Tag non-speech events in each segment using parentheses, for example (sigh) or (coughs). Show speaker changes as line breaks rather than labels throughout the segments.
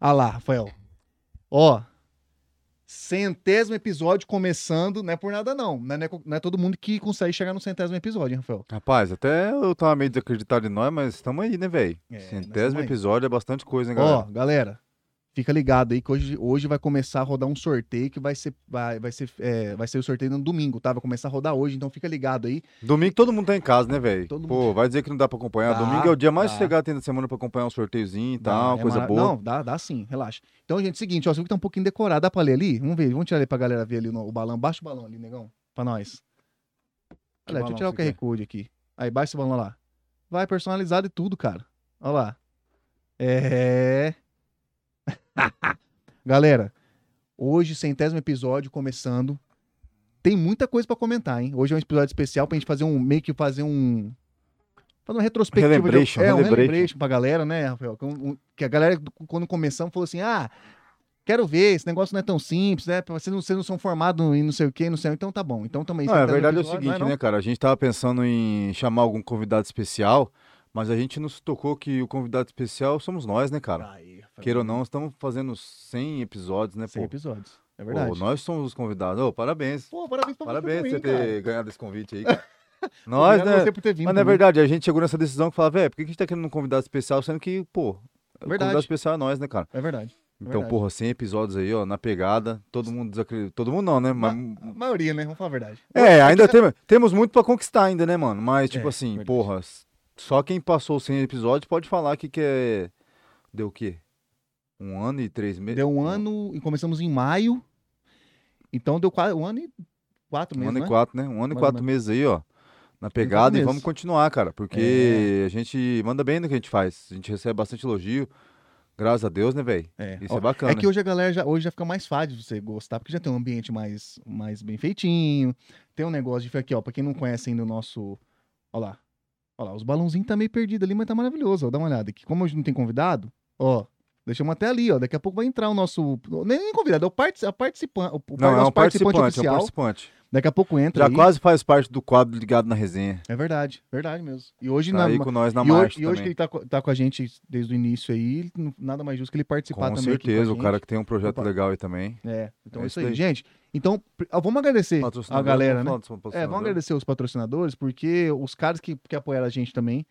Ah lá, Rafael. Ó, centésimo episódio começando, não é por nada não. Não é, não é todo mundo que consegue chegar no centésimo episódio, hein, Rafael?
Rapaz, até eu tava meio desacreditado em nós, mas estamos aí, né, velho?
É, nós tamo
Centésimo
aí.
episódio é bastante coisa, hein,
Ó,
galera?
galera, fica ligado aí que hoje, hoje vai começar a rodar um sorteio que vai ser, vai, vai ser, é, vai ser o sorteio no domingo, tá? Vai começar a rodar hoje, então fica ligado aí.
Domingo todo mundo tá em casa, né, velho? Pô,
Todo mundo-
vai dizer que não dá pra acompanhar.
Dá,
Domingo é o dia mais
dá.
chegado tem da semana pra acompanhar um sorteiozinho e
Dá,
tal,
é
coisa
mara-
boa.
Não, dá, dá sim, relaxa. Então, gente, seguinte, ó, você viu que tá um pouquinho decorado, dá pra ler ali? Vamos ver, vamos tirar ali pra galera ver ali no, o balão. Baixa o balão ali, negão, pra nós.
Que
Olha, deixa eu
balão
tirar o
você
QR
quer?
Code aqui. Aí, baixa esse balão lá. Vai, personalizado e tudo, cara. Olha lá. É... galera, hoje, centésimo episódio começando. Tem muita coisa pra comentar, hein? Hoje é um episódio especial pra gente fazer um, meio que fazer um... Fazer uma retrospectiva. de-
Relembration,
é, um
relembration.
relembration pra galera, né, Rafael? Que, um- um- que a galera, quando começamos, falou assim: ah, quero ver, esse negócio não é tão simples, né? Vocês não, vocês não são formados em não sei o quê, não sei. Então tá bom. Então também.
Não, a verdade é o
episódio, não
seguinte, né, cara? A gente tava pensando em chamar algum convidado especial, mas a gente não se tocou que o convidado especial somos nós, né, cara?
Aí, Rafael,
Queira ou não, estamos fazendo 100 episódios, né,
cem
pô?
episódios. É
Pô,
verdade. Pô,
nós somos os convidados. Ô, parabéns.
parabéns pra
Parabéns por
você
você
também,
ter
cara.
ganhado esse
(laughs)
convite aí. cara. Nós,
Obrigado a
né?
Você por ter vindo.
Mas na
também.
verdade, a gente chegou nessa decisão que fala, velho, por que que a gente tá querendo um convidado especial, sendo que, pô, o
Verdade.
convidado especial é nós, né, cara?
É verdade.
Então,
Verdade.
porra, 100 episódios aí, ó, na pegada, todo mundo desacredita. Todo mundo não, né? Mas...
A maioria, né? Vamos falar a verdade.
É, ainda tem- temos muito pra conquistar ainda, né, mano? Mas, tipo
É,
assim,
verdade.
porra, s- só quem passou os 100 episódios pode falar que, que é... Deu o quê? Um ano e três meses?
Deu um ano e começamos em maio. Então deu quase um ano e quatro
Um
meses.
ano
né?
e quatro, né? Um ano e
Mais ou
quatro
menos.
meses aí, ó. Na
quatro
pegada e
meses.
vamos continuar, cara,
É.
porque a gente manda bem no que a gente faz. A gente recebe bastante elogio, graças a Deus, né, velho?
É.
Isso
Ó,
é bacana.
É que hoje a galera já, hoje já fica mais fácil de você gostar, porque já tem um ambiente mais, mais bem feitinho. Tem um negócio de aqui, ó. Pra quem não conhece ainda o nosso. Ó lá. Ó lá, os balãozinhos tá meio perdido ali, mas tá maravilhoso. Ó, dá uma olhada aqui. Como hoje não tem convidado, ó. Deixamos até ali, ó. Daqui a pouco vai entrar o nosso. Nem nem convidado, é o, partici- a participan- o, o
Não, é
nosso
um participante, é
oficial.
um participante.
Daqui a pouco entra.
Já
aí.
quase faz parte do quadro ligado na resenha.
É verdade, verdade mesmo. E hoje,
Tá
na,
aí com nós na
e, hoje,
marcha
e hoje que
também.
ele tá, co- tá com a gente desde o início aí, não- nada mais justo que ele participar
Com
também. aqui com a
certeza, o
gente.
cara que tem um projeto
Opa.
legal aí também.
É, então
É
é isso
isso
aí.
daí.
Gente, então pr- ah, vamos agradecer a
Patrocinadores,
galera, né?
vamos falar dos
É, vamos
patrocinadores?
agradecer os patrocinadores, porque os caras que, que apoiaram a gente também,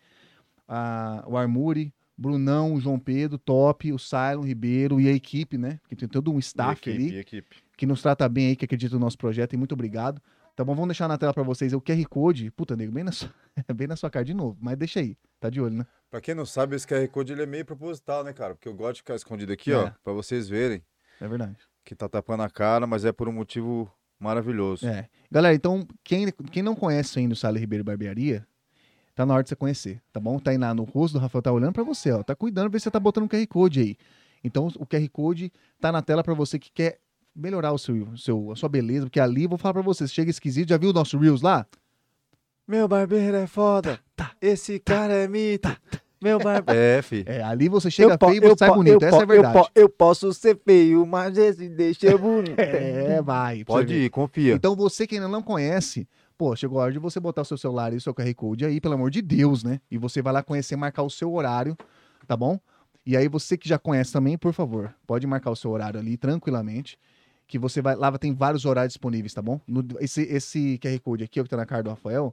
a- o Armuri, Brunão, o João Pedro, Top, o Silon Ribeiro e a equipe, né? Porque tem todo um staff
E equipe,
ali
e equipe.
que nos trata bem aí, que acredita no nosso projeto, e muito obrigado. Tá bom, vamos deixar na tela pra vocês o QR Code. Puta, nego, bem na sua, (laughs) bem na sua cara de novo, mas deixa aí, tá de olho, né?
Pra quem não sabe, esse QR Code ele é meio proposital, né, cara? Porque eu gosto de ficar escondido aqui, ó,
É.
pra vocês verem
É verdade.
que tá tapando a cara, mas é por um motivo maravilhoso.
É. Galera, então, quem, quem não conhece ainda o Sale Ribeiro Barbearia, tá na hora de você conhecer, tá bom? Tá aí na, no rosto do Rafael, tá olhando pra você, ó. Tá cuidando, vê se você tá botando um QR Code aí. Então, o QR Code tá na tela pra você que quer melhorar o seu, seu, a sua beleza, porque ali, vou falar pra você, se chega esquisito, já viu o nosso Reels lá?
Meu barbeiro é foda.
Tá,
Esse cara é mito. Meu barbeiro. É, fi.
É, ali você chega
po-
feio e você sai
po-
bonito,
eu
essa é a
po- eu
verdade.
po- Eu, posso ser feio, mas esse deixa bonito.
É, vai. pra você
(laughs) Pode
ver.
ir, confia.
Então, você que ainda não conhece, pô, chegou a hora de você botar o seu celular e o seu QR Code aí, pelo amor de Deus, né? E você vai lá conhecer, marcar o seu horário, tá bom? E aí, você que já conhece também, por favor, pode marcar o seu horário ali tranquilamente. Que você vai. Lá tem vários horários disponíveis, tá bom? No- esse, esse QR Code aqui, ó, que tá na cara do Rafael,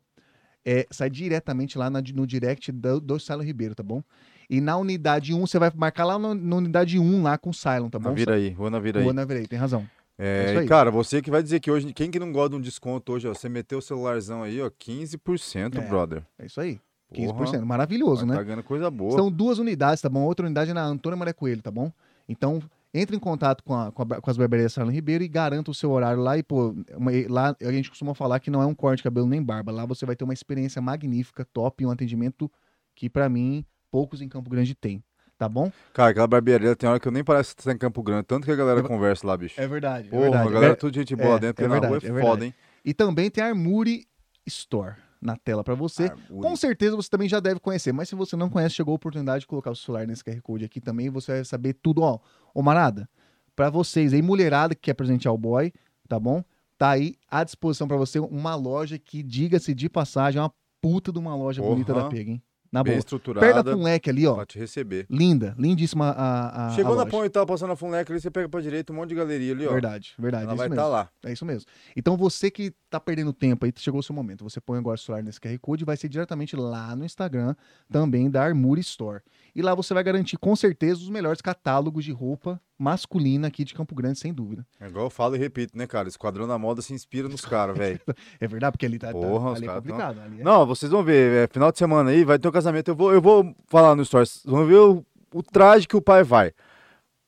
é, sai diretamente lá na- no direct do, do Silo Ribeiro, tá bom? E na unidade 1, você vai marcar lá na, na unidade 1 lá com o Cylon, tá
Na
bom?
vira aí, vou na vira aí.
Boa, na Viraí, tem razão.
É,
isso
e
aí.
cara, você que vai dizer que hoje, quem que não gosta de um desconto hoje, ó, você meteu o celularzão aí, ó, 15%,
É,
brother.
É isso aí.
Porra,
15%. Maravilhoso,
vai
né?
Tá ganhando coisa boa.
São duas unidades, tá bom? Outra unidade é na Antônio Maré Coelho, tá bom? Então, entre em contato com, a- com, a- com as barbearias Sarlan Ribeiro e garanta o seu horário lá. E, pô, uma- e lá a gente costuma falar que não é um corte de cabelo nem barba. Lá você vai ter uma experiência magnífica, top, um atendimento que, pra mim, poucos em Campo Grande têm, tá bom?
Cara, aquela barbearia tem hora que eu nem parece que tá em Campo Grande, tanto que a galera
É-
conversa lá, bicho.
verdade.
Porra, a galera tudo gente boa
é,
dentro, porque
é
na rua é,
verdade, é
foda, hein?
E também tem a Armuri Store na tela pra você.
Armuri.
Com certeza você também já deve conhecer, mas se você não conhece, chegou a oportunidade de colocar o celular nesse QR Code aqui também, você vai saber tudo, ó. Ô Marada, pra vocês aí, mulherada que quer presentear o boy, tá bom? Tá aí à disposição pra você uma loja que, diga-se de passagem, é uma puta de uma loja
Porra.
bonita da Pega, hein? Na
bem
boa.
estruturada
Perto da Funlec ali, ó. Ah,
pra te receber.
Linda, lindíssima a. a
Chegou
a
na
loja.
ponte e tava passando a Funlec ali, você pega pra direita, um monte de galeria ali, ó.
Verdade, verdade.
Ela
isso
vai
mesmo.
estar lá.
É isso mesmo. Então você que tá perdendo tempo aí, chegou o seu momento. Você põe agora o celular nesse QR Code e vai ser diretamente lá no Instagram também da Armour Store. E lá você vai garantir com certeza os melhores catálogos de roupa masculina aqui de Campo Grande, sem dúvida.
É igual eu falo e repito, né, cara? Esquadrão da Moda se inspira nos
(laughs)
caras, velho.
É verdade, porque ali tá, tá-
Porra, os
ali é
caras tão-
complicado. ali é-
Não, vocês vão ver, é, final de semana aí vai ter um casamento. Eu vou, eu vou falar no Stories. Vocês vão ver o, o traje que o pai vai.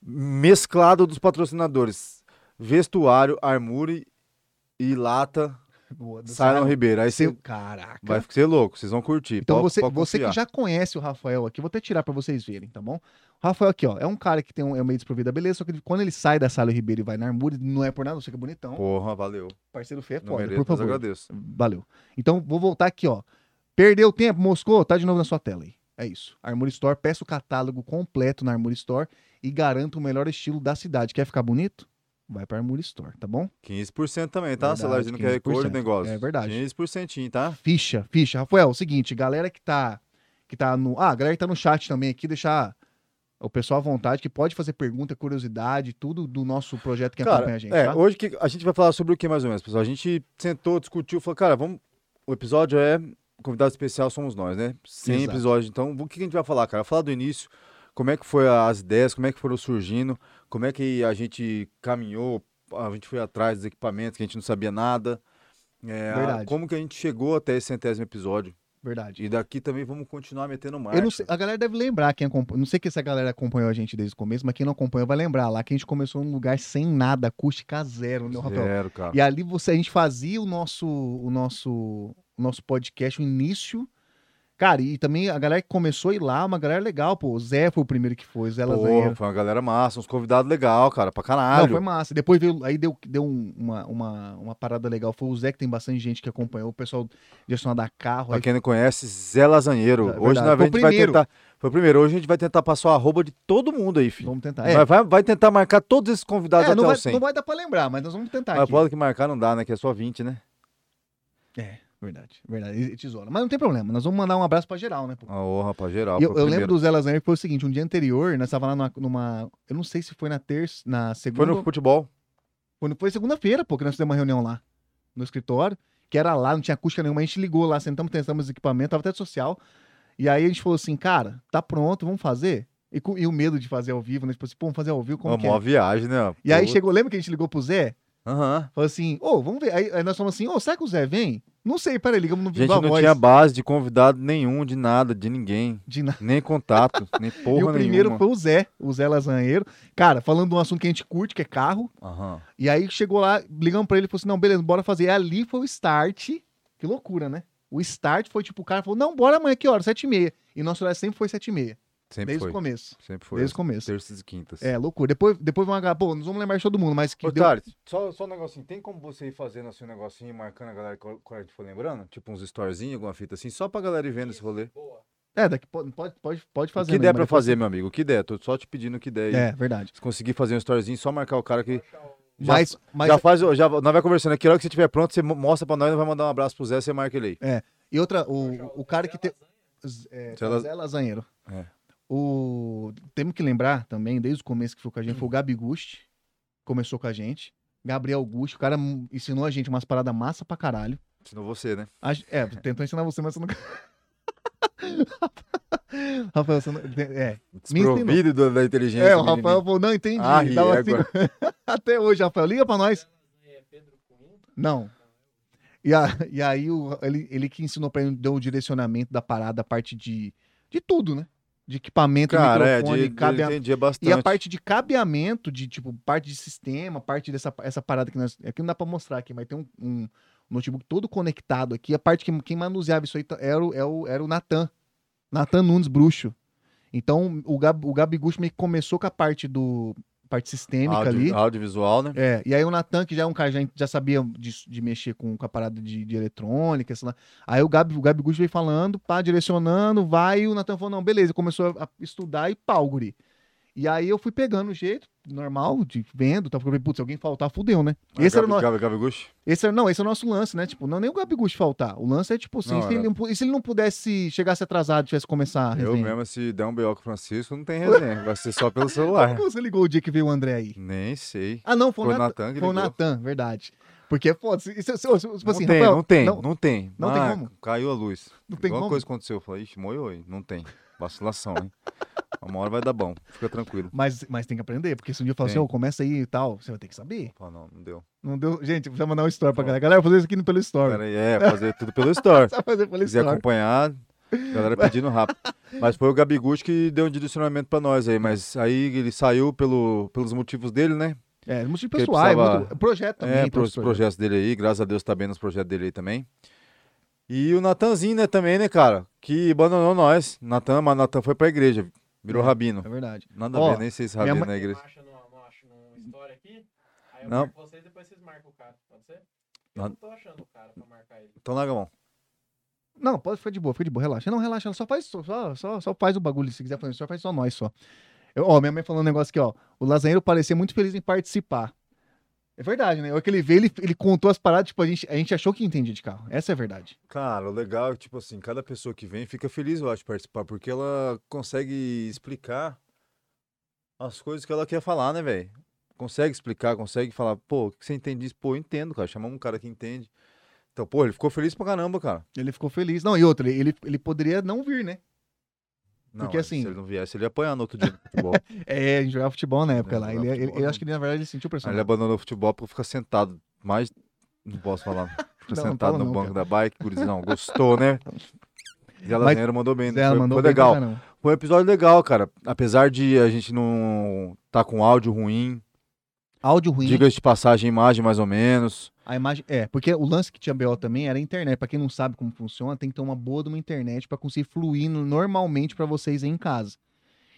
Mesclado dos patrocinadores: vestuário, armure e lata.
Boa, do-
Silon Ribeiro. Aí
Seu-
você
Caraca.
vai ser louco, vocês vão curtir.
Então
pode-
você,
pode
você que
confiar.
já conhece o Rafael aqui, vou até tirar pra vocês verem, tá bom? O Rafael aqui, ó, é um cara que tem um, é um meio desprovido da beleza, só que ele- quando ele sai da Sala Ribeiro e vai na Armour, não é por nada, você que é bonitão.
Porra, valeu.
Parceiro feio é
Não
foda,
mereço,
por
mas
favor.
agradeço.
Valeu. Então, vou voltar aqui, ó. Perdeu tempo, Moscou? Tá de novo na sua tela aí. É isso. Armour Store, peça o catálogo completo na Armour Store e garanta o melhor estilo da cidade. Quer ficar bonito? Vai pra Armour Store, tá bom?
15% também, tá?
Verdade,
Celularzinho que é cor
15%.
de negócio.
É verdade.
15%, tá?
Ficha, ficha. Rafael, é o seguinte, galera que tá, que tá no. Ah, a galera que tá no chat também aqui, deixar o pessoal à vontade, que pode fazer pergunta, curiosidade, tudo do nosso projeto que acompanha a gente.
é,
tá?
hoje que a gente vai falar sobre o que mais ou menos, pessoal? A gente sentou, discutiu, falou, cara, vamos. O episódio é. Convidado especial somos nós, né? 100
Exato.
episódios. Então, o que a gente vai falar, cara? Falar do início, como é que foi as ideias, como é que foram surgindo, como é que a gente caminhou, a gente foi atrás dos equipamentos que a gente não sabia nada. É, a-
Verdade.
como que a gente chegou até esse centésimo episódio.
Verdade.
E daqui também vamos continuar metendo mais.
Eu não sei- a galera deve lembrar, quem acompanha, não sei que se a galera acompanhou a gente desde o começo, mas quem não acompanhou vai lembrar lá que a gente começou num lugar sem nada, acústica zero, né, Rafael?
Zero, cara.
E ali você, a gente fazia o nosso, o nosso, o nosso podcast, o início. Cara, e também a galera que começou a ir lá, uma galera legal, pô. O Zé foi o primeiro que foi, o Zé
Pô,
Lasanha.
foi uma galera massa, uns convidados legal, cara, pra caralho.
Não, foi massa. Depois veio, aí deu, deu um- uma, uma, uma parada legal. Foi o Zé que tem bastante gente que acompanhou, o pessoal direcionar carro.
Pra
Aí,
quem não conhece, Zé Lasanheiro.
É verdade.
Hoje na
Foi
a
o
gente vai
primeiro.
tentar. Foi o primeiro. Hoje a gente vai tentar passar o arroba de todo mundo aí, filho.
vamos tentar. É,
Vai, vai, vai tentar marcar todos esses convidados
é,
até
não, vai,
o 100.
não vai dar pra lembrar, mas nós vamos tentar
Mas
aqui.
pode que marcar não dá, né? Que é só 20, né?
Verdade, verdade. E- e Tesoura. Mas não tem problema, nós vamos mandar um abraço pra geral, né? pô?
Uma honra pra geral.
E eu,
foi o
eu lembro
primeiro.
do Zé Lasanha que foi o seguinte: um dia anterior, nós tava lá numa. numa- eu não sei se foi na terça, na
Foi
segunda.
no futebol.
Quando foi segunda-feira, pô, que nós fizemos uma reunião lá no escritório, que era lá, não tinha acústica nenhuma, a gente ligou lá, sentamos, testamos os equipamentos, tava até social. E aí a gente falou assim, cara, tá pronto, vamos fazer? E, co- e o medo de fazer ao vivo, né? Tipo assim, pô, vamos fazer ao vivo, como que
Uma
é?
viagem, né?
E aí
Pô.
chegou, lembra que a gente ligou pro Zé?
Aham.
Falou assim, ô, vamos ver. Aí, aí nós falamos assim, ô, será que o Zé vem? Não sei, peraí, ligamos no
A gente
Viva
não
Voz.
tinha base de convidado nenhum, de nada, de ninguém.
De na- (laughs)
Nem contato, nem porra
e o primeiro
nenhuma.
foi o Zé, o Zé Lasanheiro. Cara, falando de um assunto que a gente curte, que é carro.
Aham.
E aí chegou lá, ligamos pra ele e falou assim: não, beleza, bora fazer. E ali foi o start. Que loucura, né? O start foi tipo, o cara falou: não, bora amanhã, que hora? Sete e meia. E nosso horário sempre foi sete e meia.
Sempre
Desde
foi.
o começo.
Sempre foi.
desde o começo.
Terças e quintas.
É, loucura. Depois, depois vão agarrar. Pô, nós vamos lembrar de todo mundo, mas que
Ô,
deu.
Thales, só, só um negocinho. Tem como você ir fazendo assim um negocinho, marcando a galera quando quando a gente for lembrando? Tipo uns storyzinhos, alguma fita assim, só pra galera ir vendo esse rolê.
É, daqui pode, pode, pode, pode fazer.
o que
né,
der
mas
pra
depois-
fazer, meu amigo, o que der. Tô só te pedindo o que der. aí.
É, verdade.
Se conseguir fazer um storyzinho, só marcar o cara que. Já,
mas, mas
já faz, o- já, nós vai conversando aqui. A hora que você estiver pronto, você mo- mostra pra nós, nós vai mandar um abraço pro Zé, você marca ele aí.
E outra, o, o cara que tem. É,
Zé La-
Zé Lasanheiro.
É.
O... Temos que lembrar também, desde o começo que foi com a gente, foi o Gabi Gusti, começou com a gente. Gabriel Gusti, o cara hum, ensinou a gente umas paradas massa pra caralho.
Senão você, né?
A gen- É, tentou ensinar você, mas você nunca. (laughs) Rafael, você não. É, ensinou.
Desprovido do- da inteligência.
é o
menino.
Rafael falou, não entendi.
Ah, ri,
Tava assim-
agora.
(laughs) Até hoje, Rafael, liga pra nós. Não. E, a- e aí o- ele, ele que ensinou pra ele, deu o direcionamento da parada, a parte de, de tudo, né? De equipamento,
Cara, é,
microfone,
de,
cabea-
eu entendi bastante.
E a parte de cabeamento, de tipo, parte de sistema, parte dessa essa parada que nós. Aqui não dá pra mostrar aqui, mas tem um, um notebook todo conectado aqui. A parte que quem manuseava isso aí ta- era o, era o, era o Natan. Natan Nunes Bruxo. Então, o, Gab, o Gabigucho meio que começou com a parte do. parte sistêmica
Áudio-
ali.
Audiovisual, né?
É, e aí o Natan, que já é um cara, já, já sabia de, de mexer com, com a parada de, de eletrônica, sei lá. Aí o Gabi, o Gabi Gucci veio falando, pá, direcionando, vai, e o Natan falou, não, beleza, começou a, a estudar e pau, guri. E aí eu fui pegando o jeito normal, de vendo, tava falando, putz, se alguém faltar, fudeu, né?
Ah,
Esse era, o nosso,
Gabi, Gabi Gucci?
esse era, não, esse é o nosso lance, né? Tipo, não nem o Gabiguchi faltar. O lance é, tipo, assim,
Não,
se,
era-
ele, não pu- e se ele não pudesse, chegasse atrasado, tivesse que começar a
Eu
resenha?
mesmo, se der um B.O. com o Francisco, não tem resenha. Vai ser só
(laughs)
pelo celular.
Como você ligou o dia que veio o André aí?
Nem sei.
Ah, não, foi,
Foi
o
o
Natan.
Natan que
Foi o
ligou.
Natan, verdade. Porque é foda. Se, se, se, se, se, tipo assim,
não, tem,
Rafael,
não tem,
não-
não tem,
não tem
Ah,
como?
Caiu a luz.
Não tem
Alguma
como?
coisa aconteceu. Eu falei, ixi, moiou aí. Não tem. Vacilação, hein? Uma hora vai dar bom. Fica tranquilo.
Mas, mas tem que aprender, porque se um dia eu falar assim,
Tem.
ô, começa aí e tal, você vai ter que saber.
Fala, não, não deu.
Não deu. Gente, precisa mandar um story pra galera. Galera, vou fazer isso aqui pelo story.
Pera aí, é, fazer tudo
(laughs)
pelo Store.
Precisa fazer pelo
quiser
story.
acompanhar, a galera pedindo rápido. Mas foi o Gabiguchi que deu um direcionamento pra nós aí, mas aí ele saiu pelo, pelos motivos dele, né?
É, muito
Porque
pessoal, é
precisava-
muito. Projeto também.
é,
tem
pros
outros projetos.
projetos dele aí, graças a Deus tá bem nos projetos dele aí também. E o Natanzinho, né, também, né, cara? Que abandonou nós. Natan, mas Natan foi pra igreja, virou
É.
rabino.
É verdade.
Nada
Ó,
a ver, nem sei se rabino
minha mãe-
na igreja.
Marcha numa, uma marcha numa história aqui. Aí eu
Não.
marco vocês, depois vocês marcam o cara, pode ser? Eu
Não.
não tô achando o cara pra marcar ele.
Então larga a mão.
Não, pode ficar de boa, fica de boa, relaxa. Não, relaxa, só faz, só, só- só, só faz o bagulho. Se quiser fazer só faz só nós só. Eu- ó, minha mãe falou um negócio aqui, ó. O Lasanheiro parecia muito feliz em participar. É verdade, né? Eu que ele veio, ele, ele contou as paradas, tipo, a gente, a gente achou que entendia de carro. Essa é a verdade.
Cara, o legal é que, tipo assim, cada pessoa que vem fica feliz, eu acho, de participar, porque ela consegue explicar as coisas que ela quer falar, né, velho? Consegue explicar, consegue falar, pô, o que você entende disso? Pô, eu entendo, cara. Chamamos um cara que entende. Então, pô, ele ficou feliz pra caramba, cara.
Ele ficou feliz. Não, e outra, ele, ele poderia não vir, né?
Não,
Porque, assim-
Se ele não viesse, ele ia apanhar no outro (laughs) dia no futebol.
É, a gente jogava futebol na época
É,
lá.
jogava
Ele, ele,
futebol, é
ele-
não.
acho que ele, na verdade, ele sentiu o
Aí ele
personagem.
abandonou o futebol pra ficar sentado mais. Não posso
(laughs)
falar. Fica
Não, não
sentado
fala
no
não,
banco da bike, gurizão.
(laughs)
Gostou, né? E a
Mas-
Lazeiro mandou bem. né?
Ela
foi,
mandou
foi
bem pra
legal.
caramba.
Foi um episódio legal, cara. Apesar de a gente não tá com áudio ruim,
Áudio ruim.
diga-se de passagem, imagem mais ou menos.
A imagem. É, porque o lance que tinha BO também era a internet. Pra quem não sabe como funciona, tem que ter uma boa de uma internet pra conseguir fluir no- normalmente pra vocês aí em casa.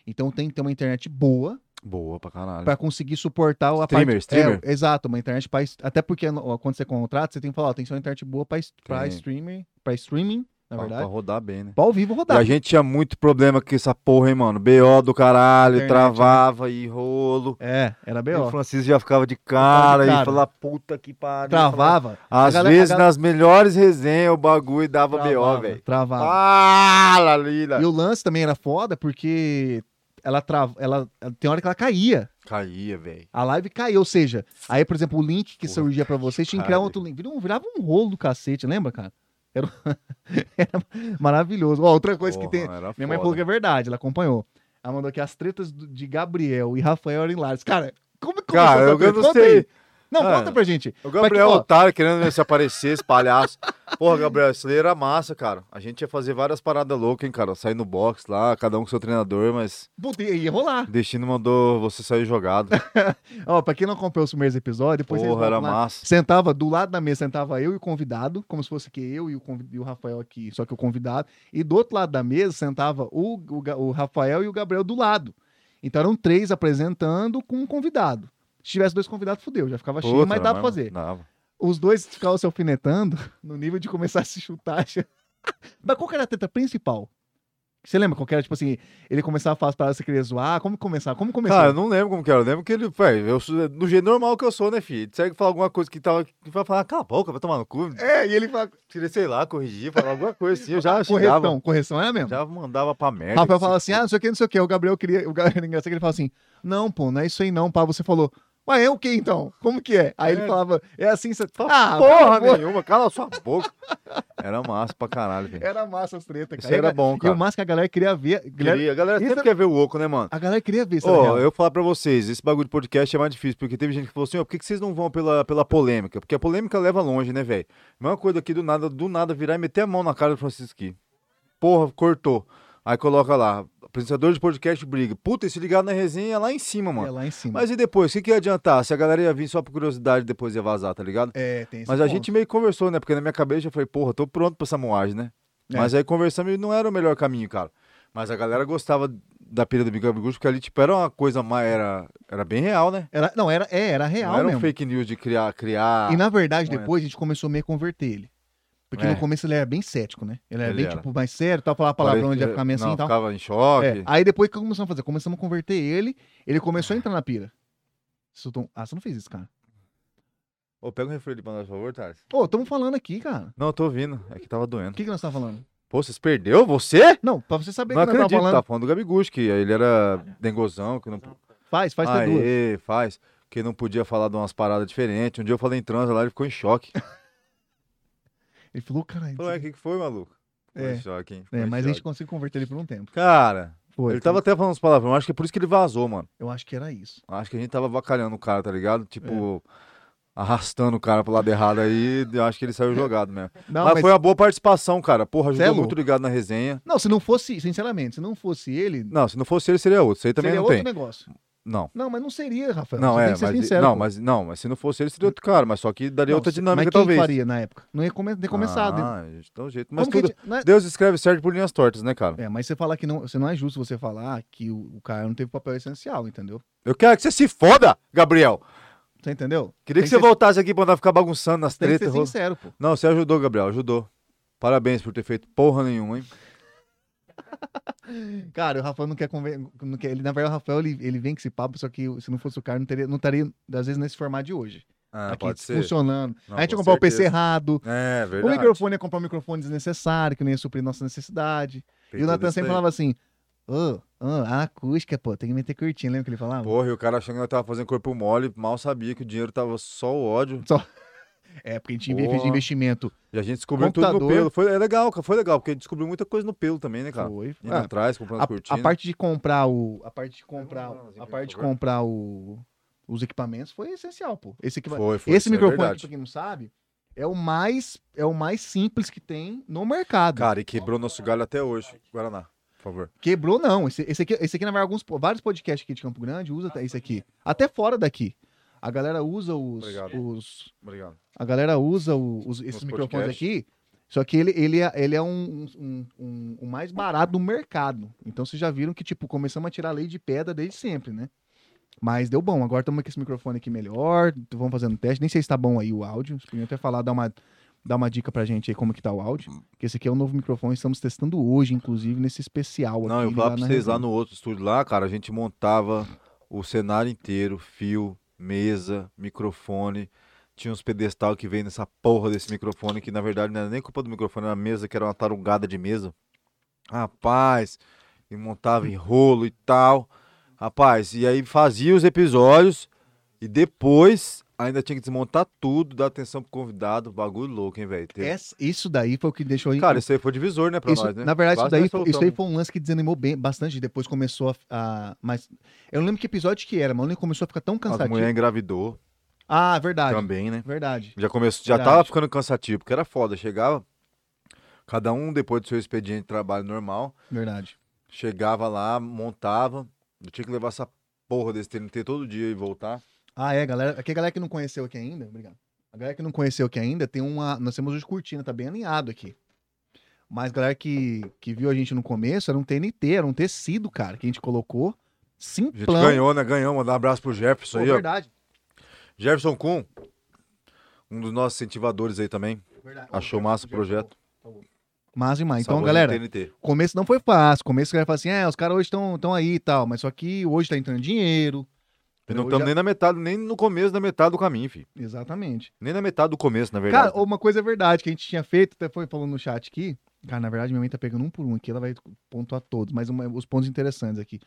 Então tem que ter uma internet boa
Boa pra caralho.
pra conseguir suportar a
Streamer,
parte...
streamer.
É, exato, uma internet para até porque ó, quando você contrata, você tem que falar, ó, tem que ser uma internet boa pra, es- pra
Tem.
streamer, para streaming, na
pra,
verdade.
pra rodar bem, né?
Pra ao vivo
E
rodar.
a gente tinha muito problema com essa porra, hein, mano. BO do caralho,
Internet, né?
travava e rolo.
É, era
E o
BO.
Francisco já ficava de cara
cara.
e falava, puta que pariu.
Travava. A
Às
galera- a
vezes,
galera-
nas melhores resenhas, o bagulho dava BO, velho.
Travava.
Fala, Lila.
E o lance também era foda porque ela trava, ela tem hora que ela caía.
Caía, velho.
A live caiu, ou seja, aí, por exemplo, o link que
Porra,
surgia pra vocês tinha que criar
cara.
outro link. Virava um, virava um rolo do cacete, lembra, cara? Era, um (laughs) era maravilhoso. Ó, outra coisa que tem. Minha mãe falou que é verdade, ela acompanhou. Ela mandou aqui as tretas do- de Gabriel e Rafael eram hilárias. Cara, como que
Cara,
começou
eu,
essa treta?
eu não
Conta
sei. Ah.
aí. Não,
Cara,
conta pra gente.
O
Mas que,
Gabriel
ó-
Otário querendo ver se aparecer, esse palhaço. Porra, Gabriel, isso daí era massa, cara. A gente ia fazer várias paradas loucas, hein, cara. Sair no box lá, cada um com seu treinador, mas
Puta, ia ia rolar.
o destino mandou você sair jogado.
Ó, pra quem não acompanhou os primeiros episódios, depois vocês
Porra, era
voltam lá.
massa.
Sentava do lado da mesa, sentava eu e o convidado, como se fosse que eu e o, convi- e o Rafael aqui, só que o convidado. E do outro lado da mesa sentava o, o, Ga- o Rafael e o Gabriel do lado. Então eram três apresentando com um convidado. Se tivesse dois convidados, fudeu, já ficava cheio,
Puta,
mas
era
dá pra
mais-
fazer.
dava.
Os dois ficavam se alfinetando (laughs) no nível de começar a se chutar. já. (laughs) mas qual que era a treta principal? Você lembra qual que era? Tipo assim, ele começava a falar as paradas que você queria zoar, como começar? Como começar?
Cara, eu não lembro como que era. Eu lembro que ele, velho, eu sou- é, do jeito normal que eu sou, né, filho? Ele segue falar alguma coisa que tava. Que vai falar, cala a boca, vai tomar no cu.
É, e ele falava,
Tirei, sei lá, corrigir, falar alguma coisa assim. Eu já xingava.
correção, correção é era mesmo.
Já mandava pra merda. tipo,
Rafael
que se
fala assim, ah, não sei o que, não sei o que. O Gabriel queria. (laughs) O Gabriel engraçado que ele fala assim: Não, pô, não é isso aí não, pá. Você falou, ué, é o que então? Como que é? Aí ele
É.
falava, é assim, você. Ah,
Porra
pô,
nenhuma, cala sua boca. Era massa pra caralho, velho.
Era massa as treta,
Isso
cara.
era bom,
É, E o
cara.
massa que a galera queria ver. galera-
Queria, a galera
isso
sempre
é-
quer ver o oco, né, mano?
A galera queria ver isso. é na
Ó,
real.
eu vou falar pra vocês, esse bagulho de podcast é mais difícil, porque teve gente que falou assim, ó, por que, que vocês não vão pela, pela polêmica? Porque a polêmica leva longe, né, velho? Mesma coisa aqui do nada, do nada virar e meter a mão na cara do Francisco aqui. Porra, cortou. Aí coloca lá, apresentador de podcast briga. Puta, esse ligado na resenha é lá em cima,
É
mano.
lá em cima.
Mas e depois, o que, que ia adiantar? Se a galera ia vir só por curiosidade e depois ia vazar, tá ligado?
É, tem esse
Mas a
ponto.
gente meio que conversou, né? Porque na minha cabeça eu falei, porra, tô pronto pra essa moagem, né?
É.
Mas aí conversamos e não era o melhor caminho, cara. Mas a galera gostava da pira do Big Up Gucci, porque ali, tipo, era uma coisa mais. Era, era bem real, né?
Era, não, era, é, era
não
real
era um
mesmo.
fake news de criar. criar...
E na verdade,
Não é.
depois a gente começou a meio a converter ele. Porque
É.
no começo ele era bem cético, né? Ele era
Ele
bem,
era.
tipo, mais sério, tal, falava palavrão, ele ia
Parecia-
ficar meio assim
não,
e tal.
ficava em choque.
É, aí depois o que começamos a fazer? Começamos a converter ele, ele começou a entrar na pira. Soltou um- Ah, você não fez isso, cara.
Ô, pega um refri ali pra nós, por favor, Thales.
Ô, tamo falando aqui, cara.
Não, eu tô ouvindo. É que tava
O
doendo.
que, que nós tava falando?
Pô, vocês perdeu? Você?
Não, pra você saber
Não
o que nós
acredito,
tava falando.
tá falando do Gabigucho, que ele era dengozão, que não...
Faz, tá faz ter duas.
Aê, faz. Que não podia falar de umas paradas diferentes. Um dia eu falei em transa lá, ele ficou em choque.
Ele falou, caralho.
Falou, é, o que, que foi, maluco? Ficou
É.
em choque, hein? Ficou
É,
em
mas a gente
choque.
conseguiu converter ele por um tempo.
Cara,
Foi.
ele tava até falando uns palavrões, acho que é por isso que ele vazou, mano.
Eu acho que era isso.
Acho que a gente tava avacalhando o cara, tá ligado? Tipo, arrastando o cara pro lado errado aí, eu acho que ele saiu jogado mesmo.
É. Não,
mas,
mas-
foi uma boa participação, cara. Porra,
Cê é
ajudou muito
louco.
ligado na resenha.
não, se não fosse, sinceramente, se não fosse ele,
Não, se não fosse ele, seria outro. Isso aí também
seria
não
outro
tem.
negócio.
Não.
Não, mas não seria, Rafael.
Não,
Você
é,
tem que ser
mas,
sincero.
não,
pô.
mas não, mas se não fosse ele, seria outro cara, mas só que daria
Não,
outra
se-
dinâmica,
mas quem
talvez.
faria na época? Não ia come- ter começado.
Ah, então jeito. Mas
né? Como que a
tudo.
gente- não é-
Deus escreve certo por linhas tortas, né, cara?
É, mas você falar que não, você não é justo você falar que o, o cara não teve papel essencial, entendeu?
Eu quero que você se foda, Gabriel.
Você entendeu?
Queria
Tem
que
ser-
você voltasse aqui pra não ficar bagunçando nas
Tem que ser
tretas. ro-
sincero, pô.
Não, você ajudou, Gabriel, ajudou. Parabéns por ter feito porra nenhuma, hein?
Cara, o Rafael não quer conver... não quer... ele na verdade o Rafael ele, ele vem com esse papo, só que se não fosse o cara não teria não estaria às vezes nesse formato de hoje.
Ah,
Aqui funcionando.
Não,
a gente ia
com
comprar o PC
certeza.
errado.
É, verdade.
O microfone ia comprar um microfone desnecessário, que não ia suprir nossa necessidade.
Tem
e o
tudo
Natan
isso
sempre
aí.
falava assim: Ô, ô, a acústica, pô, tem que meter curtinha, lembra que ele falava?
Porra, e o cara achando que nós tava fazendo corpo mole, mal sabia que o dinheiro tava só o ódio.
É, porque a gente inve-
Porra.
fez investimento.
E a gente descobriu tudo
Computador.
no pelo. Foi é legal, cara, foi legal, porque a gente descobriu muita coisa no pelo também, né, cara?
Foi.
Indo
Ah,
atrás, comprando
a,
cortina.
a parte de comprar o. A parte de comprar.
Pega uma mãozinha,
A
por
parte de
favor.
comprar o, os equipamentos foi essencial, pô. Esse, equipa-
Foi, foi,
Esse
isso é
microfone,
verdade.
pra quem não sabe, é o mais é o mais simples que tem no mercado.
Cara, e quebrou nosso galho até hoje. Guaraná, por favor.
Quebrou, não. Esse, esse aqui, esse aqui, na verdade, alguns, po- vários podcasts aqui de Campo Grande usam até esse aqui. Até fora daqui. A galera usa os.
Obrigado.
os-
Obrigado.
a galera usa o- os- esses
Os
microfones
podcasts.
aqui. Só que ele, ele é, ele é um, um- um- o mais barato do mercado. Então vocês já viram que, tipo, começamos a tirar a lei de pedra desde sempre, né? Mas deu bom. Agora estamos com esse microfone aqui melhor. Vamos fazendo teste. Nem sei se tá bom aí o áudio. Vocês podiam até falar, dar uma, dar uma dica pra gente aí como que tá o áudio. Porque esse aqui é o novo microfone. Estamos testando hoje, inclusive, nesse especial.
Não,
aqui,
eu falava pra
na
vocês lá
resenha.
no outro estúdio lá, cara, a gente montava o cenário inteiro, fio, mesa, microfone. Tinha uns pedestal que veio nessa porra desse microfone, que na verdade não era nem culpa do microfone, era a mesa, que era uma tarugada de mesa. Rapaz, e montava em rolo e tal. Rapaz, e aí fazia os episódios e depois ainda tinha que desmontar tudo, dar atenção pro convidado. Bagulho louco, hein, velho? Teve-
Essa- isso daí foi o que deixou...
Cara, isso aí foi divisor, né, pra
É, Isso-
nós, né?
Na verdade, isso,
Quase nós
daí, foi- isso aí
soltamos.
foi um lance que desanimou bem, bastante. Depois começou a, a- Mas. Eu não lembro que episódio que era, mas eu lembro que começou a ficar tão
A
cansativo.
mulher engravidou
Ah, verdade.
também, né?
Verdade.
Já começou, já
Verdade.
tava ficando cansativo, porque era foda. Chegava, cada um depois do seu expediente de trabalho normal,
Verdade.
chegava lá, montava. Eu tinha que levar essa porra desse TNT todo dia e voltar.
Ah, é, galera. Aqui a galera que não conheceu aqui ainda. Obrigado. A galera que não conheceu aqui ainda tem uma. Nós temos hoje cortina, tá bem alinhado aqui. Mas galera que, que viu a gente no começo, era um TNT, era um tecido, cara, que a gente colocou.
A gente
Simplão.
ganhou, né? Ganhamos. Mandar um abraço pro Jefferson
Pô,
aí, ó.
verdade.
Jefferson Kuhn, um dos nossos incentivadores aí também.
verdade.
Achou massa o projeto.
Massa demais. Então,
Salvou
galera,
o TNT.
começo não foi fácil. Começo a galera fala assim: é, os caras hoje estão aí e tal, mas só que hoje tá entrando dinheiro. Né,
E não
Hoje
estamos
já-
nem na metade, nem no começo da metade do caminho, filho.
Exatamente.
Nem na metade do começo, na verdade.
Cara, uma coisa é verdade que a gente tinha feito, até foi falando no chat aqui. Cara, na verdade, minha mãe tá pegando um por um aqui, ela vai pontuar todos, mas uma- os pontos interessantes aqui.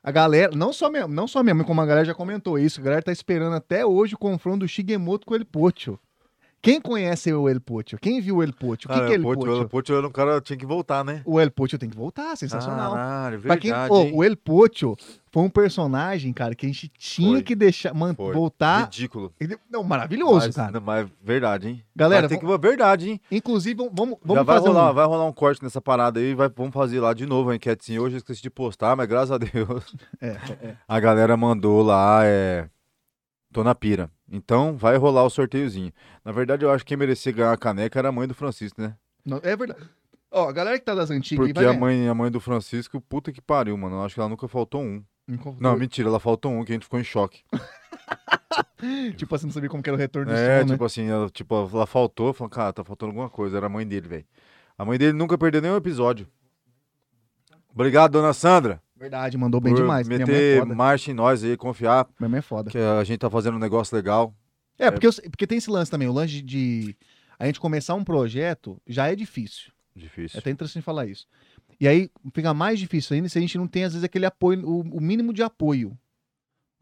A galera, não só, minha, não só minha mãe, como a galera já comentou isso, a galera tá esperando até hoje o confronto do Shigemoto com o El Pocho. Quem conhece o El Pocho? Quem viu o El Pocho? O que,
Cara,
que é El
Ah, o Pocho-
Pocho?
O Pocho era um cara que tinha que voltar, né?
O El Pocho tem que voltar, sensacional.
Caralho,
Pra quem,
verdade,
Ô,
hein?
o El Pocho foi um personagem, cara, que a gente tinha
Foi.
que deixar, man,
Foi.
voltar.
Ridículo.
Ele- não, maravilhoso,
mas,
cara.
não, Mas verdade, hein?
Galera,
Vai ter que... verdade, hein?
Inclusive, vamos, vamos
Já
vamos
vai
fazer
rolar,
um...
vai rolar um corte nessa parada aí, vai, vamos fazer lá de novo a enquetezinha. Hoje eu esqueci de postar, mas graças a Deus.
(laughs) É, é, é.
A galera mandou lá, é. Tô na pira. Então vai rolar o sorteiozinho. Na verdade, eu acho que quem merecia ganhar a caneca era a mãe do Francisco, né?
Não, é verdade. Ó, a galera que tá das antigas aí
Porque
vai
a
ganhar.
mãe, a mãe do Francisco, puta que pariu, mano. Eu acho que ela nunca faltou um.
Me conf-
Não, mentira, ela faltou um que a gente ficou em choque.
Tipo assim, não sabia como que era o retorno do
É,
som, né?
tipo assim, ela, tipo, ela faltou, falou, cara, tá faltando alguma coisa. Era a mãe dele, velho. A mãe dele nunca perdeu nenhum episódio. Obrigado, dona Sandra,
Verdade, mandou bem
por
demais. Minha mãe é
meter
foda.
marcha em nós aí, confiar
Minha mãe é foda.
que a gente tá fazendo um negócio legal.
É, porque, eu sei- porque tem esse lance também, o lance de a gente começar um projeto já é difícil. É
Difícil.
até interessante falar isso. E aí fica mais difícil ainda se a gente não tem, às vezes, aquele apoio, o, o mínimo de apoio.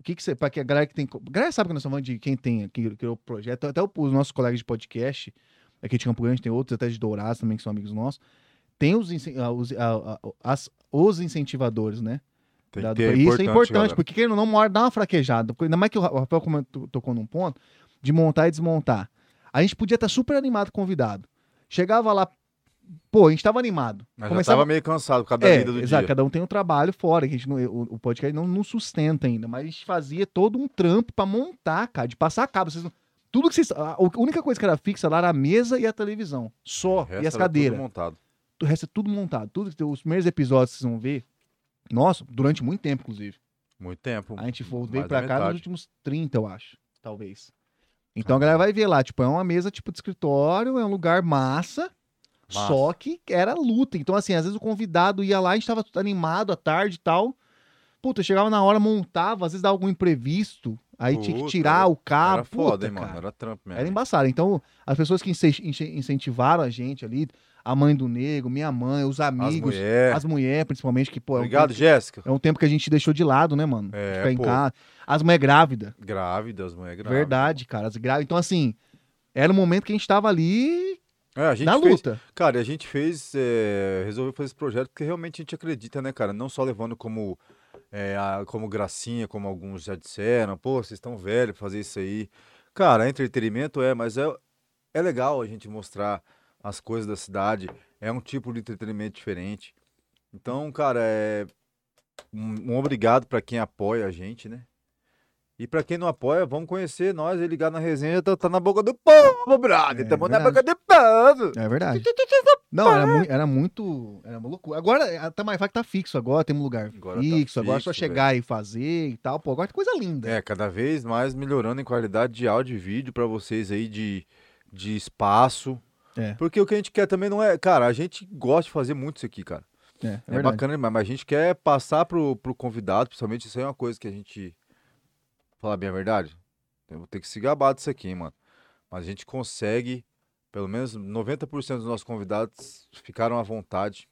O que que você. Pra que a galera que tem. co- A galera sabe que nós estamos falando de quem tem aqui que o projeto, até o- os nossos colegas de podcast, é aqui de Campo Grande, tem outros até de Dourados também, que são amigos nossos. Tem os, incen- ah, os, ah, ah, as- os incentivadores, né?
Tem
Dado
que ter,
pra- isso é importante,
galera.
porque querendo ou não, uma hora dá uma fraquejada. Porque Ainda mais que o Ra- o Rafael comentou- tocou num ponto de montar e desmontar. A gente podia estar super animado com o convidado. Chegava lá, pô, a gente estava animado.
Mas já
Começava-
tava meio cansado por causa da
é,
vida do
exato,
dia.
cada um tem um trabalho fora, que a gente não- o, o podcast não, não sustenta ainda, mas a gente fazia todo um trampo pra montar, cara, de passar a cabo. Vocês não- tudo que vocês. A a única coisa que era fixa lá era a mesa e a televisão. Só.
O resto
e as
era tudo
cadeiras
montado.
o resto é tudo montado. Tudo que tem- os primeiros episódios que vocês vão ver, nossa, durante muito tempo, inclusive.
Muito tempo.
A gente foi-
Mais
veio
da
pra cá nos
metade.
últimos 30, eu acho, talvez. Então a galera vai ver lá, tipo, é uma mesa tipo de escritório, é um lugar massa,
Massa.
só que era luta. Então, assim, às vezes o convidado ia lá, a gente tava animado à tarde e tal. Puta, chegava na hora, montava, às vezes dava algum imprevisto, aí tinha que
Puta,
tirar
era-
o cabo.
era foda,
Ah, puta,
hein, mano.
cara.
Era trampo mesmo.
Era embaçado. Então, as pessoas que ince- ince- incentivaram a gente ali, a mãe do nego, minha mãe, os
As
amigos,
mulheres.
as mulheres, principalmente, que, pô, é um,
Obrigado,
tempo,
Jéssica.
é um tempo que a gente deixou de lado, né, mano?
É,
De Ficar em
pô.
casa. As mulheres grávidas.
Grávida, as mulheres grávidas.
Verdade, cara. As grávidas. Então, assim, era o momento que a gente tava ali
É, a gente
na
fez-
luta.
Cara, a gente fez, é, resolveu fazer esse projeto porque realmente a gente acredita, né, cara? Não só levando como, é, a- como gracinha, como alguns já disseram, pô, vocês estão velhos pra fazer isso aí. Cara, é entretenimento é, mas é, é legal a gente mostrar as coisas da cidade, é um tipo de entretenimento diferente. Então, cara, é um, um obrigado pra quem apoia a gente, né? E pra quem não apoia, vamos conhecer nós e ligar na resenha, tá, tá na boca do povo, brother,
É,
tamo na
verdade.
boca do povo.
É verdade. Não, era, mui- era muito. Era uma loucura. Agora, a Tamaifá que tá fixo agora, tem um lugar
Agora tá
fixo, agora é só
fixo,
chegar e fazer e tal. Pô, agora tem coisa linda.
É, cada vez mais melhorando em qualidade de áudio e vídeo pra vocês aí de, de espaço.
É.
Porque o que a gente quer também não é. Cara, a gente gosta de fazer muito isso aqui, cara.
É, é
É,
verdade.
bacana demais, mas a gente quer passar pro, pro convidado, principalmente isso aí é uma coisa que a gente. Falar bem a verdade, eu vou ter que se gabar disso aqui, hein, mano. Mas a gente consegue, pelo menos 90% dos nossos convidados ficaram à vontade.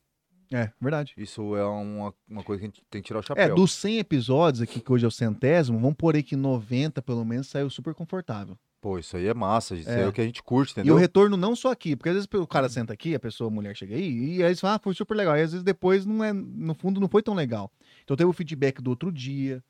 É, verdade.
Isso é uma, uma coisa que a gente tem que tirar o chapéu.
É, dos 100 episódios aqui, que hoje é o centésimo, vamos pôr aí que 90, pelo menos, saiu super confortável.
Pô, isso aí é massa, isso
É.
aí é o que a gente
E
curte, entendeu?
o retorno não só aqui, porque às vezes o cara senta aqui, a pessoa, a mulher chega aí, e aí eles falam, ah, foi super legal. E às vezes depois, não é, no fundo, não foi tão legal. Então teve o feedback do outro dia,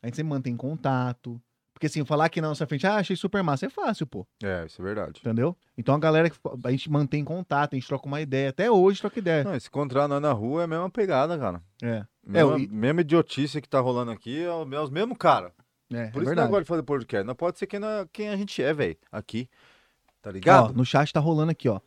a gente sempre mantém contato. Porque assim, falar que na nossa frente, ah, achei super massa, é fácil, pô,
É, isso é verdade.
entendeu? Então a galera, que fa- a gente mantém contato, a gente troca uma ideia, até hoje troca ideia.
Não, se encontrar nós na rua é a mesma pegada, cara.
É,
Mesma,
e-
mesma idiotice que tá rolando aqui, é, o- é os mesmos cara.
é, é
Por isso que eu
verdade.
gosto de fazer podcast. Não pode ser quem, nós- quem a gente é, velho. Aqui. Tá
Ó,
ligado?
no chat tá rolando aqui, ó.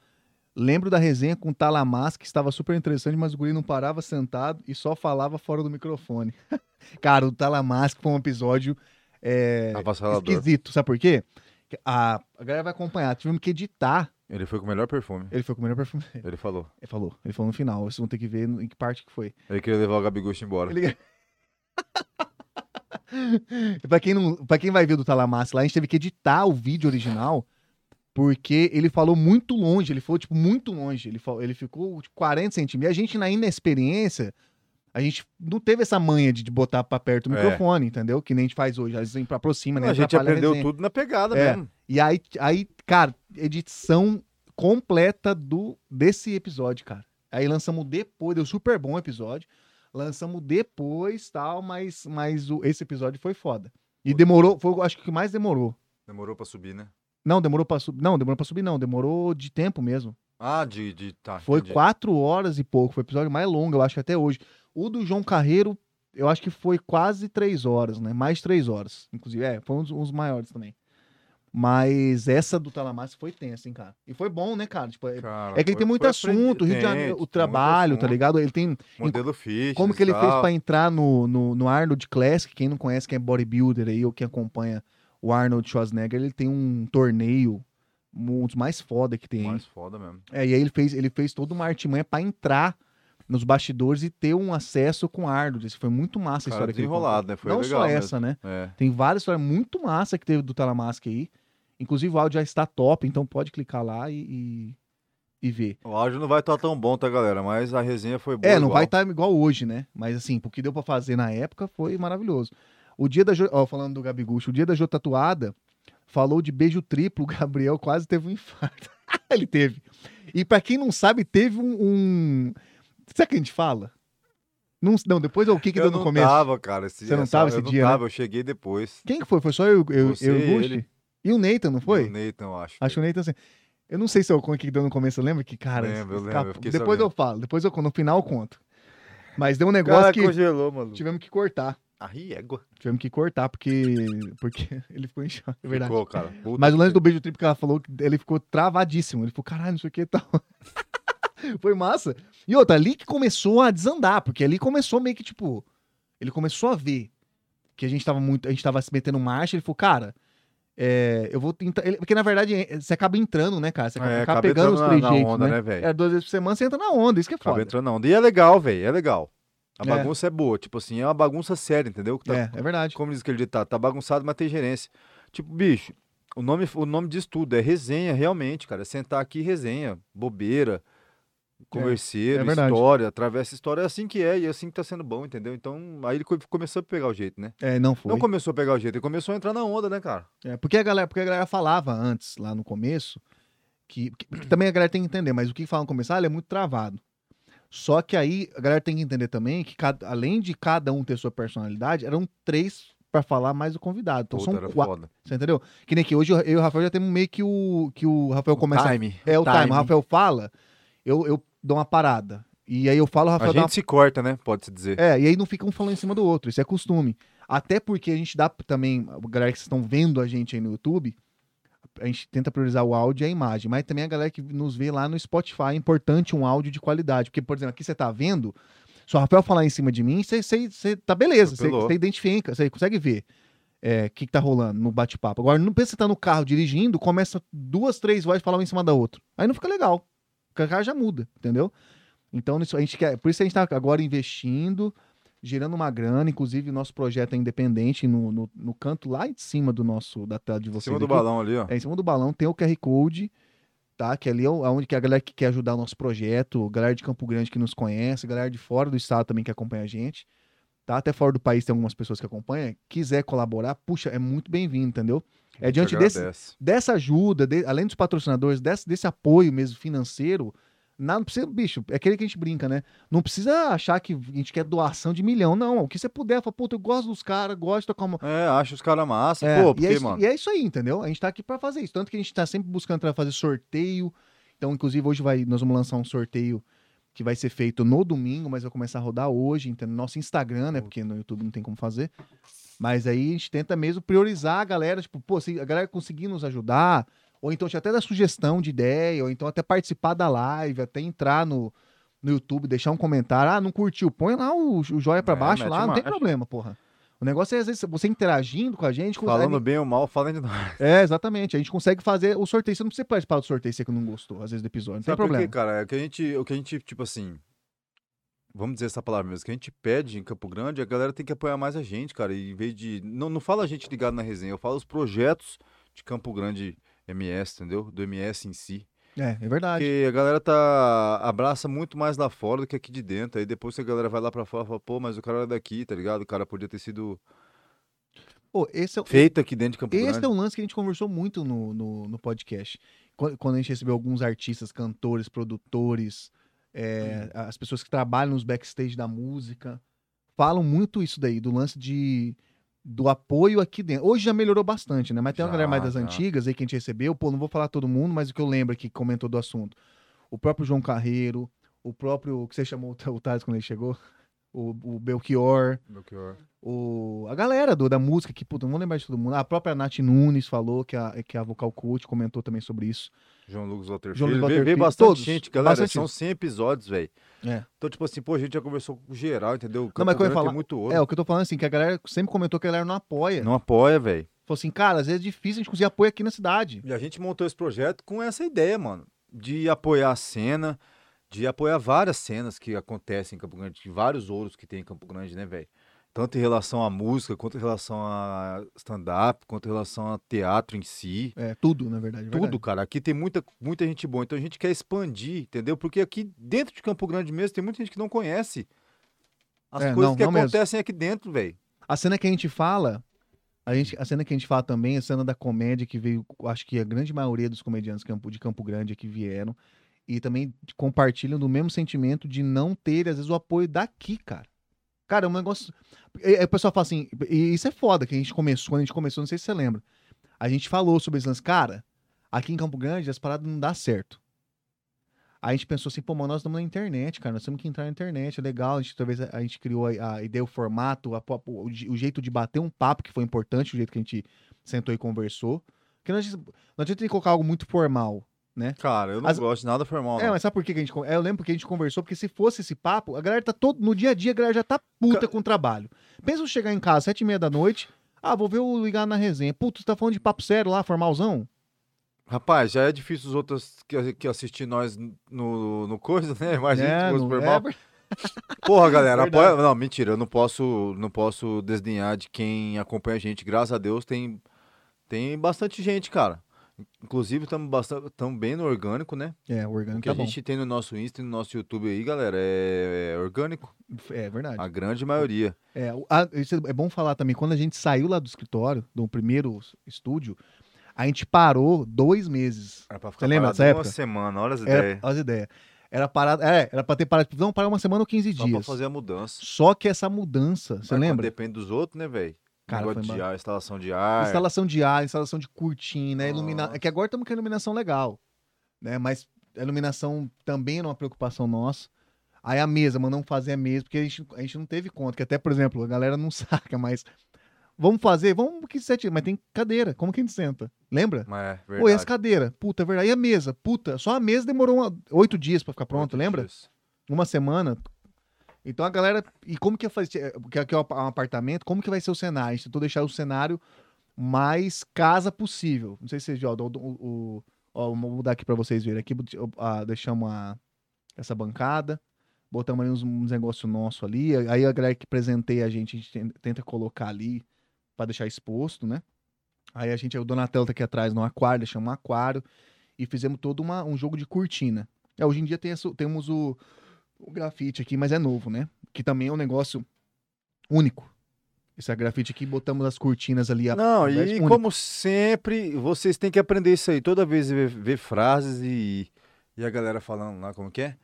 Lembro da resenha com o Talamas, que estava super interessante, mas o guri não parava sentado e só falava fora do microfone. (laughs) Cara, o Talamas foi um episódio é,
Avassalador.
esquisito. Sabe por quê? Que A, a galera vai acompanhar. Tivemos que editar.
Ele foi com o melhor perfume.
Ele foi com o melhor perfume. Ele
Ele falou.
falou. Ele falou no final. Vocês vão ter que ver em que parte que foi.
Ele queria levar o Gabigusto embora.
Ele- Pra quem, não, pra quem vai ver do Talamas lá, a gente teve que editar o vídeo original. Porque ele falou muito longe, ele falou, tipo, muito longe. Ele, fal- ele ficou tipo, 40 centímetros. E a gente, na inexperiência, a gente não teve essa manha de, de botar pra perto do
É.
microfone, entendeu? Que nem a gente faz hoje. Às vezes pra aproxima, né?
a gente
Atrapalha
aprendeu
resenha.
tudo na pegada
É.
mesmo.
E aí, aí, cara, edição completa do desse episódio, cara. Aí lançamos depois, deu super bom o episódio. Lançamos depois, tal, mas, mas o, esse episódio foi foda. E
Foi.
demorou, foi, acho que o que mais demorou.
Demorou pra subir, né?
Não, demorou pra subir. Não, demorou pra subir, não. Demorou de tempo mesmo.
Ah, de. de tá,
Foi
entendi.
quatro horas e pouco. Foi o episódio mais longo, eu acho, até hoje. O do João Carreiro, eu acho que foi quase três horas, né? Mais três horas. Inclusive, é, foi um dos, um dos maiores também. Mas essa do Talamassi foi tensa, hein, cara? E foi bom, né, cara? Tipo, é,
Cara,
é que ele
foi-
tem muito
foi
assunto,
aprendi-
Rio de
tem,
Janeiro, o
tem
trabalho,
muito
tá
assunto,
ligado? Ele tem.
Modelo fitness.
Como que ele
e
fez
tal.
pra entrar no, no, no Arnold Classic? Quem não conhece, quem é bodybuilder aí ou quem acompanha o Arnold Schwarzenegger, ele tem um torneio, um dos mais foda que tem.
Mais foda mesmo.
É, e aí ele fez, ele fez toda uma artimanha pra entrar nos bastidores e ter um acesso com o Arnold. Isso foi muito massa a
Cara,
história que ele
desenrolado,
contou.
né? Foi
Não
legal
só
mesmo.
essa, né?
É.
Tem várias histórias muito massa que teve do Talamasca aí. Inclusive o áudio já está top, então pode clicar lá e, e, e ver.
O áudio não vai estar tão bom, tá, galera? Mas a resenha foi boa.
É, não
igual.
vai estar igual hoje, né? Mas assim, porque deu pra fazer na época foi maravilhoso. O dia da Jo- ó, falando do Gabigucho, o dia da Jô tatuada falou de beijo triplo, (laughs) o Gabriel quase teve um infarto. (laughs) Ele teve. E pra quem não sabe, teve um, um... Será que a gente fala? Não, não depois ou o que que
eu
deu no
não
começo?
tava, cara. Esse,
Você não
essa-
tava esse
eu
dia,
Não
né?
tava, eu cheguei depois.
Quem que foi? Foi só eu, eu,
Você,
eu e o Gucci?
ele.
E o Nathan, não foi?
O Nathan, acho.
Acho que o Nathan assim. Eu não sei se eu conto o que deu no começo, lembra que, cara.
Lembro, eu
esse
lembro,
cara-
eu fiquei
depois
sabendo.
eu falo, depois eu conto, no final eu conto. Mas deu um negócio
Cara,
que
congelou, mano.
tivemos que cortar.
A riégua.
Tivemos que cortar, porque. (laughs) Porque ele ficou em choque, é verdade.
Ficou, cara. Puta
Mas o
que
lance do beijo trip que ela falou, que ele ficou travadíssimo. Ele ficou, caralho, não sei o que e tal. (laughs) Foi massa. E outra, ali que começou a desandar, porque ali começou meio que, tipo, ele começou a ver que a gente tava muito. A gente tava se metendo marcha, ele falou, cara. é, eu vou tentar. ele- porque na verdade é, você acaba entrando, né, cara? Você acaba,
É,
acaba
acaba
pegando
entrando
os
na-
três
na
jeitos,
onda,
né?
né, velho?
É duas vezes por semana você entra na onda, isso que é
Acaba
foda.
entrando na onda. E é legal, velho. É legal. A
É.
bagunça é boa. Tipo assim, é uma bagunça séria, entendeu? Que tá-
É, é verdade.
Como diz aquele ditado, tá bagunçado, mas tem gerência. Tipo, bicho, o nome, o nome disso tudo é resenha, realmente, cara. É sentar aqui e resenha, bobeira,
é
converseiro,
verdade.
história, atravessa história. É assim que é e é assim que tá sendo bom, entendeu? Então, aí ele co- começou a pegar o jeito, né?
É, não foi.
Não começou a pegar o jeito, ele começou a entrar na onda, né, cara?
É, porque, a galera, porque a galera falava antes, lá no começo, que, que- porque também a galera tem que entender, mas o que fala no começo, ah, ele é muito travado. Só que aí a galera tem que entender também que, cada- além de cada um ter sua personalidade, eram três pra falar mais o convidado. Então
Puta,
são
era
quatro.
foda.
Você entendeu? Que nem que hoje eu eu e o Rafael já temos meio que o. Que o Rafael começa.
Time.
é o time.
time.
O Rafael fala, eu, eu dou uma parada. E aí eu falo, o
A
Rafael dá uma
gente se corta, né? Pode-se dizer.
é, e aí não fica um falando em cima do outro, isso é costume. Até porque a gente dá p- também, a galera que estão vendo a gente aí no YouTube, a gente tenta priorizar o áudio e a imagem, mas também a galera que nos vê lá no Spotify, é importante um áudio de qualidade. Porque, por exemplo, aqui você tá vendo, se o Rafael falar em cima de mim, você- você você- tá beleza, você
Atropelou.
você identifica, você consegue ver é, o que, que tá rolando no bate-papo. Agora, não pensa que você tá no carro dirigindo, começa duas, três vozes falar uma em cima da outra. Aí não fica legal. Porque a cara já muda, entendeu? Então, nisso, a gente quer, por isso a gente tá agora investindo gerando uma grana, inclusive nosso projeto é independente no, no, no canto lá em cima do nosso da tela de
Em
vocês.
cima do
aqui.
balão ali, ó.
É, em cima do balão tem o QR Code, tá? Que ali é o- aonde que a galera que quer ajudar o nosso projeto, galera de Campo Grande que nos conhece, galera de fora do estado também que acompanha a gente, tá? Até fora do país tem algumas pessoas que acompanham, quiser colaborar, puxa, é muito bem-vindo, entendeu? É diante desse,
Agradece.
dessa ajuda, de- além dos patrocinadores, desse, desse apoio mesmo financeiro, na- não precisa, bicho, é aquele que a gente brinca, né? Não precisa achar que a gente quer doação de milhão, não. O que você puder, fala, puta, eu gosto dos caras, gosto de tocar uma.
É, acho os caras massa.
É, e,
Pô,
é
porque,
isso,
mano.
e é isso aí, entendeu? A gente tá aqui pra fazer isso. Tanto que a gente tá sempre buscando tra- fazer sorteio. Então, inclusive, hoje vai, nós vamos lançar um sorteio que vai ser feito no domingo, mas vai começar a rodar hoje, então, no nosso Instagram, né? Porque no YouTube não tem como fazer. Mas aí a gente tenta mesmo priorizar a galera, tipo, pô, se a galera conseguir nos ajudar, ou então até dar sugestão de ideia, ou então até participar da live, até entrar no, no YouTube, deixar um comentário, ah, não curtiu, põe lá o, o joia pra
É,
baixo
mete
lá, não
uma-
tem problema, porra. O negócio é, às vezes, você interagindo com a gente, com
Falando bem ou mal, falando de nós.
é, exatamente. A gente consegue fazer o sorteio. Você não precisa participar do sorteio se você que não gostou, às vezes, do episódio. Não tem
Sabe por
problema.
quê, cara? É que a gente, o que a gente, tipo assim. Vamos dizer essa palavra mesmo. O que a gente pede em Campo Grande, a galera tem que apoiar mais a gente, cara. E em vez de. Não, não fala a gente ligado na resenha, eu falo os projetos de Campo Grande MS, entendeu? Do MS em si.
É, é verdade.
Porque a galera tá. abraça muito mais lá fora do que aqui de dentro. Aí depois que a galera vai lá pra fora e fala, pô, mas o cara era daqui, tá ligado? O cara podia ter sido
Pô, esse é, o-
feito aqui dentro de Campo
esse
Grande.
é um lance que a gente conversou muito no, no, no podcast. Quando, quando a gente recebeu alguns artistas, cantores, produtores, é,
Uhum.
as pessoas que trabalham nos backstage da música, falam muito isso daí, do lance de. Do apoio aqui dentro. Hoje já melhorou bastante, né? Mas tem uma
Já,
galera mais das
já.
antigas aí que a gente recebeu. Pô, não vou falar todo mundo, mas o que eu lembro que comentou do assunto. O próprio João Carreiro, o próprio. que você chamou o Th- o Thales quando ele chegou? O, o Belchior. o, a galera do, da música, que, puta, não vou lembrar de todo mundo. A própria Nath Nunes falou, que a, que a Vocal Coach comentou também sobre isso.
João Lucas Walter
João Lucas
Filho. Veio-
Walter
veio
Filho,
bastante
todos,
gente, galera.
bastante
são 100 episódios, velho.
É.
Então, tipo assim, pô, a gente já conversou com geral, entendeu?
Não, mas que eu ia
Campo Grande tem
falar-
muito ouro.
É, o que eu tô falando assim, que a galera sempre comentou que a galera não apoia.
Não apoia, velho.
Falou assim, cara, às vezes é difícil a gente conseguir apoio aqui na cidade.
E a gente montou esse projeto com essa ideia, mano, de apoiar a cena, de apoiar várias cenas que acontecem em Campo Grande, de vários ouros que tem em Campo Grande, né, velho? Tanto em relação à música, quanto em relação a stand-up, quanto em relação a teatro em si.
É, tudo, na verdade. é
Tudo,
verdade.
cara. Aqui tem muita, muita gente boa. Então a gente quer expandir, entendeu? Porque aqui dentro de Campo Grande mesmo tem muita gente que não conhece as
É,
coisas
não,
que
não mesmo.
acontecem aqui dentro, velho.
A cena que a gente fala, a, gente, a cena que a gente fala também, a cena da comédia que veio, acho que a grande maioria dos comediantes campo- de Campo Grande que vieram e também compartilham do mesmo sentimento de não ter, às vezes, o apoio daqui, cara. Cara, é um negócio. E, e o pessoal fala assim, e isso é foda, que a gente começou, quando a gente começou, não sei se você lembra. A gente falou sobre esse lance, cara, aqui em Campo Grande as paradas não dá certo. Aí a gente pensou assim, pô, mas nós estamos na internet, cara, nós temos que entrar na internet, é legal, a gente, talvez a, a gente criou a, a ideia, o formato, a po- o, je- o jeito de bater um papo, que foi importante, o jeito que a gente sentou e conversou. Porque não adianta não adianta colocar algo muito formal.
Cara, eu não
As-
gosto de nada formal.
É,
não.
mas sabe por que que a gente... con- é, eu lembro porque a gente conversou, porque se fosse esse papo, a galera tá todo... No dia a dia, a galera já tá puta com o trabalho. Pensa eu chegar em casa às sete e meia da noite, ah, vou ver o Ligado na Resenha. Puta, você tá falando de papo sério lá, formalzão?
Rapaz, já é difícil os outros que, que assistir nós no, no coisa, né? Imagina
É,
se fosse
não-
por
é
mal.
(laughs)
Porra, galera,
Verdade.
apoia- Não, mentira, eu não posso, não posso desdenhar de quem acompanha a gente. Graças a Deus tem, tem bastante gente, cara. Inclusive, estamos bem no orgânico, né?
É, o
O
orgânico
que
tá
a gente tem no nosso Insta e no nosso YouTube aí, galera, é, é orgânico.
bom. É verdade.
A grande maioria.
É, o- a- isso é bom falar também, quando a gente saiu lá do escritório, do primeiro estúdio, a gente parou dois meses.
Era pra
Você lembra
parado
dessa
uma
época?
semana, olha as
Era,
ideias.
olha as ideias. Era parado, é, era pra ter parado, tipo, não, parar uma semana ou 15
Só pra
dias.
fazer a mudança.
Só que essa mudança, você
Mas quando
lembra?
Depende dos outros, né, velho?
Cara,
Negócio
foi
de
emba-
ar, instalação de ar.
Instalação de ar, instalação de cortina, ilumina...
Nossa.
É que agora estamos com a iluminação legal, né? Mas a iluminação também era uma preocupação nossa. Aí a mesa, mandamos fazer a mesa, porque a gente, a gente não teve conta, que até, por exemplo, a galera não (laughs) saca, mas vamos fazer, vamos que sete, mas tem cadeira, como que a gente senta? Lembra?
Mas é, verdade.
Pô, e as cadeiras? Puta, é verdade. E a mesa? Puta, só a mesa demorou uma- oito dias pra ficar pronta,
Oito
é lembra?
dias.
Uma semana. Então a galera. E como que ia fazer? Porque aqui é um apartamento, como que vai ser o cenário? A gente tentou deixar o cenário mais casa possível. Não sei se vocês viram. ó, O, o- ó, vou mudar aqui pra vocês verem. Aqui bot- ah, deixamos a- essa bancada. Botamos ali uns, uns negócios nossos ali. Aí a galera que presenteia a gente, a gente ten- tenta colocar ali pra deixar exposto, né? Aí a gente, o Donatello tá aqui atrás no aquário, deixamos um aquário e fizemos todo uma- um jogo de cortina. É, hoje em dia tem essa- temos o, o grafite aqui, mas é novo, né? Que também é um negócio único. Esse é grafite aqui, botamos as cortinas ali. a-
Não,
conversa
e
única.
como sempre, vocês têm que aprender isso aí. Toda vez ver, ver frases e, e a galera falando lá como que é.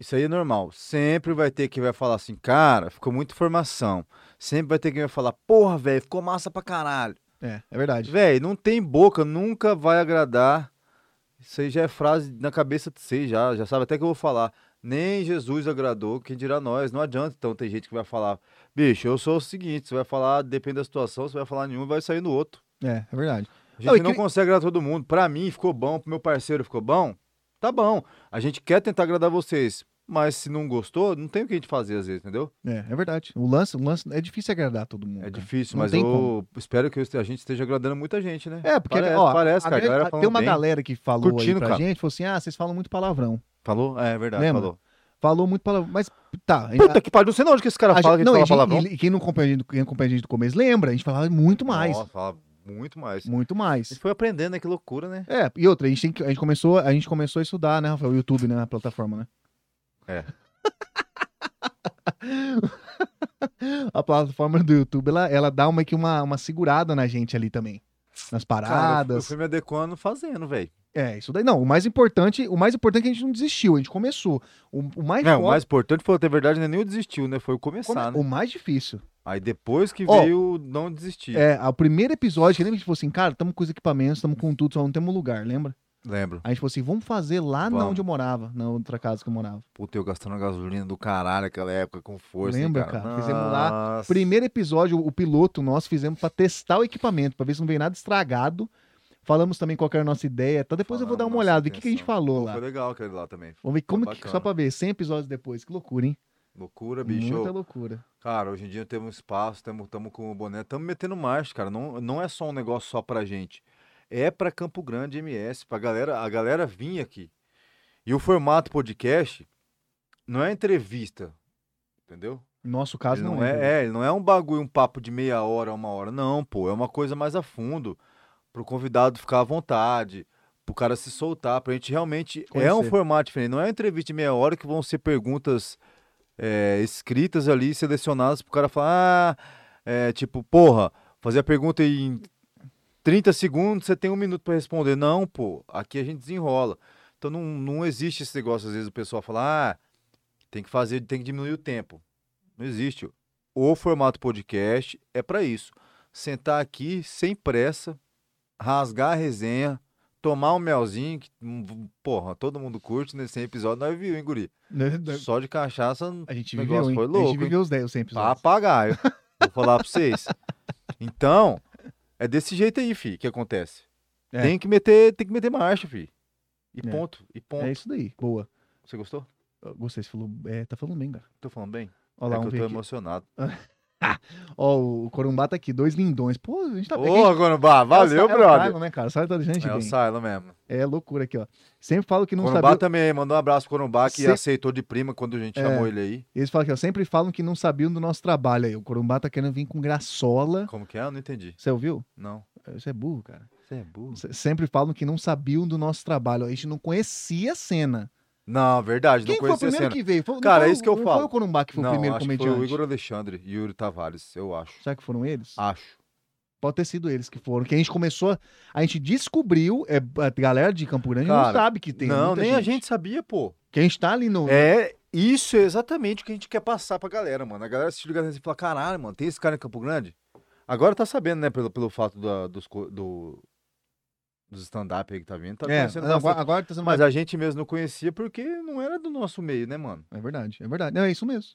Isso aí é normal. Sempre vai ter que vai falar assim, cara, ficou muita informação. Sempre vai ter que vai falar, porra, velho, ficou massa pra caralho.
É, é verdade.
Velho, não tem boca, nunca vai agradar. Isso aí já é frase na cabeça de vocês, já, já sabe até que eu vou falar. Nem Jesus agradou, quem dirá nós. Não adianta, então, tem gente que vai falar, bicho, eu sou o seguinte, você vai falar, depende da situação, você vai falar nenhum, vai sair no outro.
É, é verdade.
A
Não,
gente
e
não,
que-
consegue agradar todo mundo. Pra mim ficou bom, pro meu parceiro ficou bom, tá bom. A gente quer tentar agradar vocês, mas se não gostou, não tem o que a gente fazer às vezes, entendeu?
É, é verdade. O lance, o lance é difícil agradar todo mundo. cara.
É difícil,
Não
mas
tem
eu
como.
espero que eu- a gente esteja agradando muita gente, né?
É, porque
parece,
ó,
parece
a
cara. A
grande-
galera
tem uma
falando bem.
galera que falou aí
Curtindo,
pra
cara.
gente, falou assim: ah, vocês falam muito palavrão.
Falou? É, é verdade,
Lembra?
falou.
Falou muito palavrão. Mas tá. a-
Puta que pariu, não sei não onde que esse cara
a
fala
gente-
que a
não,
gente
e
fala palavrão.
gente- E quem não acompanha a gente, quem acompanha a gente do começo, lembra? A gente falava muito mais.
Nossa, fala muito mais. A
Muito mais.
gente foi aprendendo, né? Que loucura, né?
É, e outra, a gente, tem que- a gente começou, a gente começou a estudar, né, Rafael? O YouTube, né? A plataforma, né?
É.
(laughs) a plataforma do YouTube, ela, ela dá uma, que uma, uma segurada na gente ali também. Nas
Cara, eu fui- eu
paradas.
fui me adequando fazendo, velho.
É, isso daí. Não, o mais importante, o mais importante é que a gente não desistiu, a gente começou. O, o mais
Não,
foda-
É, o mais importante foi, na verdade, não é nem o desistiu, né? Foi o começar, né?
o mais difícil.
Aí depois que
Ó,
veio, não desistir.
É, o primeiro episódio, que lembra que a gente falou assim, cara, estamos com os equipamentos, estamos com tudo, só não temos lugar, lembra?
Lembro.
Aí a gente falou assim, vamos fazer lá na
Vamos.
onde eu morava, na outra casa que eu morava.
Puta, eu gastando a gasolina do caralho naquela época, com força. hein,
Lembra,
cara?
cara? Fizemos lá,
Nossa.
Primeiro episódio, o piloto nós fizemos pra testar o equipamento, pra ver se não veio nada estragado. Falamos também qual que era a nossa ideia, tá? Depois eu vou
Falamos
dar uma
nossa
olhada, o que, que a gente
intenção.
falou
Foi
lá.
legal aquele lá também.
Vamos ver como que,
bacana.
só pra ver, 100 episódios depois, que loucura, hein?
Loucura, bicho.
Muita loucura.
Cara, hoje em dia temos espaço, estamos com o boné, estamos metendo marcha, cara. Não, não é só um negócio só pra gente. É pra Campo Grande MS, pra galera, a galera vir aqui. E o formato podcast não é entrevista, entendeu?
No nosso caso,
Ele
não,
é,
é.
é, ele não é um bagulho, um papo de meia hora, uma hora. Não, pô, é uma coisa mais a fundo. Pro convidado ficar à vontade, pro cara se soltar, pra gente realmente. É um
Conhecer.
formato diferente. Não é uma entrevista de meia hora que vão ser perguntas é, escritas ali, selecionadas pro cara falar. Ah, é, tipo, porra, fazer a pergunta em 30 segundos, você tem um minuto pra responder. Não, pô, aqui a gente desenrola. Então não, não existe esse negócio, às vezes, o pessoal fala, ah, tem que fazer, tem que diminuir o tempo. Não existe. O formato podcast é para isso. Sentar aqui sem pressa, rasgar a resenha, tomar um melzinho, que, hum, porra, todo mundo curte nesse episódio, nós viu, hein, guri?
(laughs) Né?
é. Só de cachaça não-
A gente
O negócio
viveu, hein?
foi
a
louco,
gente viveu os 10 sempre. (laughs)
Papagaio. Vou falar pra vocês. Então, é desse jeito aí, fi, que acontece.
É.
Tem, que meter, tem que meter marcha, fi. E
É.
ponto, e ponto.
É isso daí. Boa.
Você gostou?
Eu Gostei, você falou. É, tá falando bem, cara.
Tô falando bem?
Ó
é
lá,
que
um
eu tô
ver aqui.
emocionado.
Ó, o Corumbá tá aqui, dois lindões. Pô, a gente tá
Ô,
bem. quem-
Corumbá,
é
valeu,
o Sa- É o
brother.
Silo, né, cara? O Silo tá deixando a gente
É o
bem.
Silo mesmo.
É loucura aqui, ó. Sempre falo que não
Corumbá
sabia.
também, mandou um abraço pro Corumbá, que
Se-
aceitou de prima quando a gente
É.
chamou ele aí.
Eles falam aqui, ó. Sempre falam que não sabiam do nosso trabalho aí. O Corumbá tá querendo vir com graçola.
Como que é? Eu não entendi.
Você ouviu?
Não.
Você é burro, cara.
Você é burro.
Se- Sempre falam que não sabiam do nosso trabalho. A gente não conhecia a cena.
Não, verdade,
Quem
não
foi o
conhecia a
primeiro
cena.
que veio? Foi- não
Cara,
foi
é
o-
isso que eu
não
falo.
Foi o Corumbá que foi
não,
o primeiro
acho que
comediante.
foi o Igor Alexandre e Yuri Tavares, eu acho.
Será que foram eles?
Acho.
Pode ter sido eles que foram. Que a gente começou. A, a gente descobriu. É, a galera de Campo Grande não
Cara,
sabe que tem.
não,
muita
nem a gente sabia, pô.
Que a gente tá ali no.
É, isso é exatamente o que a gente quer passar pra galera, mano. A galera assiste o e fala, caralho, mano, tem esse cara em Campo Grande? Agora tá sabendo, né, pelo, pelo fato da- dos, co- do, dos stand-up aí que tá vindo. Tá
É,
conhecendo
não, agora,
bastante.
agora tá sendo mais.
Mas a gente mesmo não conhecia porque não era do nosso meio, né, mano?
É verdade, é verdade. Não, é isso mesmo.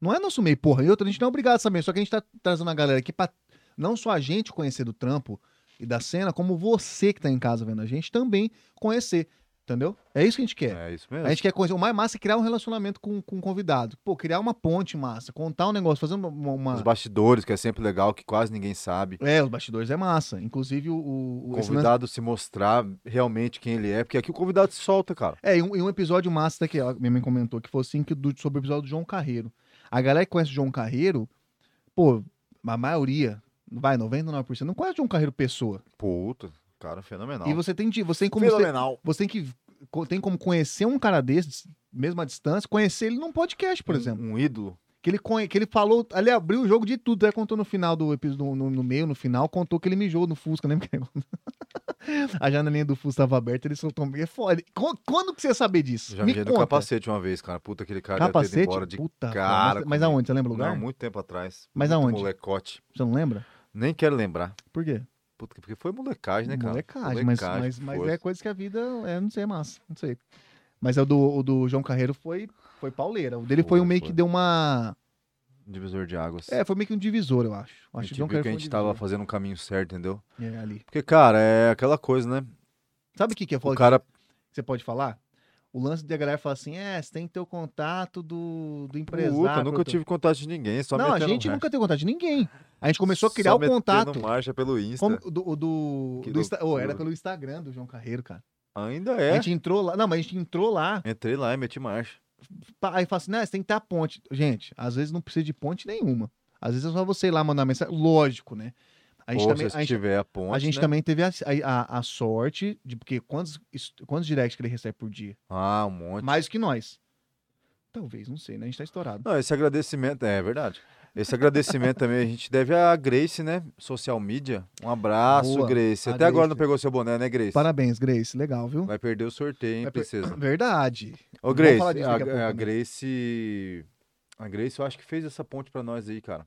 Não é nosso meio, porra. E outra, a gente não é obrigado a saber. Só que a gente tá trazendo a galera aqui pra não só a gente conhecer do trampo e da cena, como você que tá em casa vendo a gente também conhecer. Entendeu? É isso que a gente quer.
É, isso mesmo.
A gente quer conhecer. O mais massa é criar um relacionamento com, com o convidado. Pô, criar uma ponte massa, contar um negócio, fazer uma. uma-
Os bastidores, que é sempre legal, que quase ninguém sabe.
É, os bastidores é massa. Inclusive o. o, o
O
esse lance-
convidado se mostrar realmente quem ele é, porque aqui o convidado se solta, cara.
É, e um, e um episódio massa daqui, ela minha mãe comentou, que foi assim, que do, sobre o episódio do João Carreiro. A galera que conhece o João Carreiro, pô, a maioria, vai, 99%, não conhece o João Carreiro pessoa.
Puta, cara, fenomenal.
E você tem, de- você tem como você,
fenomenal.
você tem que co- tem como conhecer um cara desse, mesmo à distância, conhecer ele num podcast, por
Um-
exemplo.
um ídolo.
Que ele, conhe- que ele falou, ele abriu o jogo de tudo, aí contou no final do episódio, no, no- no meio, no final, contou que ele mijou no Fusca, lembra que (laughs) A janelinha do Fusca estava aberta, ele soltou meio. É foda. Qu- Quando que você ia saber disso?
Já
Me
vi do
conta.
capacete uma vez, cara. Puta, aquele cara ia ter ido
Capacete?
embora de
Puta,
cara
cara. Mas, mas
comigo.
aonde? Você lembra o lugar?
Não, muito tempo atrás.
Mas
Muito
aonde?
Molecote.
Você não lembra?
Nem quero lembrar.
Por quê?
Puta, porque foi molecagem, né, cara?
Molecagem, mas, mas, mas é coisa que a vida é, não sei, é massa. Não sei. Mas é o do, o do João Carreiro foi, foi pauleira. O dele foi,
Foi,
um meio
foi.
que deu uma.
Divisor de águas.
É, foi meio que um divisor, eu acho.
a
Acho
gente
que o João Carreiro
viu que a
foi um
gente tava
divisor.
fazendo o caminho certo, entendeu?
É, ali.
Porque, cara, é aquela coisa, né?
Sabe o que, que é
O
foda?
cara.
que Você pode falar? O lance da galera fala assim: é, você tem que ter o contato do, do empresário.
Puta, nunca
produtor.
tive contato de ninguém. Só
Não, a
metendo
gente
marcha.
nunca teve contato de ninguém. A gente começou a
Só
criar o
metendo
contato.
marcha pelo Insta.
Como, do, o do,
Que
do Insta- oh, era
loucura.
pelo Instagram do João Carreiro, cara.
Ainda
A
é.
gente entrou lá. Não, mas a gente entrou lá.
Entrei lá e meti marcha.
pa- Aí fala assim, né? Você tem que ter a ponte. Gente, às vezes não precisa de ponte nenhuma. Às vezes é só você ir lá mandar mensagem. Lógico, né? A gente
Ou
também.
se
A gente,
tiver a ponte.
a gente
né?
também teve a, a, a sorte de porque quantos, est- quantos directs que ele recebe por dia?
Ah, um monte.
Mais que nós. Talvez, não sei, né? A gente tá estourado.
Não, esse agradecimento, é verdade. Esse agradecimento também a gente deve à Grace, né? Social media. Um abraço,
Boa.
Grace.
A
Até agora
Grace.
não pegou seu boné, né, Grace?
Parabéns, Grace. Legal, viu?
Vai perder o sorteio, hein,
Vai per- (coughs)
princesa?
Verdade.
Ô,
Vamos
Grace,
falar disso
a,
daqui a pouco
a
também.
Grace. A Grace, eu acho que fez essa ponte pra nós aí, cara.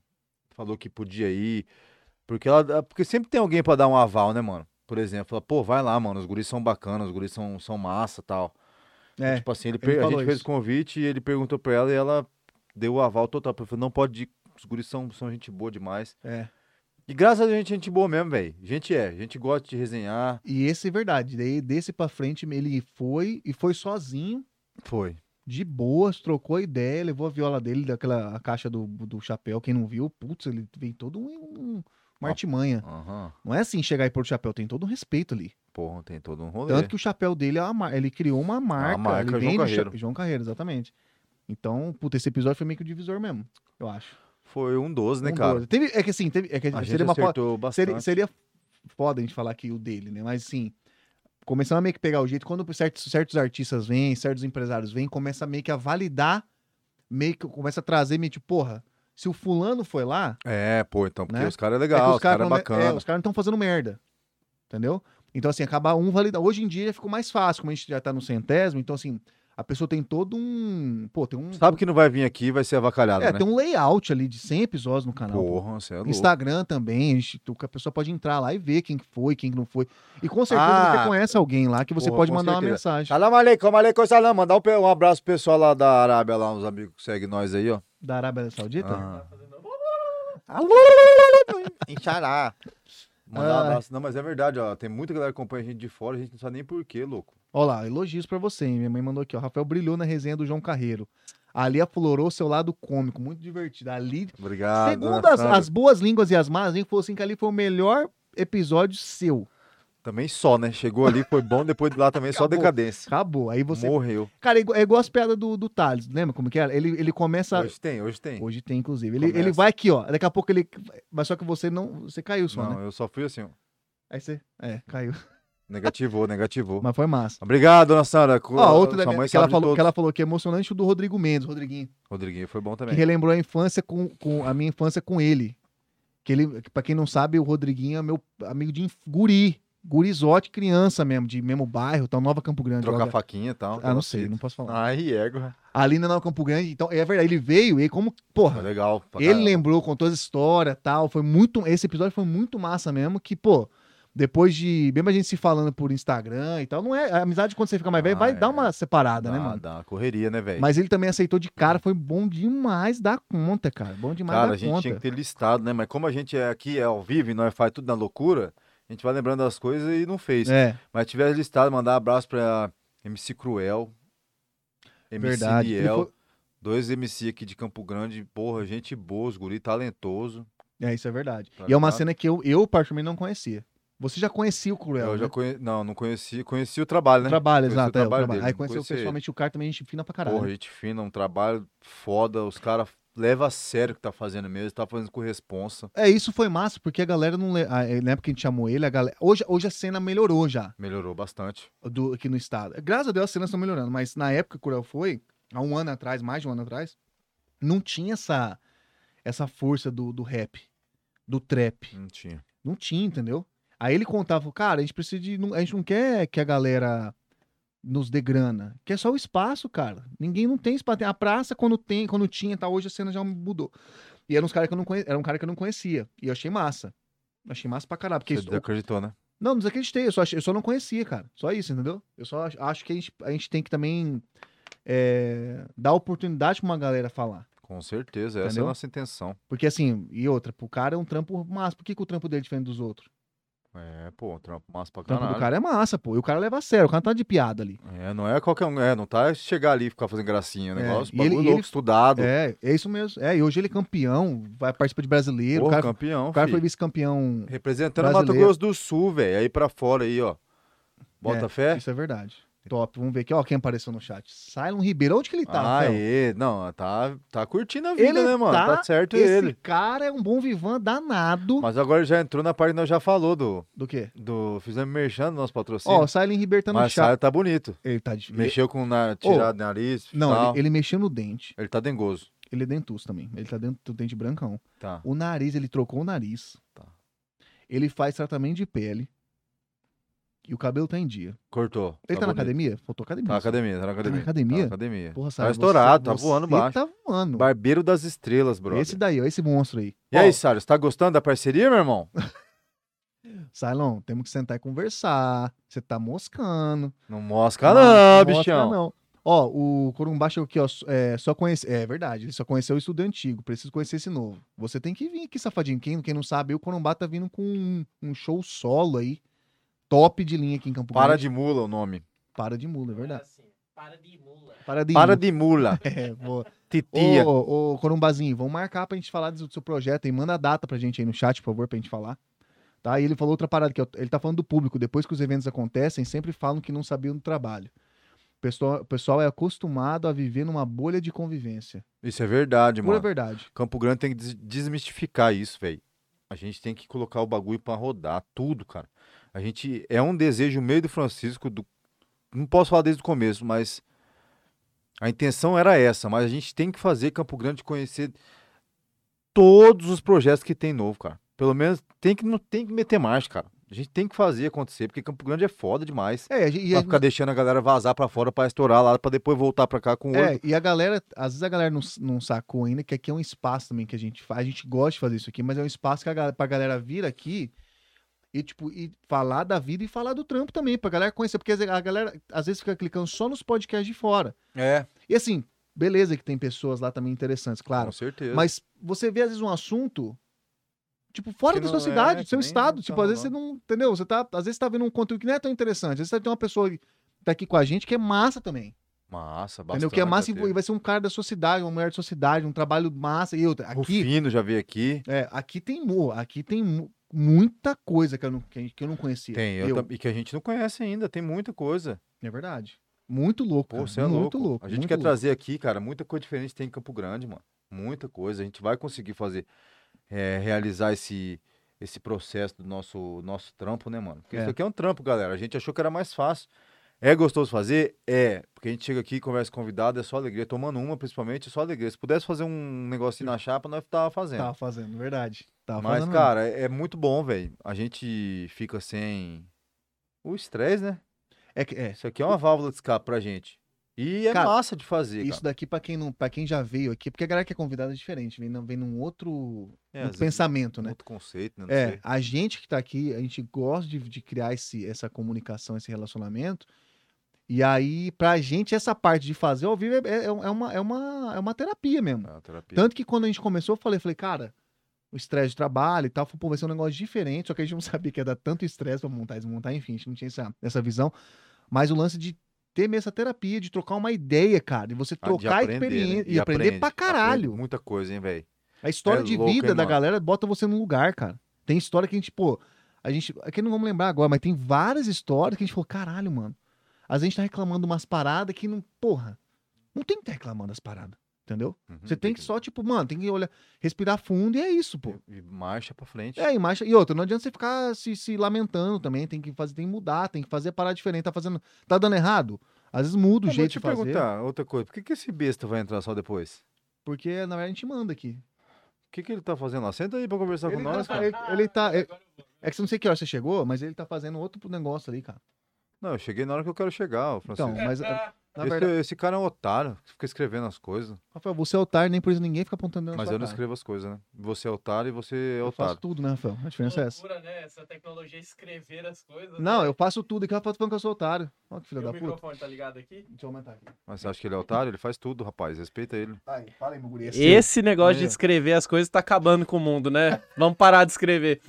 Falou que podia ir. Porque ela. Porque sempre tem alguém pra dar um aval, né, mano? Por exemplo, fala, pô, vai lá, mano. Os guris são bacanas, os guris são, são massa tal.
É,
Tipo assim, ele,
ele
per- a
falou
gente fez o
isso.
convite e ele perguntou pra ela e ela deu o aval total. Ela Falou, não pode ir, os guris são, são gente boa demais.
é.
E graças a Deus, gente, gente boa mesmo, velho. Gente é, gente gosta de resenhar.
E esse é verdade. Daí, desse pra frente, ele foi e foi sozinho.
Foi.
De boas, trocou a ideia, levou a viola dele, daquela a caixa do, do chapéu. Quem não viu, putz, ele vem todo um, um uma
Ah.
artimanha.
Aham.
Não é assim chegar e pôr o chapéu, tem todo um respeito ali.
Porra, tem todo um rolê.
Tanto que o chapéu dele, é uma mar- ele criou uma marca.
Ah, marca
ele
João
vende o cha-
Carreiro.
João Carreiro, exatamente. Então, puta, esse episódio foi meio que o divisor mesmo, eu acho.
Foi um 12, né,
Um
cara?
doze. Teve, é que assim, teve, é que
A gente
seria uma foto.
acertou bastante.
Seria, seria foda a gente falar aqui o dele, né? Mas assim, começando a meio que pegar o jeito, quando certos, certos artistas vêm, certos empresários vêm, começa meio que a validar, meio que começa a trazer meio tipo, porra, se o fulano foi lá,
É, pô, então, porque
Né?
os caras é
é que
legal, os caras é
não- é,
bacana.
os caras não estão fazendo merda. Entendeu? Então, assim, acabar um validar. Hoje em dia já ficou mais fácil, como a gente já tá no centésimo, então assim, a pessoa tem todo um. Pô, tem um.
Sabe que não vai vir aqui vai ser avacalhado,
é,
né?
tem um layout ali de 100 episódios no canal.
Porra, você é louco.
Instagram também, a gente- tu- a pessoa pode entrar lá e ver quem que foi, quem que não foi. E com certeza
Ah,
você conhece alguém lá que você
porra,
pode
com
mandar uma
certeza.
mensagem.
Salam aleikum, aleikum salam. Mandar um, pe- um abraço pro pessoal lá da Arábia, lá, uns amigos que seguem nós aí, ó.
Da Arábia Saudita?
Ah.
Tá fazendo.
Inxará. Mandar um
Ah.
abraço. Não, mas é verdade, ó. Tem muita galera que acompanha a gente de fora, a gente não sabe nem porquê, louco.
Ó lá, elogios pra você, hein? Minha mãe mandou aqui, ó. Rafael brilhou na resenha do João Carreiro. Ali aflorou seu lado cômico, muito divertido. Ali,
Obrigado.
segundo
dona
as,
Sandra.
as boas línguas e as más, hein, falou assim que ali foi o melhor episódio seu.
Também só, né? Chegou ali, foi bom, depois de lá também só
Acabou.
decadência.
Acabou. Aí você.
Morreu.
Cara, é igu- é igual as piadas do, do Thales, lembra como que era? Ele, ele começa. (laughs) Hoje,
Hoje tem, hoje tem.
tem, inclusive. Ele,
Começa.
ele vai aqui, ó. Daqui a pouco ele. Mas só que você não. Você caiu só, né?
não, eu só fui assim, ó.
Aí você. É, caiu.
Negativou, negativou.
Mas foi massa.
Obrigado, dona Sandra. Co-
Ó, outra da
sua
minha-
mãe
que, ela
sabe de
falou, que
todos.
ela falou que é emocionante o do Rodrigo Mendes, Rodriguinho.
Rodriguinho foi bom
Que
também.
relembrou a infância com, com a minha infância com ele. Que ele, que pra quem não sabe, o Rodriguinho é meu amigo de inf- guri. Gurizote, criança mesmo, de mesmo bairro, tal, Nova Campo Grande.
Trocar
agora.
faquinha e tal. assim.
Ah, não sei, não posso falar.
Ai, égua.
Ali na Nova Campo Grande, então, é verdade, ele veio e como,
Foi
porra,
legal. pra
ele
caramba.
lembrou, contou as histórias tal. Foi muito. Esse episódio foi muito massa mesmo. Que, pô, depois de. Mesmo a gente se falando por Instagram e tal, não é. A amizade, quando você fica mais velho,
Ah,
vai
é.
dar uma separada, né,
Dá-
mano?
dá uma correria, né, velho?
Mas ele também aceitou de cara, foi bom demais da conta, cara. Bom demais
Cara,
da
a gente
conta.
tinha que ter listado, né? Mas como a gente é aqui, é ao vivo e nós faz tudo na loucura, a gente vai lembrando das coisas e não fez.
É,
Mas tiver listado, mandar abraço pra MC Cruel, MC
verdade. Ele
Niel,
foi-
dois MC aqui de Campo Grande, porra, gente boa, os guri talentoso.
É, isso é verdade.
Tá
e é uma
ligado?
cena que eu, eu particularmente, não conhecia. Você já conhecia o Cruel,
eu já
né?
conhe... Não, não conheci, conheci o trabalho, né?
Trabalho,
Conheci o
exato. é, o
trabalho
trabalho.
dele,
Aí
não
conheceu
conhecia ele.
pessoalmente o cara também, gente fina pra caralho.
Porra, gente fina, um trabalho foda, os caras levam a sério o que tá fazendo mesmo, tá fazendo com responsa.
É, isso foi massa, porque a galera não. le- ah, é, Na época que a gente chamou ele, a galera. Hoje, hoje a cena melhorou já,
Melhorou bastante.
do- aqui no estado. Graças a Deus as cenas estão melhorando, mas na época que o Cruel foi, há um ano atrás, mais de um ano atrás, não tinha essa, essa força do, do rap, do trap.
Não tinha.
Não tinha, entendeu? Aí ele contava, cara, a gente precisa de. não- A gente não quer que a galera nos dê grana. Quer só o espaço, cara. Ninguém não tem espaço. Tem A praça, quando tem, quando tinha, tá? Hoje a cena já mudou. E era, uns cara que eu não conhe... era um cara que eu não conhecia. E eu achei massa. Achei massa pra caralho. Porque
Você
isso-
acreditou, né?
Não, não desacreditei. Eu só, achei- eu só não conhecia, cara. Só isso, entendeu? Eu só ach- acho que a gente, a gente tem que também é, dar oportunidade pra uma galera falar.
Com certeza, essa é
Entendeu?
a nossa intenção.
Porque assim, e outra, pro cara é um trampo massa. Por que, que o trampo dele é diferente dos outros?
É, pô, um trampo massa pra
O trampo
caralho.
do cara é massa, pô. E o cara leva a sério. O cara não tá de piada ali.
É, não é qualquer um, é, não tá chegar ali e ficar fazendo gracinha, o
É,
negócio,
e
bagulho
ele- e
louco,
ele-
estudado,
É, é isso mesmo. É, e hoje ele é campeão, vai participar de brasileiro.
porra,
o cara,
campeão,
o cara
fi.
foi vice-campeão.
Representando Mato
brasileiro.
Grosso do Sul, velho, aí pra fora aí, ó. Bota fé?
Isso é verdade. Top. Vamos ver aqui, ó, quem apareceu no chat. Silon Ribeiro, onde que ele tá?
Ah,
Rafael?
Aê, não, tá, tá curtindo a vida,
Ele
né, mano? Tá,
tá-
certo
Esse
ele.
cara é um bom vivan danado.
Mas agora ele já entrou na parte que nós já falou do.
Do quê?
do fizemos merchan do nosso
Ó, o
patrocínio.
Silon Ribeiro tá no
mas
chat.
Saio tá bonito.
Ele tá de...
Mexeu com na, tirado o nariz.
ele- Não,
tal.
ele, ele mexeu no dente.
Ele tá dengoso.
Ele é dentuço também. Ele tá dentro do dente brancão.
Tá.
O nariz, ele trocou o nariz.
Tá.
Ele faz tratamento de pele. E o cabelo tá em dia.
Cortou.
Ele tá, na
bonito.
academia? Faltou academia.
Tá na
só.
academia, tá na academia.
academia?
Tá na academia.
Porra,
tá
Sara,
estourado,
você-
tá voando
você
baixo.
Tá voando.
Barbeiro das estrelas, brother.
Esse daí, ó, esse monstro aí.
E aí, Sário, você tá gostando da parceria, meu
(laughs)
irmão?
Silon, temos que sentar e conversar. Você tá moscando.
Não mosca
Ah,
não,
mosca
bichão.
Não. Ó, o Corumbá chegou aqui, ó. É, só conhece... é verdade, ele só conheceu o estudo antigo. Preciso conhecer esse novo. Você tem que vir aqui, safadinho. Quem, quem não sabe, o Corumbá tá vindo com um, um show solo aí. Top de linha aqui em Campo
Para
Grande.
de mula o nome.
Para de mula, é
Não é
verdade.
assim. Para de mula.
Para de
Para
ir.
de mula,
(laughs) É, boa.
titia.
Ô, ô, Corumbazinho, vamos marcar pra gente falar do seu projeto e manda a data pra gente aí no chat, por favor, pra gente falar. Tá? E ele falou outra parada que eu- ele tá falando do público. Depois que os eventos acontecem, sempre falam que não sabiam do trabalho. O pessoal, o pessoal é acostumado a viver numa bolha de convivência.
Isso é verdade,
Pura
mano.
verdade.
Campo Grande tem que des- desmistificar isso, velho. A gente tem que colocar o bagulho pra rodar, tudo, cara. A gente é um desejo meio do Francisco do não posso falar desde o começo, mas a intenção era essa, mas a gente tem que fazer Campo Grande conhecer todos os projetos que tem novo, cara. Pelo menos tem que não tem que meter mais, cara. A gente tem que fazer acontecer, porque Campo Grande é foda demais.
É, a gen- e
Pra
a,
ficar deixando a galera vazar pra fora pra estourar lá, pra depois voltar pra cá com o olho.
é, e a galera, às vezes a galera não, s- não sacou ainda que aqui é um espaço também que a gente faz. A gente gosta de fazer isso aqui, mas é um espaço que a, gal- pra galera vir aqui e, tipo, e falar da vida e falar do trampo também, pra galera conhecer. Porque às vezes a galera às vezes fica clicando só nos podcasts de fora.
É,
E assim, beleza que tem pessoas lá também interessantes, claro.
com certeza.
Mas você vê, às vezes, um assunto, tipo, fora
Que
da sua
não é,
cidade, do
que
seu
nem
estado.
tá
Tipo, às vezes você
rolando.
não. Entendeu? Você tá, às vezes você tá vendo um conteúdo que não é tão interessante. Às vezes você tem uma pessoa que tá aqui com a gente que é massa também.
Massa, bastante.
entendeu? Que é massa e
até.
e vai ser um cara da sua cidade, uma mulher da sua cidade, um trabalho massa e outra. Aqui,
Rufino já veio aqui.
é, aqui tem mu- aqui tem mu- muita coisa que eu não, que que eu não conhecia.
Tem, eu tam- e que a gente não conhece ainda, tem muita coisa.
É verdade. Muito louco.
Pô,
cara,
você é
Ah, muito
louco.
louco.
A gente
muito
quer
louco.
trazer aqui, cara, muita coisa diferente tem em Campo Grande, mano. Muita coisa. A gente vai conseguir fazer, é, realizar esse, esse processo do nosso, nosso trampo, né, mano? Porque
É.
isso aqui é um trampo, galera. A gente achou que era mais fácil. É gostoso fazer? É. Porque a gente chega aqui, conversa com convidado, é só alegria. Tomando uma, principalmente, é só alegria. Se pudesse fazer um negocinho na chapa, nós tava fazendo.
Tava fazendo, verdade. Tava
né? Mas,
fazendo mesmo.
cara, é é muito bom, velho. A gente fica sem o estresse, né?
É, que- é,
Isso aqui é uma válvula de escape pra gente. E é
Cara,
massa de fazer,
Isso
cara.
daqui, pra quem, não, pra quem já veio aqui, porque a galera que é convidada é diferente, vem, num- vem num outro,
É,
outro
às vezes,
pensamento, né?
Outro conceito, né? Não
É,
sei.
a gente que tá aqui, a gente gosta de, de criar esse, essa comunicação, esse relacionamento. E aí, pra gente, essa parte de fazer ao vivo é, é- é uma, é, uma, é uma terapia mesmo.
É uma terapia.
Tanto que quando a gente começou, eu falei, falei, cara, o estresse de trabalho e tal, falei, pô, vai ser um negócio diferente, só que a gente não (laughs) sabia que ia dar tanto estresse pra montar e desmontar, enfim, a gente não tinha essa, essa visão. Mas o lance de ter mesmo essa terapia, de trocar uma ideia, cara, de você
Ah, de
trocar
aprender, né?
experiência e,
E
aprender
aprende,
pra caralho.
aprende muita coisa, hein, velho.
A história
É
de
louco,
vida
hein,
da
mano?
galera bota você num lugar, cara. Tem história que a gente, pô, a gente. Aqui não vamos lembrar agora, mas tem várias histórias que a gente falou, caralho, mano. Às vezes a gente tá reclamando umas paradas que não. Porra, não tem que tá reclamando das paradas, entendeu?
Uhum,
Você tem que só, tipo, mano, tem que olhar, respirar fundo e é isso, pô.
E marcha pra frente.
É, e, marcha... e outra, não adianta você ficar se, se lamentando também, tem que fazer, tem que mudar, tem que fazer a parada diferente, tá fazendo. Tá dando errado? Às vezes muda o
Mas vou
jeito
te
de fazer.
perguntar outra coisa. Por que, que esse besta vai entrar só depois?
Porque, na verdade, a gente manda aqui.
O que, que ele tá fazendo lá? Senta aí pra conversar
Ele
com
tá-
nós, cara.
ele- ele tá- ele-
agora eu vou.
É que você não sei que hora você chegou, mas ele tá fazendo outro negócio ali, cara.
Não, eu cheguei na hora que eu quero chegar, ô, Francisco.
Então, mas na
Ah,
esse,
verdade,
esse cara é um otário, que fica escrevendo as coisas.
Rafael, você é otário, nem por isso ninguém fica apontando na
Mas
sua
eu não
cara.
escrevo as coisas, né? Você é otário e você é
Eu faço
otário.
tudo, né, Rafael? A diferença é essa.
loucura, né? Essa tecnologia escrever as coisas.
Não,
né?
eu faço tudo aqui, o Rafael tá falando que eu sou otário. Olha que filho
E
da
o
puta.
microfone tá ligado aqui?
um Deixa eu aumentar aqui.
Mas você acha que ele é otário? Ele faz tudo, rapaz. Respeita ele.
Aí, fala aí, meu guri. é seu.
Esse negócio
Aí, ó.
de escrever as coisas tá acabando com o mundo, né? Vamos parar de escrever.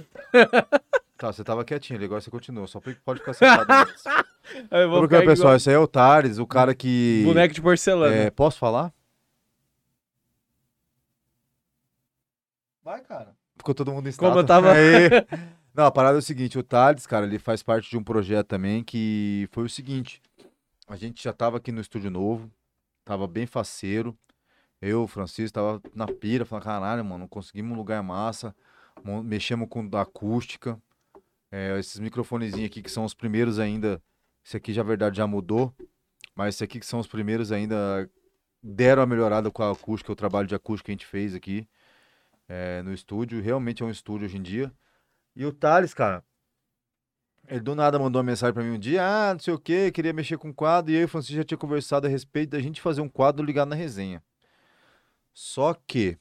Tá, você tava quietinho ali, agora você continua. Só fica- pode ficar sentado. mesmo.
(laughs) Eu vou
Porque,
ficar igual
pessoal, esse aí é o Tares, o cara que.
boneco de né? porcelana.
É, posso falar?
Vai, cara.
Ficou todo mundo em
Como eu
estado.
tava- (laughs)
Aê. Não, a parada é o seguinte: o Thales, cara, ele faz parte de um projeto também que foi o seguinte: a gente já tava aqui no estúdio novo, tava bem faceiro. Eu, o Francisco, tava na pira, falando: caralho, mano, conseguimos um lugar massa, mo- mexemos com a acústica. É, esses microfonezinhos aqui que são os primeiros ainda. Esse aqui já, na verdade, já mudou. Mas esse aqui que são os primeiros ainda deram a melhorada com a acústica, o trabalho de acústica que a gente fez aqui é, no estúdio. Realmente é um estúdio hoje em dia. E o Thales, cara, ele do nada mandou uma mensagem pra mim um dia, ah, não sei o que, queria mexer com quadro, e eu e o Francisco já tinha conversado a respeito da gente fazer um quadro ligado na resenha. Só que,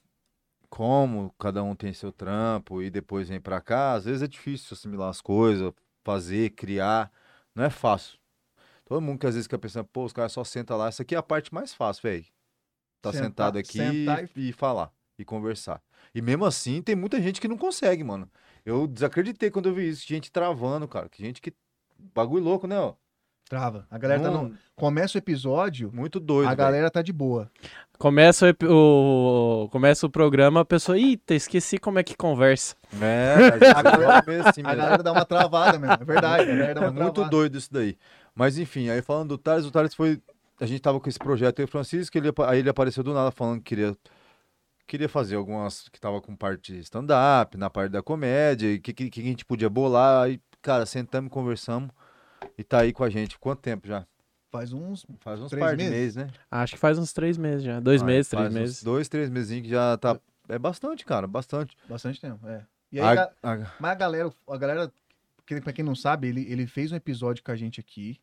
como cada um tem seu trampo e depois vem pra cá, às vezes é difícil assimilar as coisas, fazer, criar, não é fácil. Todo mundo que às vezes fica pensando, pô, os caras só sentam lá, essa aqui é a parte mais fácil, velho. Tá
Sentar-
sentado aqui
sentar
e falar, e conversar. E mesmo assim, tem muita gente que não consegue, mano. Eu desacreditei quando eu vi isso. Gente travando, cara. Que gente que. Bagulho louco, né? Ó.
Trava. A galera tá no... Começa o episódio,
Muito doido.
a
velho.
galera tá de boa.
Começa o, epi- o- começa o programa, a pessoa, eita, esqueci como é que conversa.
É, velho, a galera é assim
(laughs) A
mesmo.
galera dá uma travada mesmo. É verdade. A
(laughs)
galera dá uma
É muito
travada.
doido isso daí. Mas enfim, aí falando do Thales, o Thales foi. A gente tava com esse projeto aí, o Francisco, ele, apa- aí ele apareceu do nada falando que queria, queria fazer algumas. que tava com parte de stand-up, na parte da comédia, e o que, que, que a gente podia bolar. Aí, cara, sentamos, conversamos e tá aí com a gente. Quanto tempo já?
Faz uns.
Faz uns
Três
par de
meses?
meses, né?
Acho que faz uns três meses já. Dois
Ah,
meses,
faz
três
uns
meses.
Dois, três meses que já tá. É bastante, cara, bastante.
Bastante tempo. É. E aí,
A-
ga-
a-
Mas a galera, a galera, que- pra quem não sabe, ele, ele fez um episódio com a gente aqui.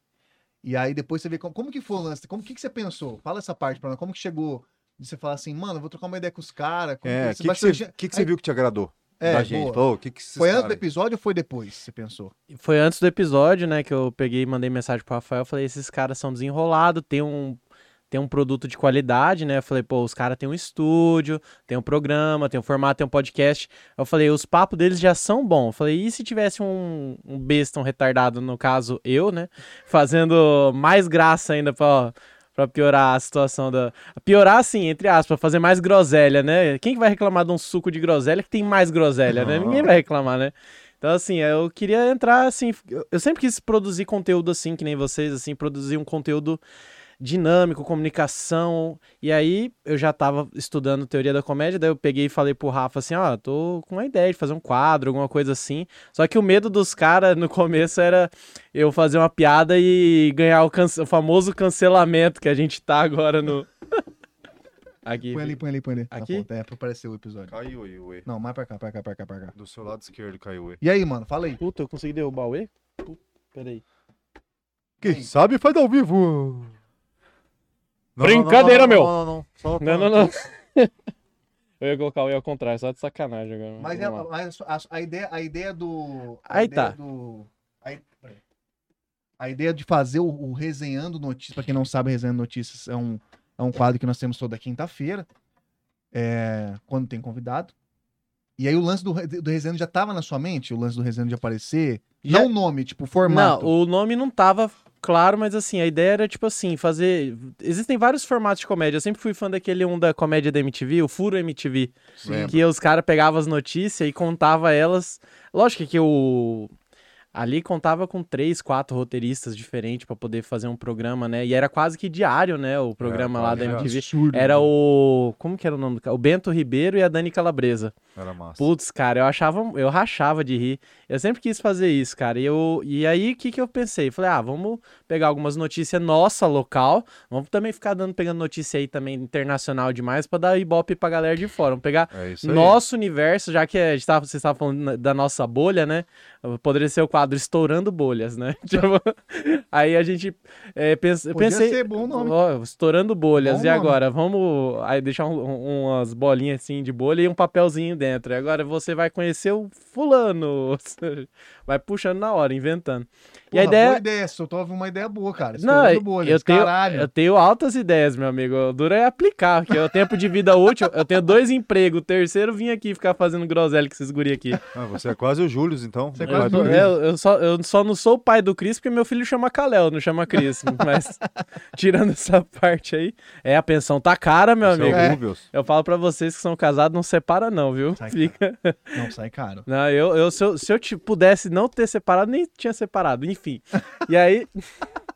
E aí depois você vê como, como que foi o lance, como que, que você pensou? Fala essa parte pra nós, como que chegou de você falar assim, mano, eu vou trocar uma ideia com os caras. como
É, o
isso
que,
vai
que você,
surgir?"
que que você viu que te agradou
É,
da gente?
boa.
Falou, o que que esses
Foi antes do
caras-
episódio ou foi depois, você pensou?
Foi antes do episódio, né, que eu peguei e mandei mensagem pro Rafael, falei, esses caras são desenrolados, tem um, tem um produto de qualidade, né? Eu falei, pô, os caras têm um estúdio, tem um programa, tem um formato, tem um podcast. Eu falei, os papos deles já são bons. Eu falei, e se tivesse um, um besta, um retardado, no caso eu, né? Fazendo mais graça ainda pra, ó, pra piorar a situação da... Piorar, assim, entre aspas, fazer mais groselha, né? Quem que vai reclamar de um suco de groselha que tem mais groselha, né?
Não.
Ninguém vai reclamar, né? Então, assim, eu queria entrar, assim... Eu eu sempre quis produzir conteúdo assim, que nem vocês, assim, produzir um conteúdo dinâmico, comunicação. E aí eu já tava estudando teoria da comédia, daí eu peguei e falei pro Rafa assim, ó, tô com uma ideia de fazer um quadro, alguma coisa assim. Só que o medo dos caras no começo era eu fazer uma piada e ganhar o, cance- o famoso cancelamento que a gente tá agora (laughs) no. Aqui.
Põe ali, põe ali, põe ali. na
Aqui?
ponta, É, pra aparecer o episódio.
Caiu aí, ué.
Não, mais pra cá, pra cá, pra cá, pra cá.
Do seu lado esquerdo caiu, ué.
E aí, mano, fala aí.
Puta, eu consegui derrubar o E? Pu- Peraí.
Quem sabe faz ao vivo.
Brincadeira, meu.
Não, não, não. Só- um
Não, não, (laughs) não. eu ia colocar o E ao contrário, só de sacanagem agora.
Mas, é,
vamos lá.
mas a, a ideia, a ideia do. a
Aí
ideia
tá.
do- aí- peraí. a ideia de fazer o, o Resenhando Notícias, pra quem não sabe, Resenhando Notícias é um, é um quadro que nós temos toda quinta-feira, é, quando tem convidado. E aí o lance do, re- do Resenhando já tava na sua mente? O lance do Resenhando de aparecer?
Já-
Não o nome, tipo, o formato.
Não, o nome não tava claro, mas assim, a ideia era tipo assim, fazer. Existem vários formatos de comédia. Eu sempre fui fã daquele um da comédia da MTV, o Furo MTV.
Lembro.
Que os caras pegavam as notícias e contava elas. Lógico que o. Ali contava com três, quatro roteiristas diferentes pra poder fazer um programa, né? E era quase que diário, né? O programa lá
quase
da
diário.
MTV.
Absurdo.
Era o. Como que era o nome do cara? O Bento Ribeiro e a Dani Calabresa.
Era massa.
Putz, cara, eu achava, eu rachava de rir. Eu sempre quis fazer isso, cara. E, eu, e aí, o que, que eu pensei? Falei, ah, vamos pegar algumas notícias nossa, local. Vamos também ficar dando, pegando notícia aí também internacional demais pra dar ibope pra galera de fora. Vamos pegar
É isso aí.
nosso universo, já que a gente tava, vocês estavam falando na- da nossa bolha, né? Poderia ser o quadro Estourando Bolhas, né? (laughs) Tipo, aí a gente é, pens- eu
Podia
pensei.
ser bom nome.
Ó, estourando bolhas.
Bom
e
nome.
agora? Vamos aí deixar um- um- umas bolinhas assim de bolha e um papelzinho dentro. E agora você vai conhecer o fulano. (laughs) Vai puxando na hora, inventando. e
Porra,
a ideia.
Boa ideia, só tô uma ideia boa, cara.
Não,
Estourando
eu,
bolhas,
tenho,
caralho.
eu tenho altas ideias, meu amigo. O duro é aplicar, porque o tempo de vida útil, eu tenho dois empregos. O terceiro vim aqui ficar fazendo groselha com esses guri aqui.
Ah, você é quase o Júlio, então.
Você é
Vai
quase o
dormir.
Eu, eu- eu só, eu só não sou o pai do Cris porque meu filho chama Kalel, não chama
(laughs)
Cris. Mas tirando essa parte aí, é a pensão tá cara, meu
Você é o
amigo.
É.
Rubius.
Eu falo pra vocês que são casados, não separa não, viu?
Sai, cara.
Fica.
Não, sai caro.
Não, eu, eu, se, eu, se eu te- pudesse não ter separado, nem tinha separado, enfim. E aí. (laughs)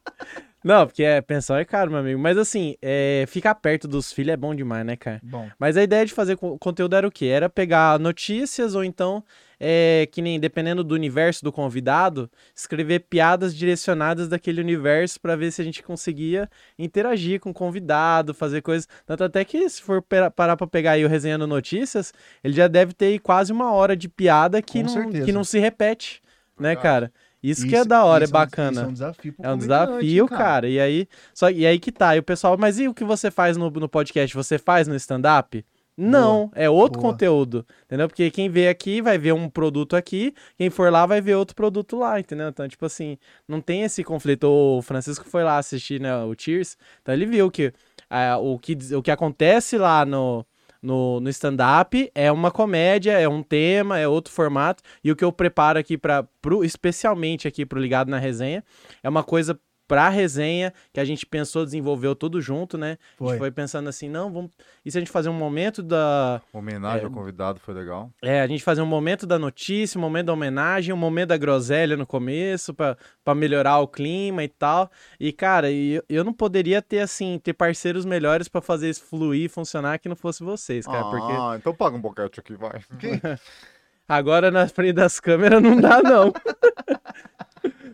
Não, porque é, pensão é caro, meu amigo. Mas assim, é, ficar perto dos filhos é bom demais, né, cara?
Bom,
Mas a ideia de fazer co- conteúdo era o quê? Era pegar notícias ou então, é, que nem dependendo do universo do convidado, escrever piadas direcionadas daquele universo pra ver se a gente conseguia interagir com o convidado, fazer coisas. Tanto até que se for pera- parar pra pegar aí o Resenhando Notícias, ele já deve ter aí quase uma hora de piada que,
Com
não,
certeza.
que não se repete, né,
Verdade.
cara? Isso, que é da hora, é
isso um-
bacana.
isso é um desafio pro
É um
comediante,
desafio, cara. E aí, só e aí que tá. E o pessoal, mas e o que você faz no, no podcast? Você faz no stand-up? Não, é outro
Boa.
conteúdo, entendeu? Porque quem vê aqui vai ver um produto aqui, quem for lá vai ver outro produto lá, entendeu? Então, tipo assim, não tem esse conflito. O Francisco foi lá assistir né, o Cheers, então ele viu que, ah, o, que diz- o que acontece lá no, no, no stand-up é uma comédia, é um tema, é outro formato, e o que eu preparo aqui para pro especialmente aqui pro Ligado na Resenha é uma coisa pra resenha, que a gente pensou, desenvolveu tudo junto, né? A
Foi.
gente (laughs) foi pensando assim, não, vamos. E se a gente fazer um momento da.
Homenagem
É.
ao convidado foi legal.
É, a gente fazer um momento da notícia, um momento da homenagem, um momento da groselha no começo, pra, pra melhorar o clima e tal. E, cara, e eu, eu não poderia ter, assim, ter parceiros melhores pra fazer isso fluir e funcionar que não fosse vocês, cara. Porque
Ah, então paga um boquete aqui, vai.
Agora na frente das câmeras não dá, não. (laughs)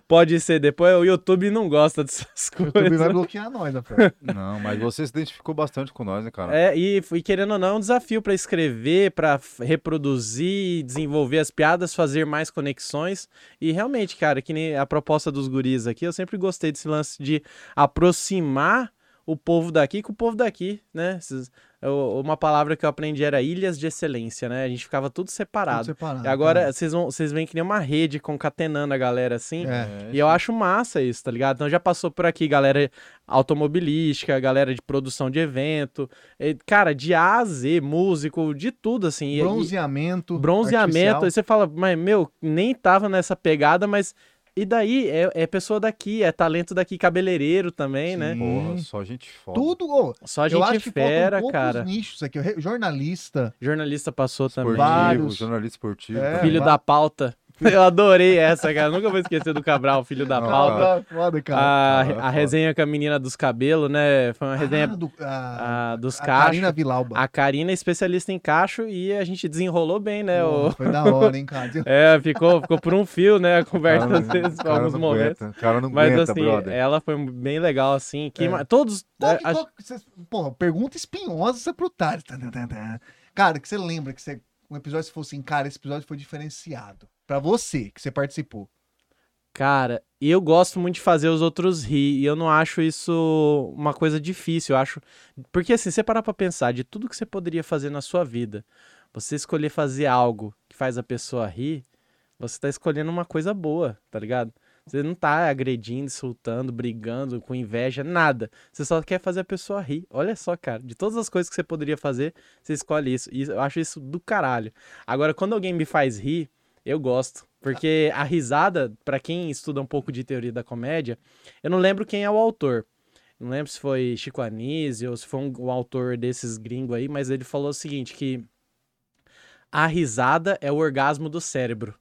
Pode ser, depois o YouTube não gosta dessas
O YouTube vai
coisas.
bloquear nós, Rafael.
Não, mas você se identificou bastante com nós, né, cara?
É, e, e querendo ou não, é um desafio pra escrever, pra f- reproduzir, desenvolver as piadas, fazer mais conexões. E realmente, cara, que nem a proposta dos guris aqui, eu sempre gostei desse lance de aproximar o povo daqui com o povo daqui, né? Esses- eu- Uma palavra que eu aprendi era ilhas de excelência, né? A gente ficava tudo separado.
Tudo separado, É.
E agora assim,
cara.
vocês vão, vocês veem que nem uma rede concatenando a galera assim.
É.
E eu acho massa isso, tá ligado? Então já passou por aqui galera automobilística, galera de produção de evento, eh, cara, de A a Z, músico, de tudo assim. E- e-
Bronzeamento.
bronzeamento. assim, Aí
artificial.
você fala, mas meu, nem tava nessa pegada, mas. E daí? É, é pessoa daqui, é talento daqui, cabeleireiro também, né?
Sim.
Porra, só gente foda.
Tudo. ô,
Só a
eu acho
gente
que faltam
fera,
poucos
cara.
nichos aqui. Re- Jornalista.
Jornalista passou também.
Esportivo,
Vários.
jornalista esportivo. tá?
É,
também.
Filho
vai-
da pauta. (laughs) Eu adorei essa, cara. Nunca vou esquecer do Cabral, filho da
Não,
pauta.
Foda, Tá foda, cara.
a,
Cara, é
a
foda.
resenha com a menina dos cabelos, né? Foi uma resenha
do, a,
ah, dos
a
cachos.
Karina Vilauba.
A Karina é especialista em cacho e a gente desenrolou bem, né?
Porra,
O...
Foi da hora, hein, cara.
(laughs) É, ficou, ficou por um fio, né?
Cara
A conversa
não-
às vezes, por
cara
alguns
não
momentos.
aguenta, cara não
Mas
aguenta,
assim,
brother.
ela foi bem legal, assim. Que
É.
ma- Todos.
Qual
é,
que-
acho-
qual que cês- porra, pergunta espinhosa pro Thales. Tá, tá, tá, tá. Cara, que você lembra que você, um episódio, se fosse assim, cara, esse episódio foi diferenciado. Pra você, que você participou.
Cara, e eu gosto muito de fazer os outros rir, e eu não acho isso uma coisa difícil, eu acho. Porque assim, você parar pra pensar, de tudo que você poderia fazer na sua vida, você escolher fazer algo que faz a pessoa rir, você tá escolhendo uma coisa boa, tá ligado? Você não tá agredindo, insultando, brigando, com inveja, nada. Você só quer fazer a pessoa rir. Olha só, cara, de todas as coisas que você poderia fazer, você escolhe isso. E eu acho isso do caralho. Agora, quando alguém me faz rir, eu gosto. Porque a risada, pra quem estuda um pouco de teoria da comédia, eu não lembro quem é o autor. Não lembro se foi Chico Anísio ou se foi um, um autor desses gringos aí, mas ele falou o seguinte, que a risada é o orgasmo do cérebro.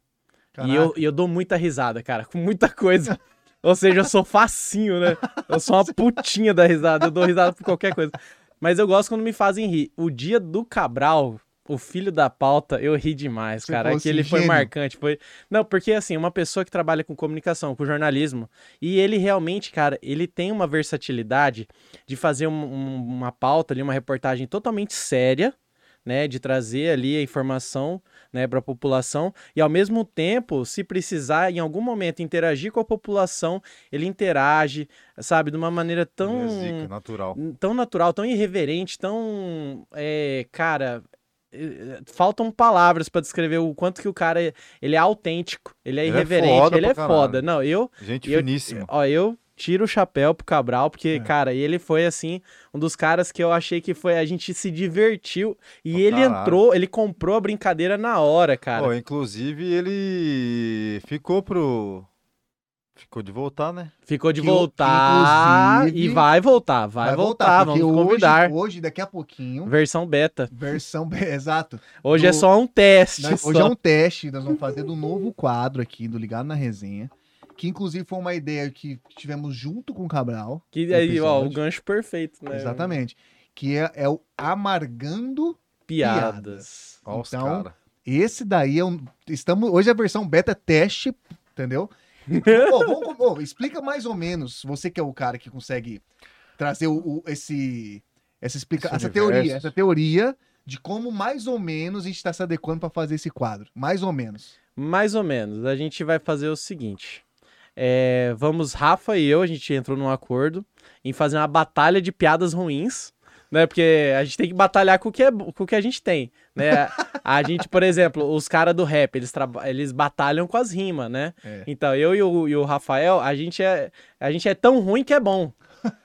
E eu, e eu dou muita risada, cara, com muita coisa. Ou seja, eu sou facinho, né? Eu sou uma putinha da risada, eu dou risada por qualquer coisa. Mas eu gosto quando me fazem rir. O dia do Cabral, o filho da pauta, eu ri demais,
Você
cara.
falou
Aquele
assim,
foi
gênio.
marcante. Foi... Não, porque assim, uma pessoa que trabalha com comunicação, com jornalismo, e ele realmente, cara, ele tem uma versatilidade de fazer um- um- uma pauta ali, uma reportagem totalmente séria, né? De trazer ali a informação né, para a população e ao mesmo tempo, se precisar em algum momento interagir com a população, ele interage, sabe, de uma maneira tão
É zica, natural.
tão natural, tão irreverente, tão é, cara, eh, faltam palavras para descrever o quanto que o cara é- ele é autêntico, ele é
Ele é
irreverente,
foda
ele
pra
é
caralho.
foda. Não, eu
Gente
E eu-
finíssima.
Ó, eu tiro o chapéu pro Cabral, porque,
É.
cara, ele foi, assim, um dos caras que eu achei que foi. A gente se divertiu. E
Pra
ele
caralho.
entrou, ele comprou a brincadeira na hora, cara.
Ó, inclusive, ele ficou pro. Ficou de voltar, né?
Ficou de
Que o-
voltar.
inclusive-
E vai voltar, vai, voltar.
porque
vamos
hoje-
convidar.
Hoje, daqui a pouquinho,
Versão beta.
versão. (laughs) Exato.
Hoje é
Do-
só um teste.
Nós-
(laughs) só.
hoje é um teste, nós vamos fazer do novo quadro aqui, do Ligado na Resenha. Que inclusive foi uma ideia que tivemos junto com o Cabral.
Que aí, ó, o
episódio.
gancho perfeito, né?
Exatamente. Que é, é o Amargando.
Piadas.
Ó, os
Então,
cara.
Esse daí é um. Estamos, hoje é a versão beta teste,
(laughs)
entendeu? Pô, vamos- pô, explica mais ou menos. Você que é o cara que consegue trazer o, o- esse. Essa, explica,
Esse
essa
universo.
teoria. Essa teoria de como mais ou menos a gente está se adequando para fazer esse quadro. Mais ou menos.
Mais ou menos. A gente vai fazer o seguinte. É, vamos, Rafa e eu, a gente entrou num acordo em fazer uma batalha de piadas ruins, né? Porque a gente tem que batalhar com o que, é, bo- com o que a gente tem,
(laughs)
né? A gente, por exemplo, os caras do rap, eles, traba- eles batalham com as rimas, né?
É. (laughs)
Então, eu e o, e o Rafael, a gente, é, a gente é tão ruim que é bom.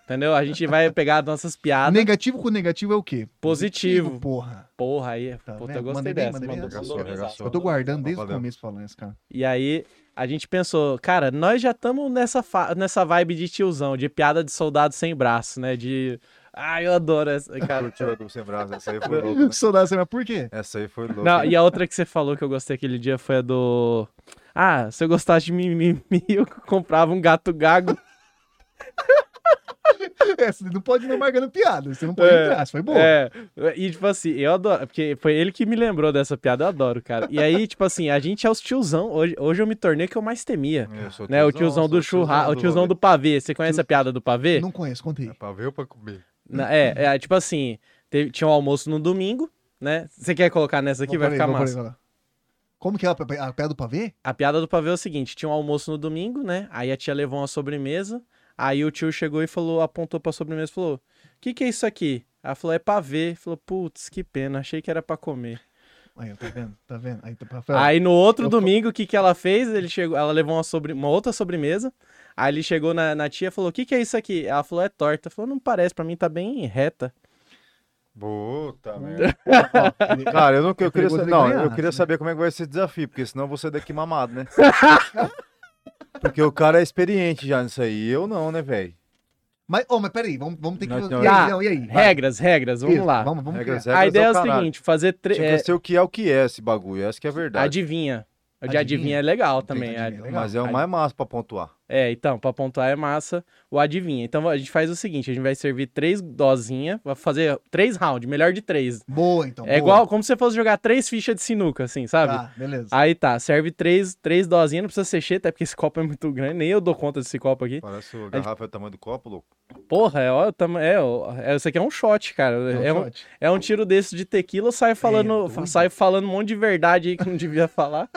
Entendeu? A gente vai pegar nossas piadas
Negativo com negativo é o quê?
positivo.
Porra.
Porra, aí.
Tá
puta,
vendo? Mandei
eu gostei
bem,
dessa.
mandei bem
mandou.
Mandou
Arregaçou,
mensagem.
arregaçou.
Eu tô
Tá
guardando desde o
Valeu.
começo falando isso, (laughs) cara.
E aí a gente pensou, cara, nós já estamos nessa, fa- nessa vibe de tiozão, de piada de soldado sem braço, né? De. Ah, eu adoro essa. Cara.
Curtiu a do sem braço, essa aí
(laughs)
foi louca. né?
Saudade, você- mas por quê?
Essa aí foi louca.
Não, e a outra que você falou que eu gostei aquele dia foi a do. Ah, se eu gostasse de mimimi, eu comprava um gato (laughs) gago.
É, você não pode ir marcando piada. Você não pode
É,
entrar. Isso foi bom.
É, e tipo assim, eu adoro, porque foi ele que me lembrou dessa piada, eu adoro, cara. E aí, tipo assim, a gente é os tiozão, hoje, hoje eu me tornei o que eu mais temia,
Eu sou
né? O tiozão
sou
do churrasco, o tiozão do pavê, você conhece a piada do pavê?
Não conheço, contei.
rolê. É pra ver ou pra comer?
Na- É, é, tipo assim, teve- tinha um almoço no domingo, né? Você quer colocar nessa aqui?
Vamos
Vai
por aí, vamos
ficar
por
massa.
aí, vai lá. Como que é a, a piada do pavê?
A piada do pavê é o seguinte: tinha um almoço no domingo, né? Aí a tia levou uma sobremesa. Aí o tio chegou e falou, apontou pra sobremesa e falou: O que, que é isso aqui? Ela falou: É pavê. Falou: Putz, que pena, achei que era pra comer.
Aí, ó, tá vendo? Tá vendo? Aí, tá, Rafael,
Aí no outro
eu fa-
domingo, o que, que ela fez? Ele chegou, ela levou uma, sobre, uma outra sobremesa. Aí ele chegou na, na tia e falou: O que, que é isso aqui? Ela falou: É torta. Falou: Não parece, pra mim tá bem reta. Hum.
Puta merda.
ó, ele-
Cara, eu não eu queria,
perigoso
sa-
ele
não,
ganhar,
eu queria
né?
saber como é que vai ser esse desafio, porque senão eu vou sair daqui mamado,
(laughs)
né? Porque o cara é experiente já nisso aí, eu não, né, velho?
Mas, oh, mas peraí, vamos, vamos ter que.
Não,
e,
não,
aí,
tá.
não, e aí? Vai.
Regras, regras, vamos
Isso,
lá.
Vamos, vamos.
Regras,
criar.
A
regras
ideia é o
caralho.
seguinte: fazer três.
Tinha que ser o que é o que é esse bagulho, essa que é a verdade.
Adivinha. O de
Adivinha?
adivinha é legal também.
Entendi,
é-
legal.
Mas é o
Ad-
mais massa pra pontuar.
É, então, pra pontuar é massa o adivinha. Então a gente faz o seguinte: a gente vai servir três dosinhas, vai fazer três rounds, melhor de três.
Boa, então.
é
boa.
igual como se você fosse jogar três fichas de sinuca, assim, sabe?
Tá, beleza.
Aí tá, serve três, três dosinhas, não precisa ser cheio, até porque esse copo é muito grande, nem eu dou conta desse copo aqui.
Parece o garrafa é o tamanho do copo, louco.
Porra, é, ó, tamo, é, ó, é, isso aqui é um shot, cara. É um,
Então, shot.
é um tiro desse de tequila, sai falando,
É, doido.
sai falando um monte de verdade aí que não (laughs) devia falar.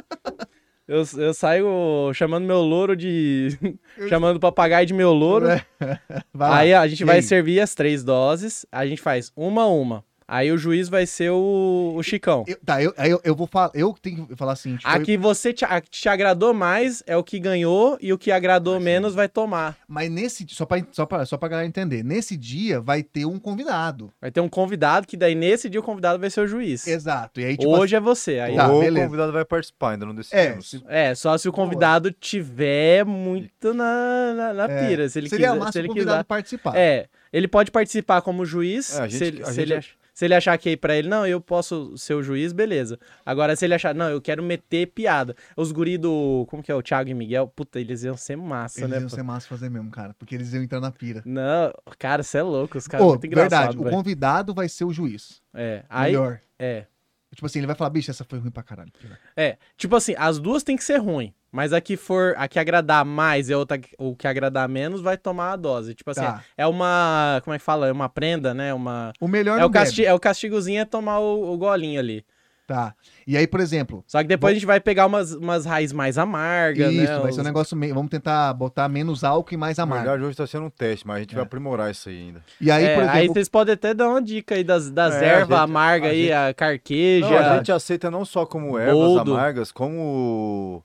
Eu, eu saio chamando meu louro de. (laughs) chamando o papagaio de meu louro.
(laughs) É, Vai lá.
Aí a gente
E
vai
aí?
servir as três doses, a gente faz uma a uma. Aí o juiz vai ser o, o Chicão.
Eu- tá, eu, aí eu, eu vou falar. Eu tenho que falar assim. tipo,
A que você te, a que te agradou mais é o que ganhou e o que agradou menos vai tomar.
Mas nesse. Só pra, só, pra, só pra galera entender. Nesse dia vai ter um convidado.
Vai ter um convidado que daí nesse dia o convidado vai ser o juiz.
Exato. E aí, tipo.
Hoje é você. Aí,
Tá,
Ou
beleza.
o convidado vai participar, ainda não
É,
decidimos.
se-
É, só se o
Boa.
convidado tiver muito na, na, na
É,
pira. Se ele
seria
quiser,
massa
se
o
ele
convidado
quiser.
participar.
É, ele pode participar como juiz.
É, a gente-
se, ele,
a
se
gente-
ele ach- se ele achar que é pra ele, não, eu posso ser o juiz, beleza. Agora, se ele achar, não, eu quero meter piada. Os guri do. Como que é? O Thiago e Miguel? Puta, eles iam ser massa,
Eles
né?
iam
pô?
ser massa fazer mesmo, cara. Porque eles iam entrar na pira.
Não, cara, você é louco. Os caras
Ô,
são muito engraçados.
verdade, o
velho.
convidado vai ser o juiz.
É, aí.
Melhor.
É.
Tipo assim, ele vai falar, bicho, essa foi ruim pra caralho.
É, tipo assim, as duas tem que ser ruim. Mas a que for, a que agradar mais e a outra, o que agradar menos vai tomar a dose. Tipo assim,
Tá.
é uma, como é que fala? É uma prenda, né? Uma
O melhor
é
não
o,
bebe.
casti... é o castigozinho é tomar o, o golinho ali.
Tá. E aí, por exemplo,
Só que depois a gente vai pegar umas, umas raízes mais amargas,
isso,
né?
vai ser um
Os-
negócio meio... Vamos tentar botar menos álcool e mais
Na
amargo.
verdade, hoje tá sendo um teste, mas a
É.
gente vai aprimorar isso aí ainda.
E aí,
É,
por exemplo...
aí vocês podem até dar uma dica aí das, das
É, a
ervas
gente-
amargas
a
aí,
gente-
a carqueja.
Não, a gente aceita não só como ervas
Boldo.
amargas, como.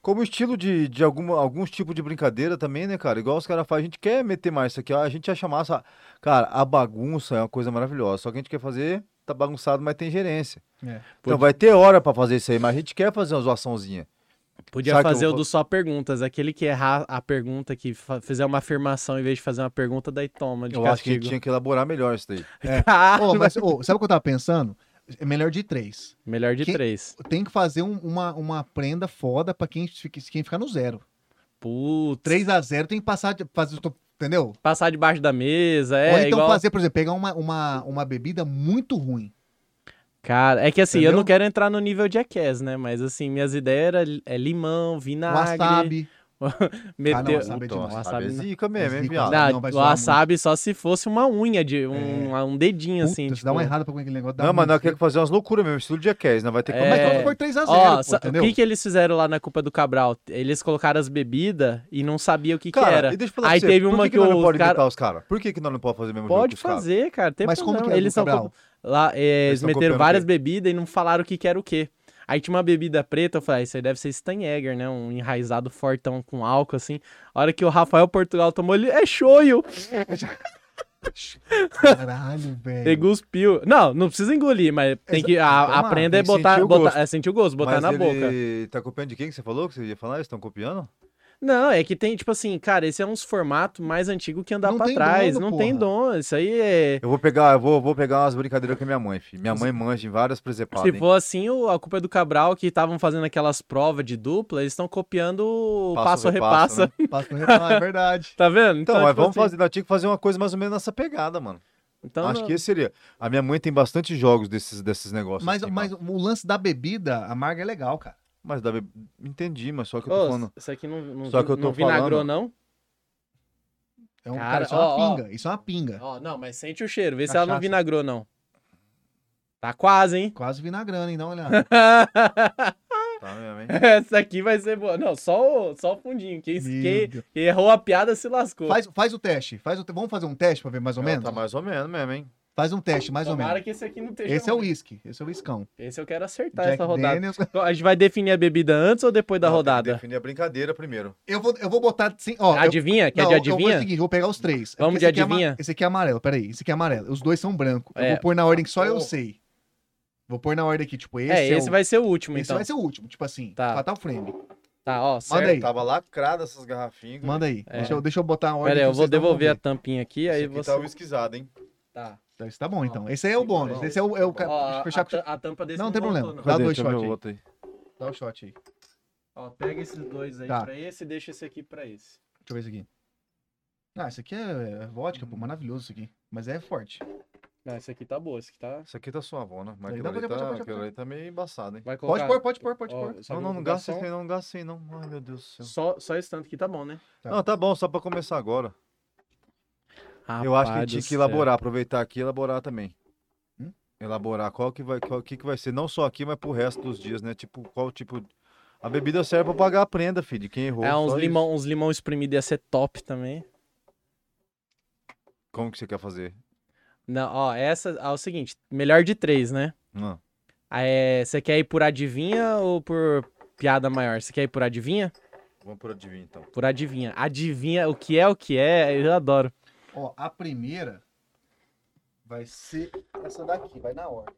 Como estilo de, de alguma, alguns tipos de brincadeira também, né, cara? Igual os caras fazem, a gente quer meter mais isso aqui, a gente acha massa. Cara, a bagunça é uma coisa maravilhosa, só que a gente quer fazer, tá bagunçado, mas tem gerência.
É.
Então vai ter hora pra fazer isso aí, mas a gente quer fazer uma zoaçãozinha.
Podia
Sabe que eu
fazer o
vou-
do só perguntas, aquele que errar a pergunta, que fa- fizer uma afirmação em vez de fazer uma pergunta, daí toma de
Eu acho que a gente é.
castigo. (laughs) Tá.
tinha que elaborar melhor isso daí.
Ô, mas, ô, sabe o que eu tava pensando? É melhor de três.
Melhor de
Que-
três.
Tem que fazer um- uma, uma prenda foda pra quem, fica- quem ficar no zero.
Putz.
3 a 0 tem que passar... de- Fazer, tô- entendeu?
Passar debaixo da mesa, é
Ou então
igual...
fazer, por exemplo, pegar uma, uma, uma bebida muito ruim.
Cara, é que assim, eu
Entendeu?
não quero entrar no nível de Jackass, né? Mas assim, minhas ideias eram li- é limão, vinagre...
um Wasabi. Ah, não,
Meteu...
wasabi. Sabe
Puta,
demais.
wasabi
Wasabi
é
não.
zica mesmo, hein,
Zica,
viado?
não,
Não,
vai zoar
wasabi só se fosse uma unha, de um, um dedinho assim.
Puta, se
tipo...
dá uma errada pra aquele negócio. dá
Não, mas nós
muito
queremos fazer umas loucuras mesmo, estilo de Jackass, não vai ter
É.
como.
Mas quando for 3 a 0
Ó,
pô,
sa- o
entendeu?
que que eles fizeram lá na Culpa do Cabral? Eles colocaram as bebidas e não sabia o que, que
Cara,
era.
e deixa eu falar pra
Aí
você,
teve
por
uma
que,
que
nós
os
não pode
cara-
imitar os caras? Por que, que nós não podemos fazer o mesmo jogo
Pode
que os caras?
fazer, cara. Tem
Mas como
problema.
que é, Lucas
Eles, são
Brau?
co- lá, é,
Eles
eles
estão
meteram
copiando o
várias
quê?
bebidas e não falaram o que, que era o quê. Aí tinha uma bebida preta, eu falei, ah, isso aí deve ser Stanjäger, né? Um enraizado fortão com álcool, assim. A hora que o Rafael Portugal tomou, ele, é shoyu! (laughs)
Caralho,
É.
Ele
velho.
cuspiu. Não, não precisa engolir, mas tem
Exa-
que... A,
tomar,
aprenda é
tem que
botar...
sentir o
botar
gosto.
é sentir o gosto, botar
Mas
na boca.
ele tá copiando de quem que você falou que você ia falar? Eles estão copiando?
Não, é que tem, tipo assim, cara, esse é uns formatos mais antigos que andar
Não
pra
tem
trás.
dono,
não tem dom. Isso aí é.
Eu vou pegar, eu vou, vou pegar umas brincadeiras com a minha mãe, filho. Minha mãe manja em várias presepadas.
Se
hein?
for assim, o- a culpa é do Cabral, que estavam fazendo aquelas provas de dupla, eles estão copiando o
Passo,
passo-repassa.
repasso,
Passa no retorno, é verdade.
Tá vendo?
Então, mas
tipo
vamos
assim,
fazer. Nós tínhamos que fazer uma coisa mais ou menos nessa pegada, mano.
Então,
Acho
não-
é
que esse seria. A minha mãe tem bastante jogos desses, desses negócios.
Mas,
assim,
mas
mano.
o lance da bebida amarga é legal, cara.
Mas dá be- entendi, mas só que eu tô
Ô,
falando.
Isso aqui não, não,
Só que eu
não
tô
vinagrou,
falando-
não?
É um,
Cara,
cara, isso é uma
ó, ó.
pinga. Isso é uma pinga.
Ó, não, mas sente o cheiro, vê se ela não
Cachaça.
vinagrou, não. Tá quase, hein? (laughs)
Quase vinagrana, então, olha.
Tá mesmo, hein?
Essa aqui vai ser boa. Não, só o, só o fundinho. Quem,
Meu
quem,
Deus.
quem errou a piada se lascou.
Faz, faz o teste. Faz o te- Vamos fazer um teste pra ver mais ou
Ela
menos?
Tá mais ou menos mesmo, hein?
Faz um teste, mais ou
Tomara
menos.
que esse aqui não esteja.
Esse é o
ruim.
uísque. Esse é o uiscão.
Esse eu quero acertar
Jack
Tá essa rodada.
Daniels. (laughs)
A gente vai definir a bebida antes ou depois da
Não, tem que
rodada?
Definir a brincadeira primeiro.
Eu vou, eu vou botar. Sim, ó, eu-
Adivinha? Quer
não, Eu vou,
de
fazer o
adivinha?
seguinte, eu vou pegar os três. É porque
Vamos de
esse aqui é ama-
adivinha?
Esse aqui é amarelo, peraí. Esse aqui é amarelo. Os dois são branco. Eu
É.
vou pôr na ordem que só eu
Oh.
sei. Vou pôr na ordem aqui, tipo, esse.
é,
o-
esse vai ser o último,
esse
então.
vai ser o último, tipo assim.
Tá.
Fatal frame.
Tá, ó, certo.
Manda aí.
Tava lacrada essas garrafinhas.
Manda aí.
É.
Deixa, eu, deixa eu botar a ordem.
Pera aí,
que
eu vou
vocês não vão
devolver a
ver.
tampinha aqui,
Esse
aí
aqui
você... é
tá esquisado, hein?
Tá.
Tá, Isso tá bom, então. Esse aí é o bônus.
Não.
Esse é o. É o... ca-
Ó, a,
fechar com-
ta- a tampa desse
Não tem
voltou,
problema.
não.
Dá dois
Deixa eu ver
shots
o
aí.
outro aí.
Dá o shot aí. Deixa
Ó, pega esses dois aí
Tá.
pra esse e deixa esse aqui pra esse.
eu ver isso aqui. Ah, isso aqui é é vodka, pô. Maravilhoso isso aqui. Mas é forte.
Não, esse aqui tá boa, esse aqui tá...
Isso aqui tá suavona, mas
Aí
aquela
dá pra
ali,
depois,
tá,
depois,
aquela
depois.
ali tá meio embaçada, hein?
Vai
Pode
colocar...
pôr, pode pôr, pode
Ó,
pôr.
Não,
só que
não,
eu
não
vou
gasta
colocar
isso aí, não, não gasta aí, não. Ai, meu Deus do
só-
céu.
Só, só esse tanto aqui tá bom, né?
Tá.
Não, tá bom, só pra começar agora. eu acho que a gente tinha que elaborar, aproveitar aqui e elaborar também.
Hum?
Elaborar qual que vai, qual que, que vai ser, não só aqui, mas pro resto dos dias, né? Tipo, qual tipo. A bebida serve pra pagar a prenda, filho, de quem errou.
É, uns
só isso.
limão, uns limão espremido ia ser top também.
Como que você quer fazer?
Não, ó, essa... Ó, é o seguinte, melhor de três, né?
Não.
Ah, é, Você quer ir por adivinha ou por piada maior? Você quer ir por adivinha?
Vamos por adivinha, então.
Por adivinha. Adivinha o que é o que é, eu adoro.
Ó, a primeira vai ser essa daqui, vai na ordem.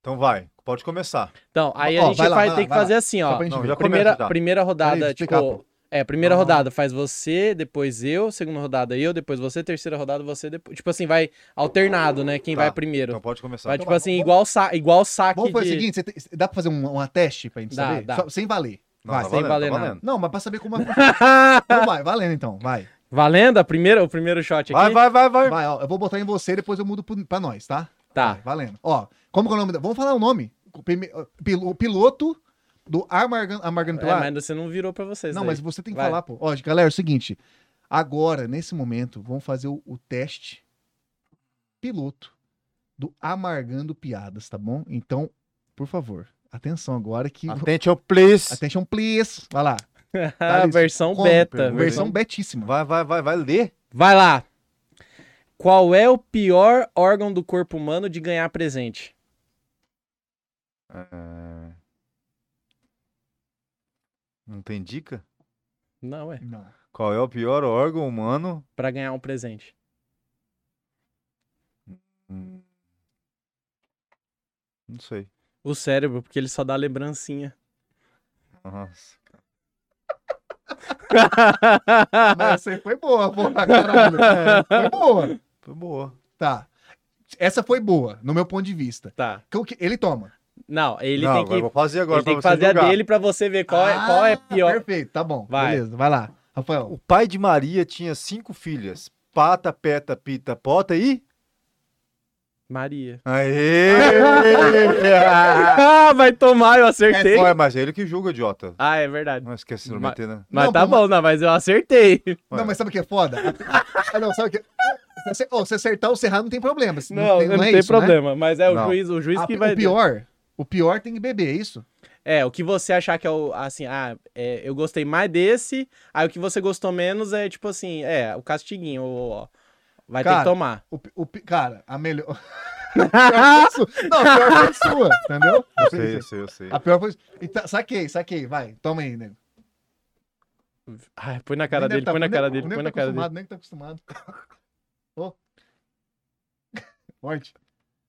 Então vai, pode começar.
Então, aí
Ó,
a gente
vai lá,
vai
vai
ter
lá,
que
vai
fazer
lá.
assim,
Só
ó.
pra gente
Não,
ver.
já come-
Primeira,
Começa, tá.
primeira rodada,
então. Peraí,
tipo.
explicar, pô.
É, primeira
Ah.
rodada faz você, depois eu, segunda rodada eu, depois você, terceira rodada você, depois. Tipo assim, vai alternado, né? Quem
Tá,
vai primeiro.
Então pode começar.
vai,
então
tipo
vai,
assim,
vamos-
igual, sa igual saque
Vamos fazer o
de.
seguinte, você tem- dá pra fazer um, uma teste pra gente
Dá,
saber?
dá.
Só- sem valer.
Não,
vai.
tá
sem
valendo, tá
valer nada.
valendo.
Não, mas pra saber como (laughs) é. então vai, valendo então, vai.
(laughs) Valendo a primeira, o primeiro shot aqui?
Vai, vai, vai, vai.
Vai, ó, eu vou botar em você depois eu mudo pro- pra nós, tá?
Tá.
Vai, valendo. Ó, como que é o nome da... Vamos falar o nome. O prime- ó, pil- o piloto do Amargan, Amargan
É,
Pilar.
mas você não virou pra vocês.
Não,
daí.
mas você tem que
Vai.
falar, pô. Ó, galera, é o seguinte. Agora, nesse momento, vamos fazer o, o teste piloto do Amargando Piadas, tá bom? Então, por favor, atenção agora que. (laughs)
Attention, please.
Atenção, um please. Vai lá.
(laughs) a
Thales,
Ah, versão
como,
beta.
Pedro?
Versão betíssima.
Vai, vai, vai, vai ler.
Vai lá. Qual é o pior órgão do corpo humano de ganhar presente?
É. Não tem dica?
Não, é.
Não.
Qual é o pior órgão humano?
Pra ganhar um presente.
Hum. Não sei.
O cérebro, porque ele só dá lembrancinha.
Nossa.
Mas essa aí foi boa, porra,
(laughs)
caralho. Foi boa.
Foi boa.
Tá. Essa foi boa, no meu ponto de vista.
(laughs) tá.
Que o que- Ele toma.
Não, ele
Não,
tem
agora eu
que,
vou fazer agora
ele tem
pra
que
você
fazer
julgar.
a dele pra você ver qual, é, qual é
Ah,
pior.
Perfeito, tá bom.
Vai.
Beleza, vai lá. Rafael.
O pai de Maria tinha cinco filhas. Pata, peta, pita, pota e...
Maria. (laughs)
Aê!
Ah, vai tomar, eu acertei.
Ué, mas é ele que julga, idiota.
ah, é verdade.
Não esquece de não
Mas-
meter, né?
Mas
Não,
tá
pô,
bom, não, mas eu acertei.
Não, mas sabe o que é foda? (laughs) Ah, não, sabe o que. Se, oh, se acertar ou se errar, não tem problema. Se
(laughs) Não, não,
é
tem
isso, né?
problema. Mas é o
Não.
juiz, o juiz
Ah,
que
o
vai.
pior, o pior tem que beber, é isso?
É, o que você achar que é o. Assim, ah, é, eu gostei mais desse. Aí o que você gostou menos é tipo assim, é, o castiguinho. ó, ó, vai ter
Cara, (laughs)
que tomar.
O, pi- o pi- cara, a melhor. (laughs) Não, a pior foi sua, entendeu?
Eu sei, eu sei, eu sei.
A pior foi. Então, saquei, saquei, vai, toma aí, nego.
Ai, põe na cara
Nem deve
dele,
tá-
põe na
nem-
cara
o
dele,
nego tá
põe na cara dele.
acostumado, Nem tá acostumado. (laughs) Ô. (laughs) Morte.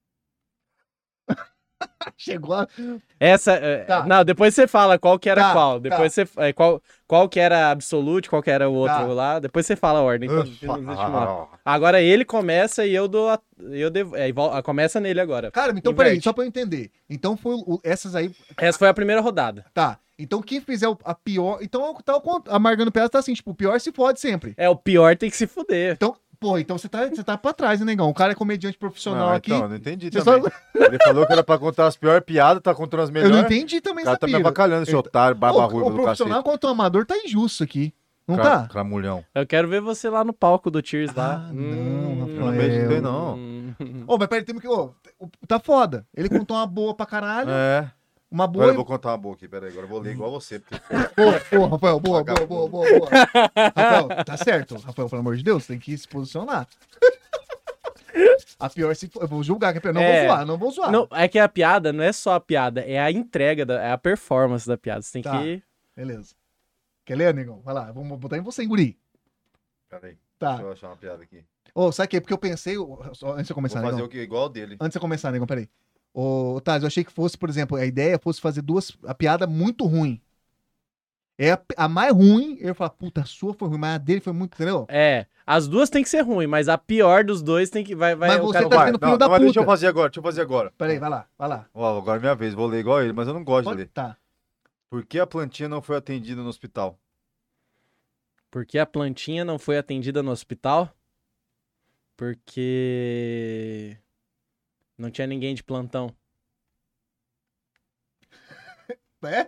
(laughs) Chegou a.
Essa. é,
Tá.
Não, depois você fala qual que era
Tá,
qual. Depois você. é, qual, qual que era absolute, qual que era o outro
Tá.
lá. Depois você fala a ordem. então não existe uma- Agora ele começa e eu dou. A, eu devo, é, e vol- ah, começa nele agora.
Cara, então
Inverte.
peraí, só pra eu entender. Então foi o- essas aí.
Essa foi a primeira rodada.
Tá. Então quem fizer o- a pior. Então tá o cont- a Margano Pérez tá assim, tipo, o pior se fode sempre.
É, o pior tem que se fuder.
Então, porra, então você tá, você tá pra trás, né, negão? O cara é comediante profissional
Não,
aqui.
então, não entendi
você só-
também. Ele falou que era pra contar as piores piadas, tá contando as
Eu
melhores.
não entendi também
O
essa
cara tá me
pira.
abacalhando, esse
Ele-
otário
o,
barbarrudo
o
do cacete.
profissional contra o amador tá injusto aqui. Não
Cra-
tá?
Cramulhão.
Eu quero ver você lá no palco do Tears lá.
Ah, não,
Hum,
Rafael.
Eu não vejo ninguém, não.
hum.
Ô, mas peraí, temos que. Ô, tá foda. Ele contou uma boa pra caralho.
É.
Uma
Agora
boa.
eu vou contar uma boa aqui, peraí. Agora eu vou ler igual você. Porque...
Boa, boa, Rafael, boa, boa,
Vagabundo.
boa, boa, boa. Rafael, tá certo. Rafael, pelo amor de Deus, tem que se posicionar. A pior se. Eu vou julgar que a pior. Não
É.
vou zoar, não vou zoar.
Não, é que a piada não é só a piada, é a entrega, da, é a performance da piada. Você tem
Tá.
que.
Beleza. Quer ler, negão? Vai lá, vamos botar em você, hein, guri.
Peraí, deixa
Tá.
eu achar uma piada aqui.
Ô, sabe o quê? Porque eu pensei. ô, só Antes de eu
Vou
começar, negão.
fazer o que igual o dele.
Antes de eu começar, negão, peraí. Ô, Thales, eu achei que fosse, por exemplo, a ideia fosse fazer duas. A piada muito ruim. É a, a mais ruim, eu falo, puta, a sua foi ruim, mas a dele foi muito. Entendeu?
É. As duas tem que ser ruim, mas a pior dos dois tem que. Vai, vai,
Mas
o
você
cara-
tá
Vai,
sendo
não,
filho da
não, mas deixa eu
puta.
fazer agora, deixa eu fazer agora.
Peraí, vai lá, vai lá.
Ó, agora é minha vez, vou ler igual ele, mas eu não gosto de
Pode-
É. ler.
Tá.
Por que a plantinha não foi atendida no hospital?
Porque a plantinha não foi atendida no hospital? Porque. Não tinha ninguém de plantão.
É?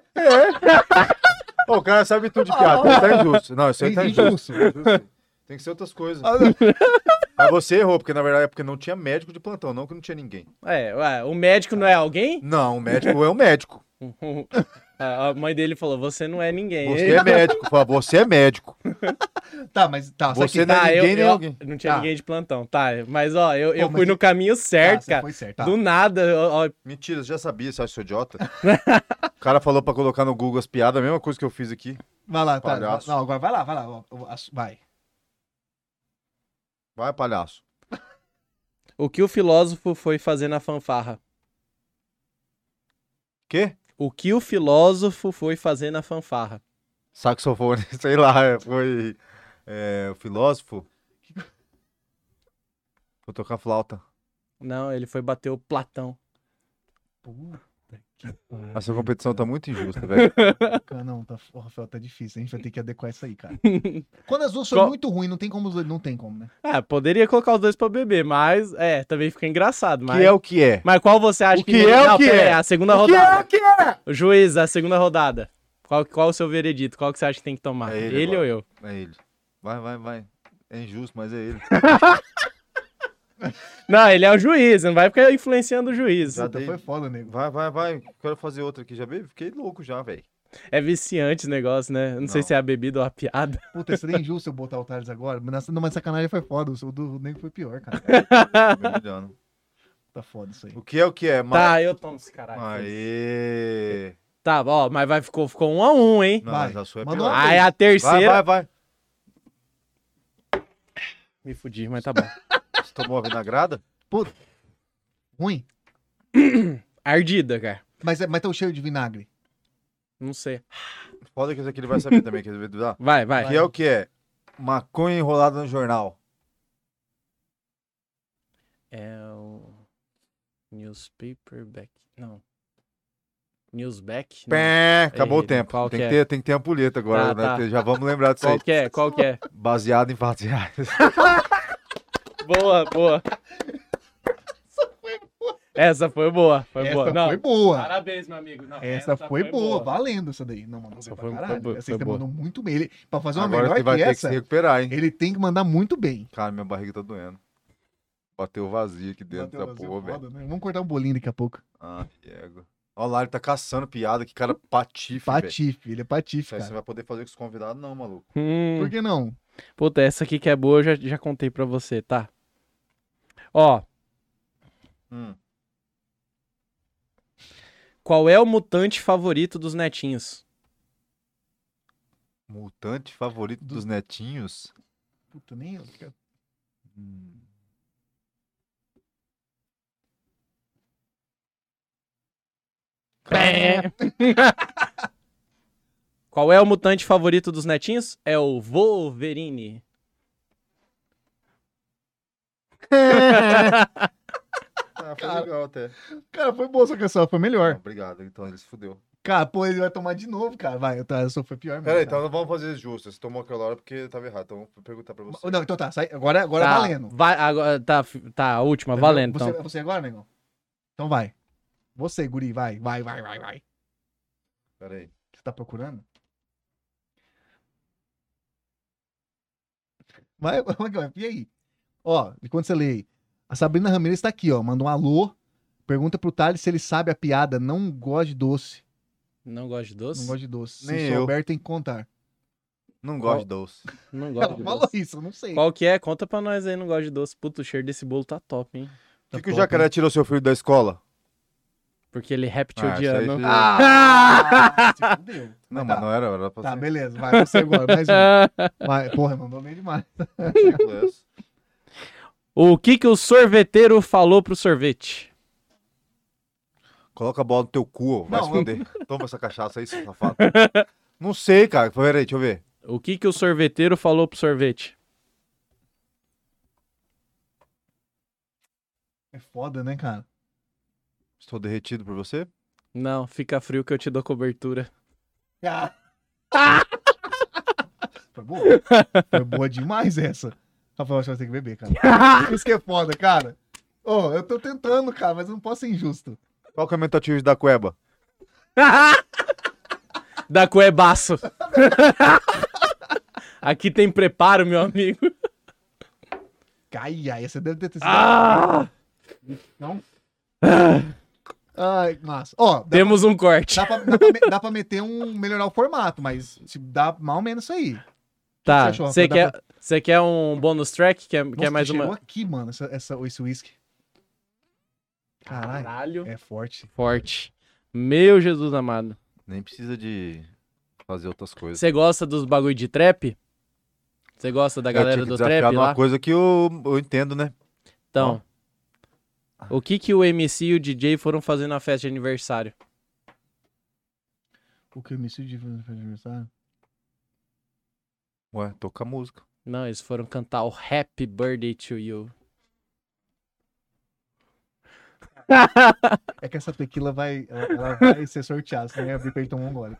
Ô, o cara sabe tudo de piada, tá injusto. Não, isso aí tá injusto.
É Injusto. (laughs)
Tem que ser outras coisas.
Ah, não.
(laughs) Mas você errou, porque na verdade é porque não tinha médico de plantão, não que não tinha ninguém.
É, ué, o médico não
(laughs)
é alguém?
Não, o médico é um médico.
a a mãe dele falou: Você não é ninguém.
Você é médico, fala, você é médico.
tá, mas tá,
Você
isso aqui-
não é ninguém, nem
eu,
alguém.
Não tinha
Tá.
ninguém de plantão, tá. Mas ó, eu, eu
Pô, mas
fui
e-
no caminho
é
tá,
certo,
você
cara.
foi certo. Tá.
Do nada, ó, ó,
Mentira, você já sabia, você acha que eu sou idiota? o cara falou pra colocar no Google as piadas, a mesma coisa que eu fiz aqui.
Vai lá, tá.
Palhaço.
Não, agora vai lá, vai lá. ó, ó, ass- Vai.
Vai, palhaço.
o que o filósofo foi fazer na fanfarra?
Quê?
O que o filósofo foi fazer na fanfarra?
Saxofone, (laughs) sei lá, foi. É, o filósofo. Vou tocar flauta.
Não, ele foi bater o Platão.
Essa competição tá muito injusta, velho.
Puta, Não, tá, Ô, Rafael, tá difícil. A gente vai ter que adequar isso aí,
(laughs)
cara. Quando as duas são
Qual-
muito ruins, não tem como. os dois- Não tem como, né?
Ah, poderia colocar os dois pra beber, mas é, também fica engraçado. Mas,
que é o que é?
mas qual você acha
O que é o
Não,
que
pera
é?
aí, A segunda
O que é
rodada.
o que é?
Juiz, a segunda rodada. Qual, qual o seu veredito? Qual que você acha que tem que tomar?
É ele
ele
agora.
ou eu?
É ele. Vai, vai, vai. É injusto, mas é ele.
Não, ele é o juiz, não vai ficar influenciando o juiz.
Já
Puta,
dei.
foi foda, nego.
Vai, vai, vai. Quero fazer outra aqui. Já bebi? Fiquei louco já,
(laughs)
velho.
É viciante o negócio, né? Não, sei
Não.
se é a bebida ou a
(laughs)
piada.
Puta, seria injusto eu botar o Thales agora. Mas nessa- não, mas sacanagem foi foda. O seu do nego foi pior, cara.
Me humilhando.
Tá foda isso aí.
O que é o que é?
Tá, eu tomo esse caralho.
Aê!
Tá, ó, mas vai, ficou, ficou um a um, hein?
Não,
Vai.
mas a sua é
Manda
pior.
uma-
Aí a
Vai,
terceira.
vai, vai.
Me fudi, mas tá (laughs) bom.
Você tomou a vinagrada?
Ruim?
Ardida, cara.
Mas, é- mas tá o cheiro de vinagre.
Não sei.
Foda que esse aqui ele vai saber também. Quer ver? Ah,
Vai, vai.
O que é o que é? Maconha enrolada no jornal.
É o. Newspaper back. Não. Newsback? Não.
Pé, acabou o
Ei,
tempo.
qual
Tem
que
que,
é?
ter, tem que ter ampulheta agora,
Ah,
né?
tá.
Porque Já vamos lembrar disso aí.
Qual que é? Qual que é?
Baseado em fatos reais.
boa, boa. Essa foi boa. Foi
Essa
boa. Não.
foi boa.
Parabéns, meu amigo. Não,
Essa, foi, boa, valendo essa daí. Não, mano, foi
Essa
pra
foi- foi
caralho.
boa,
Essa
foi
você
boa.
mandou muito bem. Ele, pra fazer uma
Agora
melhor
você vai
que
ter que se
essa,
recuperar, hein?
ele tem que mandar muito bem.
Cara, minha barriga tá doendo. Bateu vazio aqui dentro
Bateu
da
vazio,
porra, velho.
foda, né? Vamos cortar um bolinho daqui a pouco.
Ah, Diego. Olha lá, ele tá caçando piada. Que cara patife, velho.
Patife, ele é patife,
Isso aí
cara.
você não vai poder fazer com os convidados, não, maluco.
Hum.
Por que não?
Puta, essa aqui que é boa eu já, já contei pra você, tá? Ó,
Hum.
Qual é o mutante favorito
(laughs)
dos netinhos?
Mutante favorito dos netinhos?
Puta, nem eu. cara.
Hum.
Qual é o mutante favorito dos netinhos? É o Wolverine.
É,
Ah, foi
Cara.
legal até.
Cara, foi boa sua canção, foi
Ah,
melhor.
obrigado, então ele se fudeu.
Cara, pô, ele vai tomar de novo, cara. Vai, tá, essa foi pior mesmo.
Peraí,
cara.
então vamos fazer justo. Você tomou aquela hora porque tava errado. Então vou perguntar pra você.
Não, então tá, sai. Agora, agora
tá,
valendo.
Vai, agora, tá, tá, a última, valendo.
Você,
Então.
você agora, negão? Então vai. Você, guri, vai, vai, vai, vai, vai.
Peraí.
Você tá procurando? (laughs) Vai, vai, é vai, e aí? Ó, enquanto você lê aí. A Sabrina Ramirez tá aqui, ó. Manda um alô. Pergunta pro Thales se ele sabe a piada. Não gosta de doce.
Não gosto de doce?
Não gosta de doce.
Nem
se
eu.
souber, tem que contar.
Não gosto de doce.
Não
Ela
gosto de
falou
doce.
isso, eu não sei.
Qual que é? Conta pra nós aí, não gosto de doce. Puta, o cheiro desse bolo tá top, hein?
O
Tá
que, que o
top,
jacaré
hein?
tirou seu filho da escola?
Porque ele é
isso aí
reptiliano.
filho-
(laughs) Ah! tá (laughs) se fudeu.
Não,
Mas
mas
tá.
não era, era pra
Tá,
ser.
beleza. Vai, você agora. Mais um. Vai, porra, mandou bem demais.
inglês.
(laughs) o que que o sorveteiro falou pro sorvete?
Coloca a bola no teu cu, ó, vai
Não,
se fuder.
(laughs)
Toma essa cachaça aí, seu safado. não sei, cara. Peraí, deixa eu ver.
O que que o sorveteiro falou pro sorvete?
É foda, né, cara?
Estou derretido por você?
Não, fica frio que eu te
(laughs)
dou cobertura.
Ah. (laughs) Foi boa. Foi boa demais essa. Rafael, acho que vai ter que beber,
(laughs)
cara. Isso que é foda, cara. Ô, eu tô tentando, cara, mas eu não posso ser injusto.
Qual que é o mentativo da cueba?
da cuebaço. (laughs) Aqui tem preparo, meu amigo.
Ai, ai, essa deve ter sido.
Ah!
Não? Ai, massa. Ó, dá,
(laughs) Temos um corte.
dá pra, dá, pra, me- dá pra meter um. melhorar o formato, mas se dá mal menos isso aí.
Tá,
você achou,
você
Rafa? Dá
quer, você quer um bônus track? Quer, quer
Nossa,
é mais
chegou
uma?
aqui, mano, essa, essa, esse uísque. Caralho. É forte.
Forte. Meu Jesus amado.
Nem precisa de fazer outras coisas.
Você gosta dos bagulho de trap? Você gosta da
Eu
galera
tinha que
do
desafiar
trap
numa
lá?
coisa que eu, eu entendo, né?
Então, o que que o MC e o DJ foram fazer na festa de aniversário?
O que eu me senti de fazer aniversário?
Ué, toca música.
Não, eles foram cantar o Happy Birthday to You.
É que essa tequila vai, ela, ela vai ser sorteada, se não abrir pra ele tomar um gole.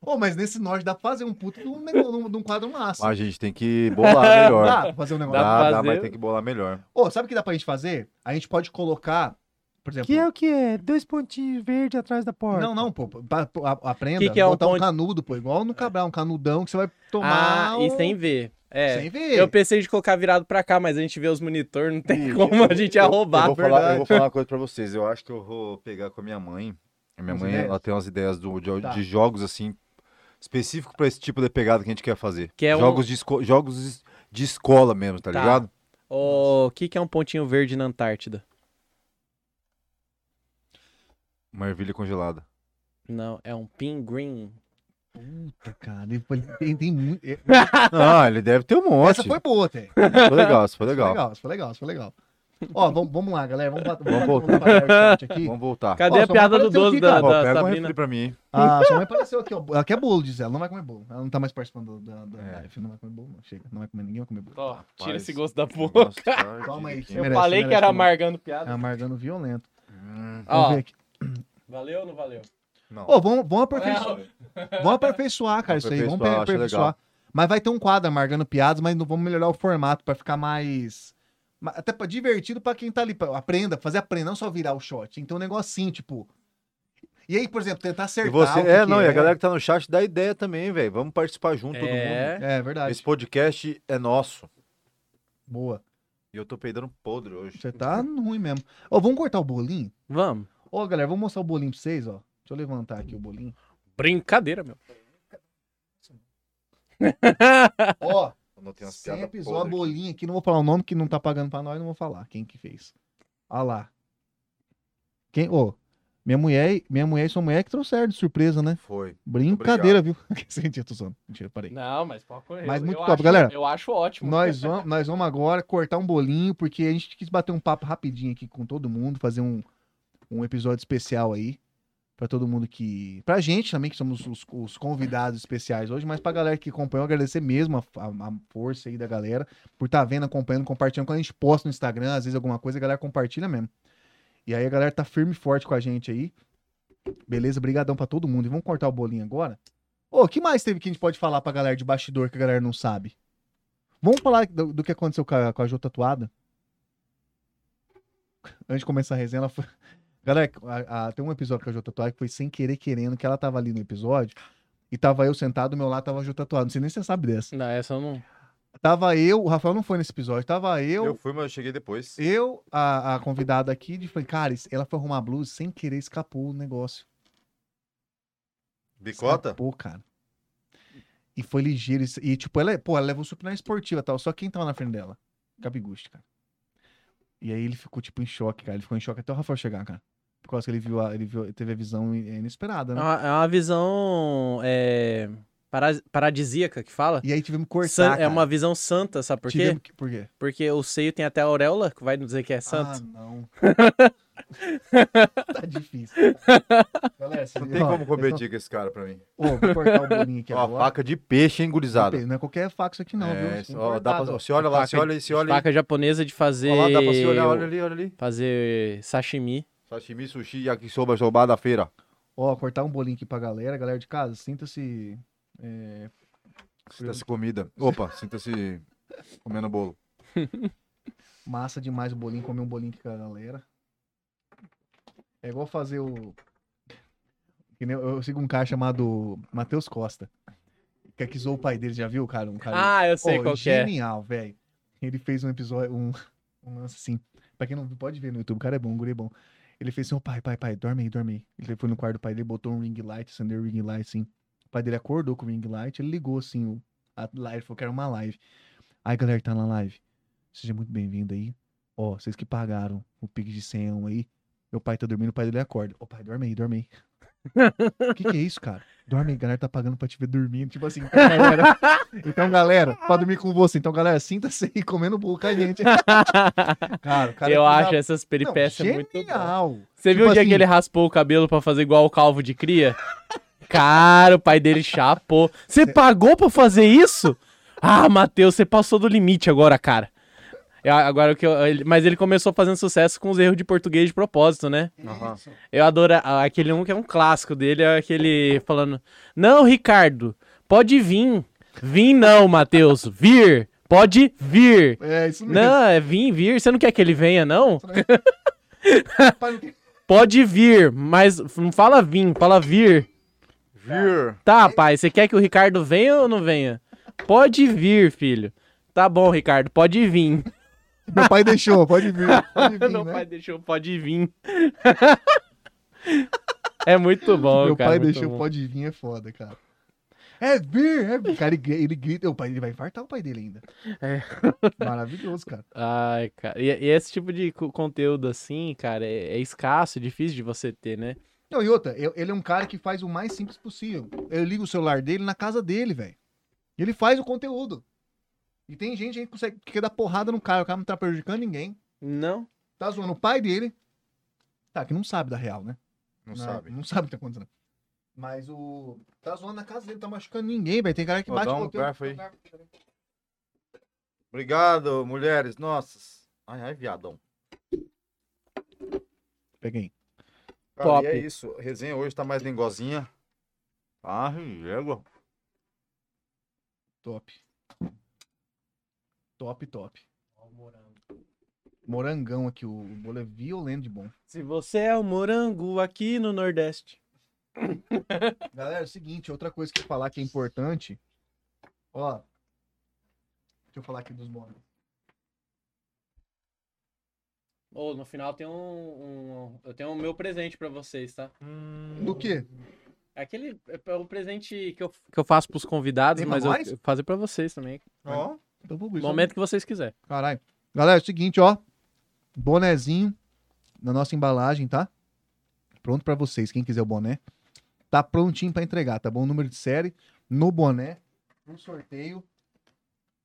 Ô, mas nesse norte dá pra fazer um puto de um, nego- de um- de um quadro massa.
A Ah, gente tem que bolar
(laughs)
melhor.
Dá
dá,
pra fazer um negócio.
pra
dá,
fazer.
mas tem que bolar melhor.
Ô, sabe o que dá pra gente fazer? A gente pode colocar, por exemplo...
o que é? Dois pontinhos verdes atrás da porta.
Não, não, pô, pra- pra- a- aprenda,
Que que é um
botar um,
ponte-
canudo, pô, igual no Cabral, um canudão que você vai tomar...
ah,
o-
e sem ver. É.
Sem ver.
Eu pensei de colocar virado pra cá, mas a gente vê os monitor, não tem como, a gente ia roubar.
Eu vou, falar, eu vou
verdade.
falar uma coisa pra vocês. Eu acho que eu vou pegar com a minha mãe. A minha
Umas
mãe,
ideias?
ela tem umas ideias do- de,
Tá.
de jogos, assim, específico pra esse tipo de pegada que a gente quer fazer.
Que é um-
jogos, de esco- jogos de escola mesmo, tá,
Tá.
ligado?
O que que é um pontinho verde na Antártida?
Uma ervilha congelada. (laughs)
Não, é um pinguim.
Puta, cara, ele- ele tem, tem muito...
Ah, ele deve ter um monte.
Essa foi boa até.
Foi legal, isso foi
Isso foi
legal.
legal, isso foi legal, isso foi legal. Ó, vamos, vamos lá, galera. Vamos, bater-
Vamos
vamos bater o chat aqui.
Vamos voltar.
Cadê
Ó,
a
só
piada do
apareceu
12
aqui,
da,
cara.
Ó,
da
pega um
Sabrina?
refri pra mim.
Ah, sua mãe apareceu aqui, ó. Ela quer bolo, diz ela. Não vai comer bolo. Ela não tá mais participando da, da
É.
live. Não vai comer bolo, não. Chega. Não vai comer, ninguém vai comer bolo.
Ó, tira
Rapaz,
esse gosto da
negócio
boca.
tardio
Calma aí,
aqui.
tinha-
(laughs) Eu
Merece,
falei que
merece
era
comer.
amargando
É
piada.
amargando violento.
Hum,
Vamos
Ó,
ver aqui.
valeu ou não valeu?
não.
Ô, vamos, vamos, aperfeiçoar,
Não,
vamos aperfeiçoar, cara, isso aí. Vamos
Aperfeiçoar, acho
aperfeiçoar. Mas vai ter um quadro amargando piadas, mas não vamos melhorar o formato pra ficar mais. ma- Até pra, divertido pra quem tá ali. pra- aprenda, fazer aprenda, não só virar o shot. Então, um negocinho, tipo. E aí, por exemplo, tentar
E
acertar.
você,
o que
é,
que
não, e a galera que tá no chat dá ideia também, velho. Vamos participar junto, todo mundo.
É.
É verdade.
Esse podcast é nosso.
Boa.
E eu tô peidando podre hoje.
Você tá ruim mesmo. Ó, vamos cortar o bolinho?
Vamos.
Ó, galera, vou mostrar o bolinho pra vocês, ó. Deixa eu levantar aqui o
(laughs)
bolinho.
Brincadeira, meu.
Ó,
Quando tem umas
Sem
piadas
episódio, a
podres.
bolinha aqui, não vou falar o nome que não tá pagando pra nós, não vou falar quem que fez. Olha lá. Quem, ô, minha mulher, e- minha mulher e sua mulher que trouxeram de surpresa, né?
Foi.
Brincadeira, viu? (laughs) Mentira, tô zoando. Mentira, parei.
Não, mas pode correr.
Mas
Eu-
muito
eu
top,
acho-
galera.
Eu acho ótimo.
Nós vamos, nós vamos agora cortar um bolinho, porque a gente quis bater um papo rapidinho aqui com todo mundo, fazer um, um episódio especial aí. Pra todo mundo que. Pra gente também, que somos os, os convidados especiais hoje, mas pra galera que acompanhou, agradecer mesmo a, a- a força aí da galera por estar vendo, acompanhando, compartilhando. Quando a gente posta no Instagram, às vezes alguma coisa, a galera compartilha mesmo. E aí a galera tá firme e forte com a gente aí. Beleza? Brigadão pra todo mundo. E vamos cortar o bolinho agora? Ô, o que mais teve que a gente pode falar pra galera de bastidor que a galera não sabe? Vamos falar do, do que aconteceu com a, com a Jô tatuada? Antes de começar a resenha, ela foi. (laughs) Galera, a- a- tem um episódio com a Jô tatuada que foi sem querer, querendo, que ela tava ali no episódio. E tava eu sentado, do meu lado tava a Jô tatuada. Não sei nem se você sabe dessa.
Não, essa eu não.
Tava eu, o Rafael não foi nesse episódio, tava
Eu...
eu, eu,
fui, mas eu cheguei depois.
a, a convidada aqui, de falei, cara, isso- ela foi arrumar a blusa sem querer, escapou o negócio.
Bicota?
Escapou, cara. E foi ligeiro. isso- E, tipo, ela, pô, ela levou super na esportiva e tal. Só quem tava na frente dela? Gabigusti, cara. E aí ele ficou, tipo, em choque, cara. Ele ficou em choque até o Rafael chegar, cara. Por causa que ele viu, a, ele viu, ele teve a visão in- inesperada,
É
né?
uma, é uma visão é, paras- paradisíaca que fala.
E aí tivemos que
San-
cortar.
é uma visão santa, sabe por quê?
Tivemos que- Por quê?
Porque o seio tem até a auréola, que vai dizer que é
Ah,
santo.
não. (laughs) tá difícil. Galera,
Não tem como competir com esse cara pra mim.
Ô, vou cortar o bolinho (laughs) aqui
Ó,
agora.
faca de peixe, hein, gurizada.
Não é qualquer faca isso aqui, não, viu?
é,
Isso é
ó, dá pra-
importado, ó.
se olha lá,
Faca
se olha aí, se olha aí.
Faca japonesa de fazer.
Ó lá, dá pra se olhar, olha ali, olha ali.
Fazer sashimi.
Sashimi, sushi, yakisoba, soba da feira.
Ó, cortar um bolinho aqui pra galera, galera de casa, sinta-se. é,
Sinta-se comida. Opa, sinta-se comendo bolo.
massa demais o bolinho, comer um bolinho aqui com a galera. É igual fazer o. que nem Eu eu sigo um cara chamado Matheus Costa. Que é que zoou o pai dele, já viu, cara? Um cara.
Ah, eu sei
Ó,
qual que é.
genial, velho. Ele fez um episódio, um, um lance assim. Pra quem não viu, pode ver no YouTube, o cara é bom, o guri é bom. Ele fez assim, ô pai, pai, pai, dorme aí, dorme aí. Ele foi no quarto do pai dele, botou um ring light, acendeu o ring light, assim. O pai dele acordou com o ring light, ele ligou, assim, o, a live, falou que era uma live. Aí, galera que tá na live, seja muito bem-vindo aí. Ó, vocês que pagaram o pix de 100 aí, meu pai tá dormindo, o pai dele acorda. Ô pai, dorme aí, dorme aí.
(laughs)
O que que é isso, cara? Dorme aí, galera tá pagando pra te ver dormindo. Tipo
(laughs)
assim, então, galera, então, galera, pra dormir com você. Então, galera, sinta-se aí comendo bolo com a gente. Cara, o cara é
eu
fez a-
acho essas peripécias
Não,
muito boas.
genial.
Você
Tipo
viu o dia
assim-
que ele raspou o cabelo pra fazer igual o calvo de cria? Cara, o pai dele chapou. Você pagou pra fazer isso? Ah, Matheus, você passou do limite agora, cara. É, Agora o que eu- ele- mas ele começou fazendo sucesso com os erros de português de propósito, né? Eu adoro a- aquele um que é um clássico dele, é aquele falando: Não, Ricardo, pode vir. Vim não, Matheus. Vir. Pode vir.
É, isso mesmo.
Não, é vir, vir. Você não quer que ele venha, não?
Pai, não tem-
Pode vir, mas não fala vir, fala vir.
Vir.
Tá, pai, você quer que o Ricardo venha ou não venha? Pode vir, filho. Tá bom, Ricardo, pode vir.
Meu pai deixou, pode vir. (laughs)
(laughs)
Pode vir,
Meu
né?
pai deixou, pode vir. (laughs) é muito bom,
Meu
cara.
pai
muito
deixou,
bom.
pode vir, é foda, cara. É vir, é vir. Cara, ele gri- ele grita. O pai dele vai infartar o pai dele ainda.
É.
(laughs) Maravilhoso, cara.
Ai, cara. E, e esse tipo de co- conteúdo assim, cara, é, é escasso, difícil de você ter, né?
Não, e outra, eu- ele é um cara que faz o mais simples possível. Eu ligo o celular dele na casa dele, velho. E Ele faz o conteúdo. E tem gente aí que consegue, que quer dar porrada no cara, o cara não tá prejudicando ninguém.
Não.
Tá zoando o pai dele. Tá, que não sabe da real, né?
Não, sabe.
Não sabe o que tá acontecendo. Mas o. Tá zoando na casa dele, tá machucando ninguém, velho. Tem cara que
Ó,
bate
dá um
roteiro-
garfo aí. Obrigado, mulheres. Nossas. Ai, ai, viadão.
Peguei.
Cara,
Top.
e é isso. A resenha hoje tá mais lingozinha. Ah, régua.
Top. Top, top. Morangão aqui, o o bolo é violento de bom.
Se você é um morango aqui no Nordeste.
Galera, é o seguinte, outra coisa que eu falar que é importante. Ó. Deixa eu falar aqui dos móveis.
Ou no final tem um, um- Eu tenho o meu presente pra vocês, tá?
Do quê?
É Aquele. É o presente que eu, que eu faço pros convidados,
Tem é. pra
mas eu,
nós?
eu fazer pra vocês também.
Ó,
Eu publico.
Momento que vocês quiserem.
Caralho. Galera, é o seguinte, ó. Bonezinho na nossa embalagem, tá? Pronto pra vocês, quem quiser o boné. Tá prontinho pra entregar, tá bom? O número de série no boné pro sorteio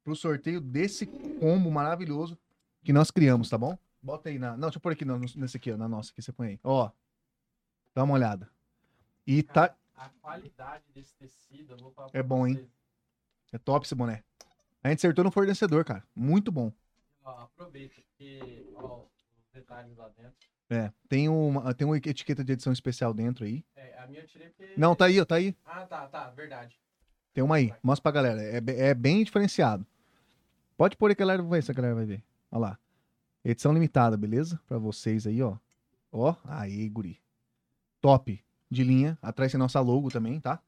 pro sorteio desse combo maravilhoso que nós criamos, tá bom? Bota aí na, não, deixa eu pôr aqui na, nesse aqui, ó, na nossa que você põe aí. Ó. Dá uma olhada. E tá
A qualidade desse tecido, eu vou falar
É bom, hein?
vocês.
é top esse boné. A gente acertou no fornecedor, cara. Muito bom.
Ó, aproveita, porque, ó, os detalhes lá dentro.
É, tem uma, tem uma etiqueta de edição especial dentro aí.
É, a minha eu tirei porque...
Não, tá aí, ó, tá aí.
Ah, tá, tá, verdade.
Tem uma aí. Mostra pra galera. É, be- é bem diferenciado. Pode pôr aí que a galera vai ver, se a galera vai ver. Olha lá. Edição limitada, beleza? Pra vocês aí, ó. Ó, aí, guri. Top de linha. Atrás tem nossa logo também, tá?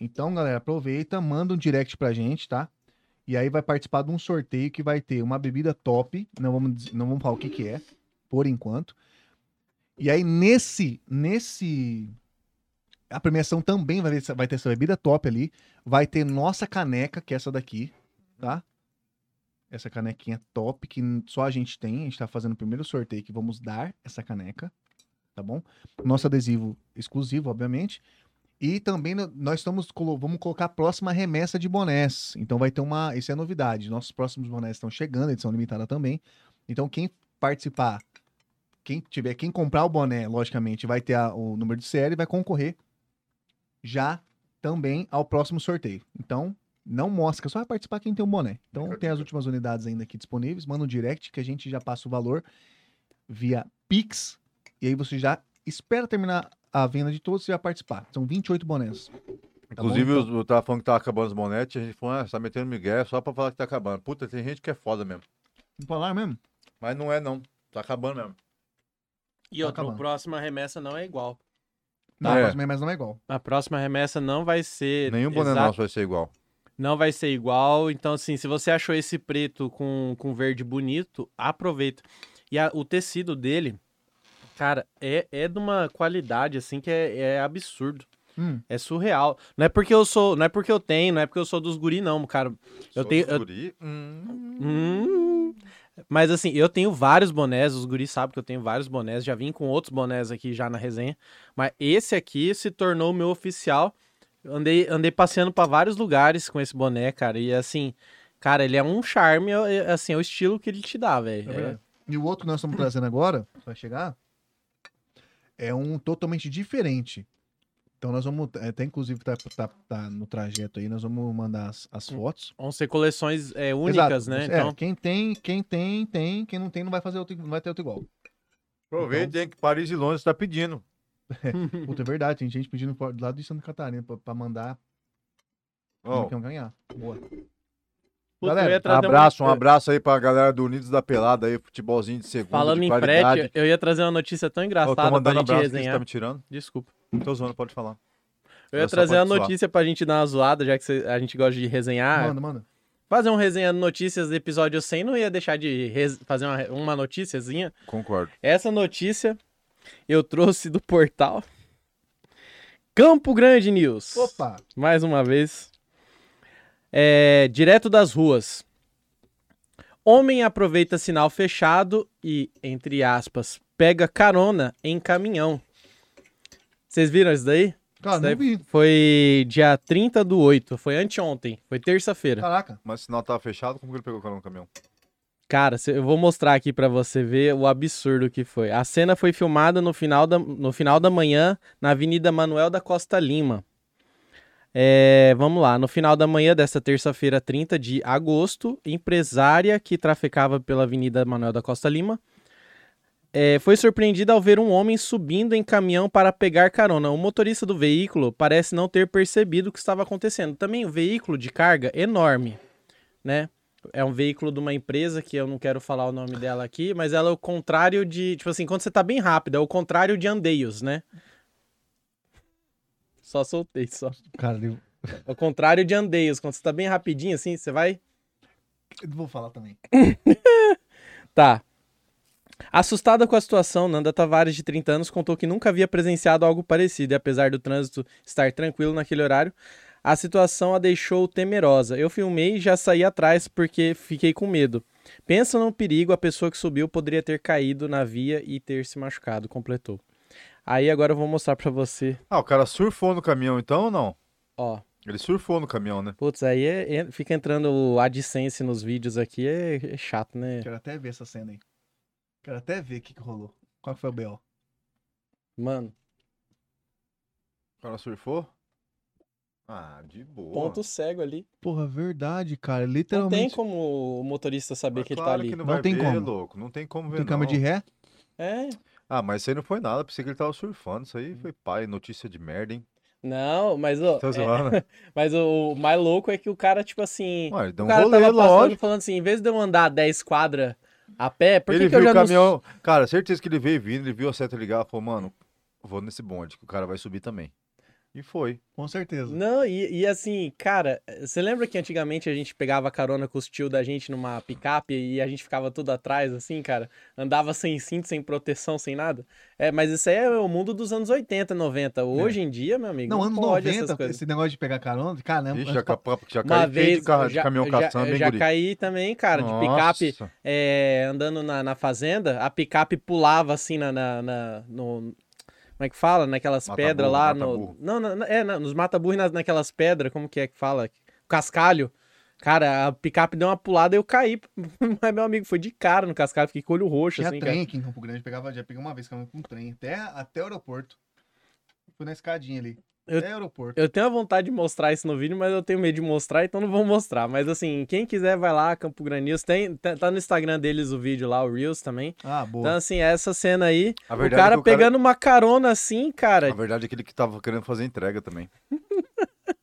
Então, galera, aproveita, manda um direct pra gente, tá? E aí vai participar de um sorteio que vai ter uma bebida top. Não vamos, dizer- não vamos falar o que que é, por enquanto. E aí, nesse, nesse... A premiação também vai ter, vai ter essa bebida top ali vai ter nossa caneca, que é essa daqui, tá? Essa canequinha top que n- só a gente tem. A gente tá fazendo o primeiro sorteio que vamos dar essa caneca, tá bom? Nosso adesivo exclusivo, obviamente. E também no- nós estamos colo- vamos colocar a próxima remessa de bonés. Então vai ter uma, isso é novidade. Nossos próximos bonés estão chegando, edição limitada também. Então quem participar, quem tiver, quem comprar o boné, logicamente, vai ter a- o número de série e vai concorrer já também ao próximo sorteio. Então, não mosca, só vai participar quem tem o boné. Então,
Fica a
tem as
dica.
últimas unidades ainda aqui disponíveis. Manda um direct que a gente já passa o valor via Pix. E aí você já espera terminar a venda de todos e já participar. São 28 bonés. Tá bom,
Inclusive,
então?
os- eu tava falando que tava acabando os bonetes, a gente falou, ah, você tá metendo migué só pra falar que tá acabando. Puta, tem gente que é foda mesmo.
Não falaram mesmo?
Mas não é, não. Tá acabando mesmo.
E
Tá
outra, a
acabando.
próxima remessa não é igual.
Não,
É.
mas- mas não é igual.
A próxima remessa não vai ser.
Nenhum boné
exata-
nosso vai ser igual.
Não vai ser igual. Então, assim, se você achou esse preto com, com verde bonito, aproveita. E a- o tecido dele, cara, é, é de uma qualidade, assim, que é, é absurdo.
Hum.
É surreal. Não é porque eu sou. Não é porque eu tenho, não é porque eu sou dos guri, não, cara. Eu
Sou
tenho-
dos
eu-
guri. Hum.
Hum. Mas assim, eu tenho vários bonés, os guris sabem que eu tenho vários bonés, já vim com outros bonés aqui já na resenha, mas esse aqui se tornou o meu oficial. Eu Andei, andei passeando pra vários lugares com esse boné, cara, e assim, cara, ele é um charme, eu- eu- assim, é o estilo que ele te dá, velho. É.
E o outro que nós estamos trazendo agora, vai chegar, é um totalmente diferente. Então nós vamos, até inclusive tá, tá- tá no trajeto aí, nós vamos mandar as, as fotos.
Vão ser coleções é, Hum. únicas,
Exato.
né?
É,
Então,
quem tem, quem tem, tem. Quem não tem, não vai fazer outro, não vai ter outro
(laughs)
igual.
Aproveita, hein, que Paris e Londres tá pedindo.
Puta, é verdade. Tem gente pedindo fora- do lado de Santa Catarina pra, pra mandar
Ó,
pra quem ganhar. Boa.
puta, eu
galera,
ia trazer uma-
abraço, um abraço aí pra galera do Unidos da Pelada aí, futebolzinho de segunda,
Falando
de
em é
qualidade.
frete, eu ia trazer uma notícia tão
Ó, tô
engraçada pra
mandando
gente
abraço, que você
resenhar.
tá me tirando?
Desculpa.
Tô zoando, pode falar.
Eu ia
Você
trazer uma
pode zoar.
notícia pra gente dar uma zoada, já que cê- a gente gosta de resenhar.
Manda, manda.
Fazer um resenha de notícias do episódio 100 não ia deixar de res- fazer uma, uma noticiazinha.
Concordo.
Essa notícia eu trouxe do portal Campo Grande News.
Opa!
Mais uma vez. É, direto das ruas. Homem aproveita sinal fechado e, entre aspas, pega carona em caminhão. Vocês viram isso daí?
Cara,
Isso é
não
daí
vi.
Foi dia 30 do 8, foi anteontem, foi terça-feira.
Caraca.
Mas o sinal tava fechado, como que ele pegou o carro no caminhão?
Cara, cê- eu vou mostrar aqui pra você ver o absurdo que foi. A cena foi filmada no final da, no final da manhã na Avenida Manuel da Costa Lima. É, vamos lá, no final da manhã desta terça-feira, 30 de agosto, empresária que trafecava pela Avenida Manuel da Costa Lima é, foi surpreendida ao ver um homem subindo em caminhão para pegar carona. O motorista do veículo parece não ter percebido o que estava acontecendo. Também o veículo de carga enorme, né? é um veículo de uma empresa que eu não quero falar o nome dela aqui, mas ela é o contrário de. Tipo assim, quando você tá bem rápido, é o contrário de andeios, né? Só soltei, só.
Cara, eu
É o contrário de andeios. Quando você tá bem rapidinho, assim, você vai.
eu vou falar também.
Tá. Assustada com a situação, Nanda Tavares, de 30 anos, contou que nunca havia presenciado algo parecido e, apesar do trânsito estar tranquilo naquele horário, A situação a deixou temerosa. Eu filmei e já saí atrás porque fiquei com medo. Pensa no perigo, a pessoa que subiu poderia ter caído na via e ter se machucado, completou. Aí agora eu vou mostrar pra você,
Ah, o cara surfou no caminhão então ou não?
ó.
Ele surfou no caminhão, né?
Putz, aí é- é- fica entrando o AdSense nos vídeos aqui, é, é chato, né?
Quero até ver essa cena aí. Quero até ver o que, que rolou. Qual que foi o B.O.?
Mano,
O cara surfou?
Ah, de boa.
ponto cego ali.
Porra, verdade, cara.
Não
Literalmente.
tem como o motorista saber
Mas
que ele tá
Ah, claro
ali.
que não,
Não
vai
tem
ver,
como.
louco. Não tem como ver,
Tem câmera
não.
de ré?
É.
Ah, mas isso aí não foi nada. Pensei que ele tava surfando. Isso aí foi pai, notícia de merda, hein?
Não, mas ó,
Tá
é- (laughs)
zoando.
mas o, o mais louco é que o cara, tipo assim.
Ué, ele deu um
o cara
rolê,
tava passando
lógico.
falando assim, em vez de eu andar 10 quadras a pé, por que,
Ele
que eu
viu
já
o
não-
caminhão. Cara, certeza que ele veio vindo, ele viu a seta ligar e falou, mano, vou nesse bonde, que o cara vai subir também. E foi.
Com certeza.
Não, e, e assim, cara, você lembra que antigamente a gente pegava carona com os tio da gente numa picape e a gente ficava tudo atrás, assim, cara? Andava sem cinto, sem proteção, sem nada? É, mas isso aí é o mundo dos anos 80,
É.
90. Hoje em dia, meu amigo,
Não,
não
anos
pode essas
90,
coisas.
esse negócio de pegar carona, caramba.
Ixi,
antes
já,
pra-
ca... já
tá Uma
caiu feio
vez,
de, carro, de
já-
caminhão
já-
caçamba, hein,
já
guri?
caí também, cara, de picape.
Nossa.
é, andando na, na fazenda, a picape pulava assim na. na- na- no, como é que fala? Naquelas
Mata
pedras
burro,
lá.
mata
No,
burro.
não, não, é, na- nos mata-burro e nas- naquelas pedras, como que é que fala? Cascalho. Cara, a picape deu uma pulada e eu caí. (laughs) Mas, meu amigo, foi de cara no cascalho, fiquei com o olho roxo,
Tinha
assim, cara.
trem aqui em Campo Grande, pegava, já peguei uma vez carona com trem, até, até o aeroporto. Fui na escadinha ali.
Eu-
Até o aeroporto.
Eu tenho a vontade de mostrar isso no vídeo, mas eu tenho medo de mostrar, então não vou mostrar. Mas assim, quem quiser vai lá, Campo Granils. Tem, tá, tá no Instagram deles o vídeo lá, o Reels também.
Ah, boa.
Então, assim, essa cena aí.
A
O
verdade é
cara
que o
pegando uma carona assim, cara.
A verdade é que ele que tava querendo fazer entrega também. Ah.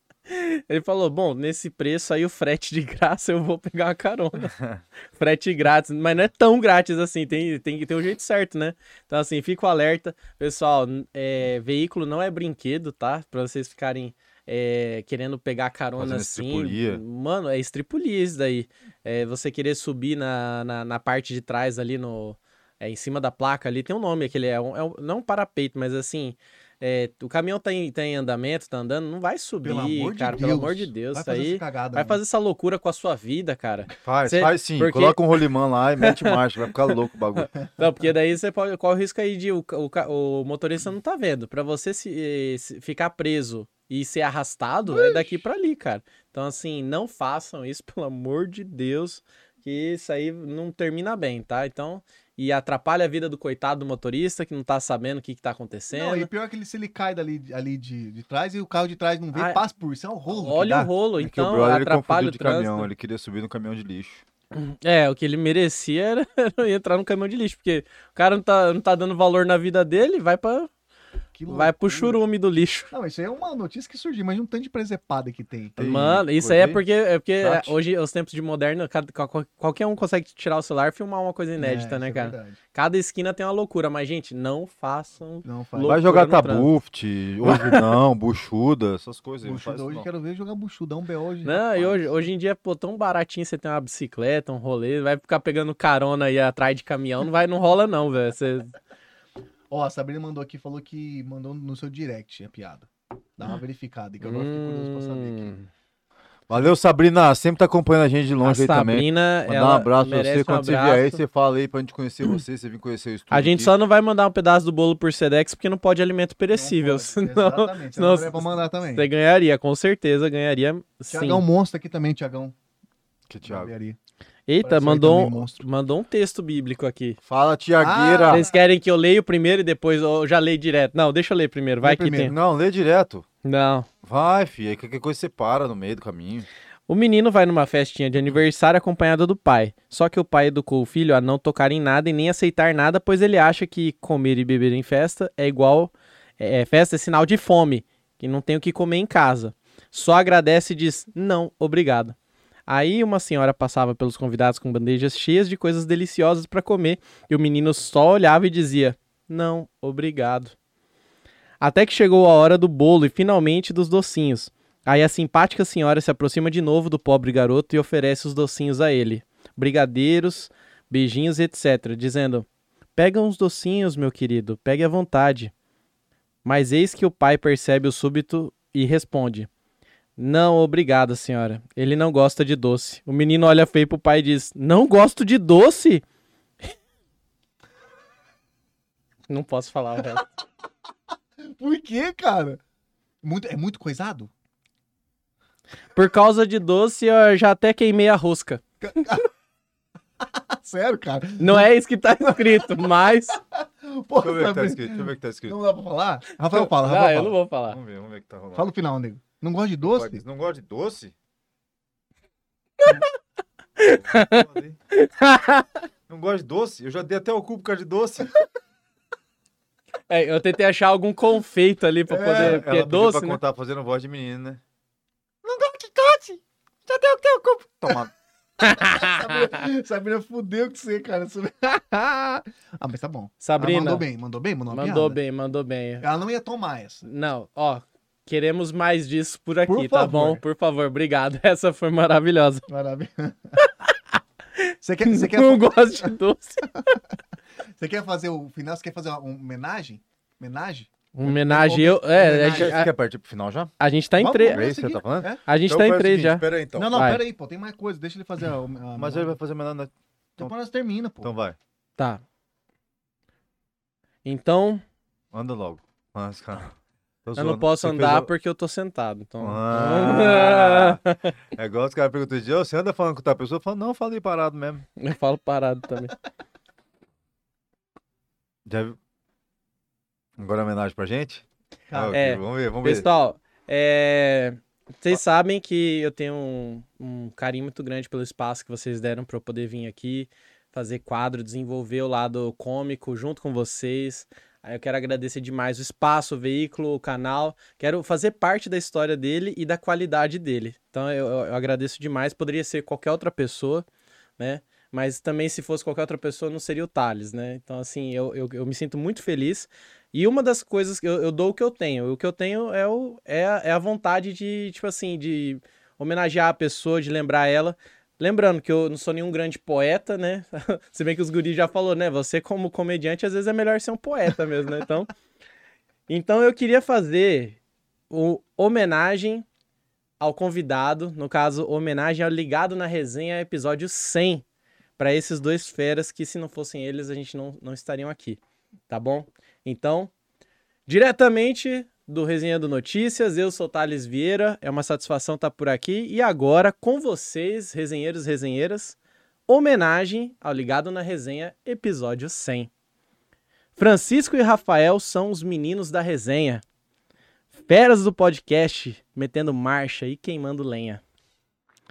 Ele falou: Bom, nesse preço aí o frete de (laughs) graça eu vou pegar uma carona.
(laughs)
frete grátis, mas não é tão grátis assim, tem, tem que ter um jeito certo, né? Então, assim, fica o alerta. Pessoal, n- é, veículo não é brinquedo, tá? Pra vocês ficarem é, querendo pegar carona
Fazendo
assim.
estripulia.
Mano, é estripulia isso daí. É, você querer subir na, na, na parte de trás ali no. É, em cima da placa ali tem um nome, aquele é, um, é um- não um parapeito, mas assim. é, o caminhão tá em, tá em andamento, tá andando, não vai subir, cara. Pelo amor de Deus,
Vai
isso
fazer
aí.
essa cagada,
Vai
mano.
fazer né? essa loucura com a sua vida, cara.
Faz,
Cê-
faz sim.
porque-
Coloca um rolimã lá e mete marcha, vai ficar louco o
(laughs)
bagulho.
Não, porque daí você pode. Qual o risco aí de o, ca- o, ca- o motorista não tá vendo? Pra você se, eh, se- ficar preso e ser arrastado, é daqui pra ali, cara. Então, assim, não façam isso, (laughs) pelo amor de Deus, que isso aí não termina bem, tá? Então. E atrapalha a vida do coitado do motorista que não tá sabendo o que, que tá acontecendo.
Não, e pior que ele, se ele cai dali, ali de, de trás e o carro de trás não vê,
Ah,
passa por isso, é um rolo. que
Olha
dá.
o rolo,
É que o
então
brother ele
atrapalha
confundiu
o
de
trânsito.
caminhão, ele queria subir no caminhão de lixo.
né?
É, o que ele merecia era (laughs) era entrar no caminhão de lixo, porque o cara não tá, não tá dando valor na vida dele, vai para
Que
vai pro
loucura.
churume do lixo.
Não, isso aí é uma notícia que surgiu, mas um tanto de presepada que tem. então.
Tem
Mano, isso
coisa
aí é
aí?
porque, é porque é,
Chat?
hoje, os tempos de moderno, cada- qual- qual- qualquer um consegue tirar o celular e filmar uma coisa inédita,
É,
né,
isso é
cara?
verdade.
cada esquina tem uma loucura, mas, gente, não façam.
Não, faz.
Louco,
vai jogar
loucura no
tabuft, hoje não, buchuda, essas coisas. aí, não é, faz
Buchuda
isso,
hoje,
não.
quero ver jogar buchudão B hoje.
Não, e hoje, hoje em dia, pô, tão baratinho você tem uma bicicleta, um rolê, vai ficar pegando carona aí atrás de caminhão, não vai, não rola não, velho. Você-
Ó, a Sabrina mandou aqui, falou que mandou no seu direct a piada. Dá uma verificada, que agora eu fiquei curioso pra saber. aqui.
Hum.
Valeu, Sabrina. Sempre tá acompanhando a gente de longe
a
aí também.
Sabrina,
Mandar um
ela
abraço pra
merece
você.
um
Quando você vier
abraço.
aí, você fala aí pra gente conhecer você, você vir conhecer o estúdio.
A gente
aqui.
só não vai mandar um pedaço do bolo por Sedex porque não pode alimento
Não
perecível,
pode,
(laughs) senão
Exatamente,
senão-
senão... vou mandar também.
você ganharia, com certeza ganharia sim.
Tiagão Monstro aqui também, Tiagão.
Que é Thiago.
Barbearia.
Eita,
Parece aí
mandou,
também
um-
monstro. (laughs)
mandou um texto bíblico aqui.
Fala, Tiagueira.
Vocês querem que eu leia primeiro e depois eu já leio direto? Não, deixa eu ler primeiro, vai
Lê
que
primeiro.
tem.
Não, lê direto.
Não.
Vai, fi. Aí qualquer coisa você para no meio do
(laughs)
caminho.
O menino vai numa festinha de aniversário acompanhado do pai. Só que o pai educou o filho a não tocar em nada e nem aceitar nada, pois ele acha que comer e beber em festa é igual. É, é- festa é sinal de fome, que não tem o que comer em casa. Só agradece e diz: não, obrigado. Aí uma senhora passava pelos convidados com bandejas cheias de coisas deliciosas para comer e o menino só olhava e dizia: não, obrigado. Até que chegou a hora do bolo e finalmente dos docinhos. Aí a simpática senhora se aproxima de novo do pobre garoto e oferece os docinhos a ele. Brigadeiros, beijinhos, etc. Dizendo: Pega uns docinhos, meu querido, pegue à vontade. Mas eis que o pai percebe o súbito e responde: Não, obrigado, senhora. Ele não gosta de doce. O menino olha feio pro pai e diz: Não gosto de doce? (laughs) não posso falar o resto.
Por quê, cara? Muito, é muito coisado? (laughs)
Por causa de doce, eu já até queimei a rosca.
Sério, cara?
Não é isso que tá escrito, mas.
Pô,
Deixa eu ver o que tá
sabe-
escrito. Deixa eu ver o que tá escrito.
Não dá pra falar? Rafael, fala,
não,
Rafael.
Ah, eu
fala.
não vou falar.
Vamos ver, vamos ver o que tá rolando.
Fala o final, nego. Não gosta de
Pode-
doce?
Não gosta de
(laughs)
doce? Não gosta de doce? Eu já dei até o cu por causa de doce.
É, eu tentei achar algum confeito ali pra
É,
poder. Porque é
pediu
doce,
pra
né?
contar fazendo voz de menino, né? Não gosta de doce? Já deu até o cu. Toma.
(laughs) Essa menina fudeu com você, cara. (laughs) Essa- ah, mas tá bom. Ela
Sabrina.
mandou bem, mandou bem, mandou uma
mandou
piada.
bem, mandou bem.
Ela não ia tomar essa.
Não, ó. Queremos mais disso por aqui,
Por
tá
favor.
bom? Por favor, obrigado. (laughs) Essa foi maravilhosa.
Maravilha. (laughs) Você quer, você, quer,
não gosto de doce.
você quer fazer o final? Você quer fazer uma uma homenagem? Homenagem?
Homenagem, eu. É, a gente-
Quer,
a,
quer partir pro final já?
a gente tá em
Vamos,
três.
vamos
É isso que você tá falando?
É?
A gente
Então
tá em
faz o
três
seguinte,
já.
Pera aí, então.
não, não,
vai.
pera aí, pô. Tem mais coisa. Deixa ele fazer a... a
Mas ele vai fazer melhor. na-
Depois nós termina, pô.
Então vai.
Tá. Então,
Anda logo. Nossa, cara. Tô
(laughs) eu
zoando.
não posso
Você fez
andar
a-
porque eu tô sentado. Então.
Ah. É igual os caras perguntam de você anda falando com outra pessoa? Eu falo, não, falei parado mesmo.
(laughs) eu falo parado também.
Já viu? Agora é homenagem pra gente?
Cara,
Ah, ok,
é.
Vamos ver, vamos ver.
Pessoal, é, vocês sabem que eu tenho um, um carinho muito grande pelo espaço que vocês deram para eu poder vir aqui fazer quadro, desenvolver o lado cômico junto com vocês. Aí eu quero agradecer demais o espaço, o veículo, o canal. Quero fazer parte da história dele e da qualidade dele. Então eu, eu- eu agradeço demais. Poderia ser qualquer outra pessoa, né? Mas também se fosse qualquer outra pessoa, não seria o Thales, né? Então, assim, eu- eu, eu me sinto muito feliz e uma das coisas que eu, eu dou o que eu tenho. O que eu tenho é, o, é, a- é a vontade de, tipo assim, de homenagear a pessoa, de lembrar ela. Lembrando que eu não sou nenhum grande poeta, né? (laughs) Se bem que os guris já falou, né? Você, como comediante, às vezes é melhor ser um poeta mesmo, né? Então, (laughs) então eu queria fazer o homenagem ao convidado, no caso, homenagem ao Ligado na Resenha, episódio 100, para esses dois feras que, se não fossem eles, a gente não, não estariam aqui, tá bom? Então, diretamente do Resenhando Notícias, eu sou Thales Vieira, é uma satisfação estar por aqui. E agora, com vocês, resenheiros e resenheiras, homenagem ao Ligado na Resenha, episódio 100. Francisco e Rafael são os meninos da resenha. Feras do podcast, metendo marcha e queimando lenha.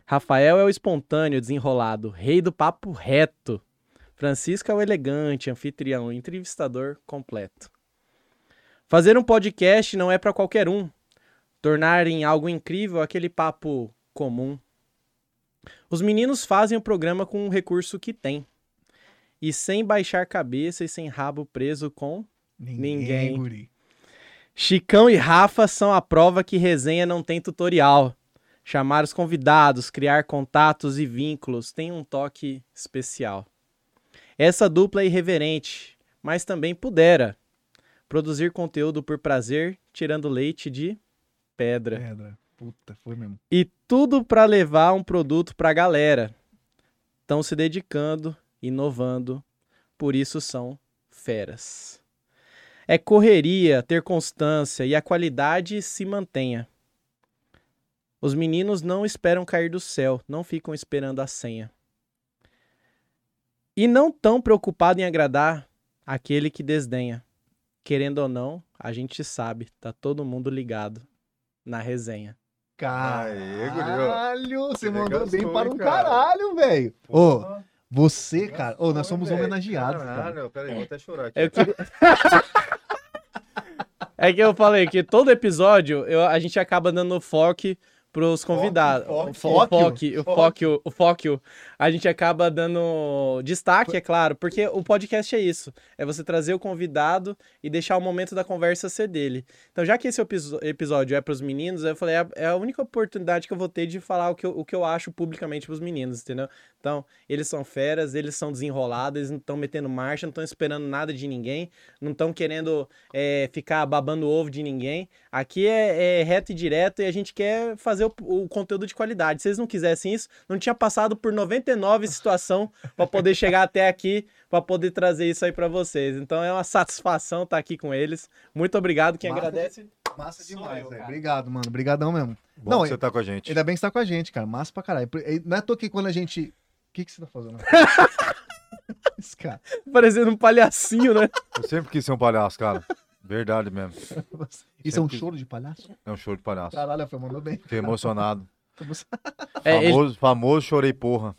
Rafael é o espontâneo, desenrolado, rei do papo reto. Francisco é o elegante, anfitrião, entrevistador completo. Fazer um podcast não é para qualquer um. Tornar em algo incrível aquele papo comum. Os meninos fazem o programa com o recurso que têm. E sem baixar cabeça e sem rabo preso com Ninguém.
guri.
Chicão e Rafa são a prova que resenha não tem tutorial. Chamar os convidados, criar contatos e vínculos tem um toque especial. Essa dupla é irreverente, mas também pudera produzir conteúdo por prazer, tirando leite de pedra.
Pedra. Puta, foi mesmo.
E tudo para levar um produto para a galera. Estão se dedicando, inovando, por isso são feras. É correria, ter constância e a qualidade se mantenha. Os meninos não esperam cair do céu, não ficam esperando a senha. E não tão preocupado em agradar aquele que desdenha. Querendo ou não, a gente sabe, tá todo mundo ligado na resenha.
Aê, guri, ó.
Caralho, você
Que
mandou
legal
bem
foi,
para um
cara.
caralho, velho. Ô, você,
Nossa,
cara. Ô, nós somos
velho.
homenageados, cara.
Caralho, pera aí, vou até chorar aqui.
É que... é que eu falei que todo episódio eu- a gente acaba dando foco pros convidados.
foco,
O fo-
foco.
foco, o foco, o foco. A gente acaba dando destaque, é claro, porque o podcast é isso. É você trazer o convidado e deixar o momento da conversa ser dele. Então, já que esse episo- episódio é pros meninos, eu falei, é a- é a única oportunidade que eu vou ter de falar o que eu, o que eu acho publicamente pros meninos, entendeu? Então, eles são feras, eles são desenrolados, eles não estão metendo marcha, não estão esperando nada de ninguém, não estão querendo é, ficar babando ovo de ninguém. Aqui é, é reto e direto e a gente quer fazer o, o conteúdo de qualidade. Se eles não quisessem isso, não tinha passado por 99 situação para poder chegar até aqui, para poder trazer isso aí para vocês. Então é uma satisfação estar aqui com eles. Muito obrigado, quem
Massa.
agradece. (laughs)
Massa
Sou
demais,
eu,
velho.
cara.
Obrigado, mano. Obrigadão mesmo.
Bom
Não,
que você tá com a gente.
Ainda bem que você tá com a gente, cara. Massa pra caralho. E Não é à toa que quando a gente. O que, que você tá
(laughs)
fazendo? Esse cara.
Parecendo um palhacinho, né?
Eu sempre quis ser um palhaço, cara. Verdade mesmo.
Isso é um
Sempre-
choro de palhaço?
É um show de palhaço.
Caralho, foi, mandou bem.
Fiquei emocionado.
É, ele-
famoso, famoso chorei porra.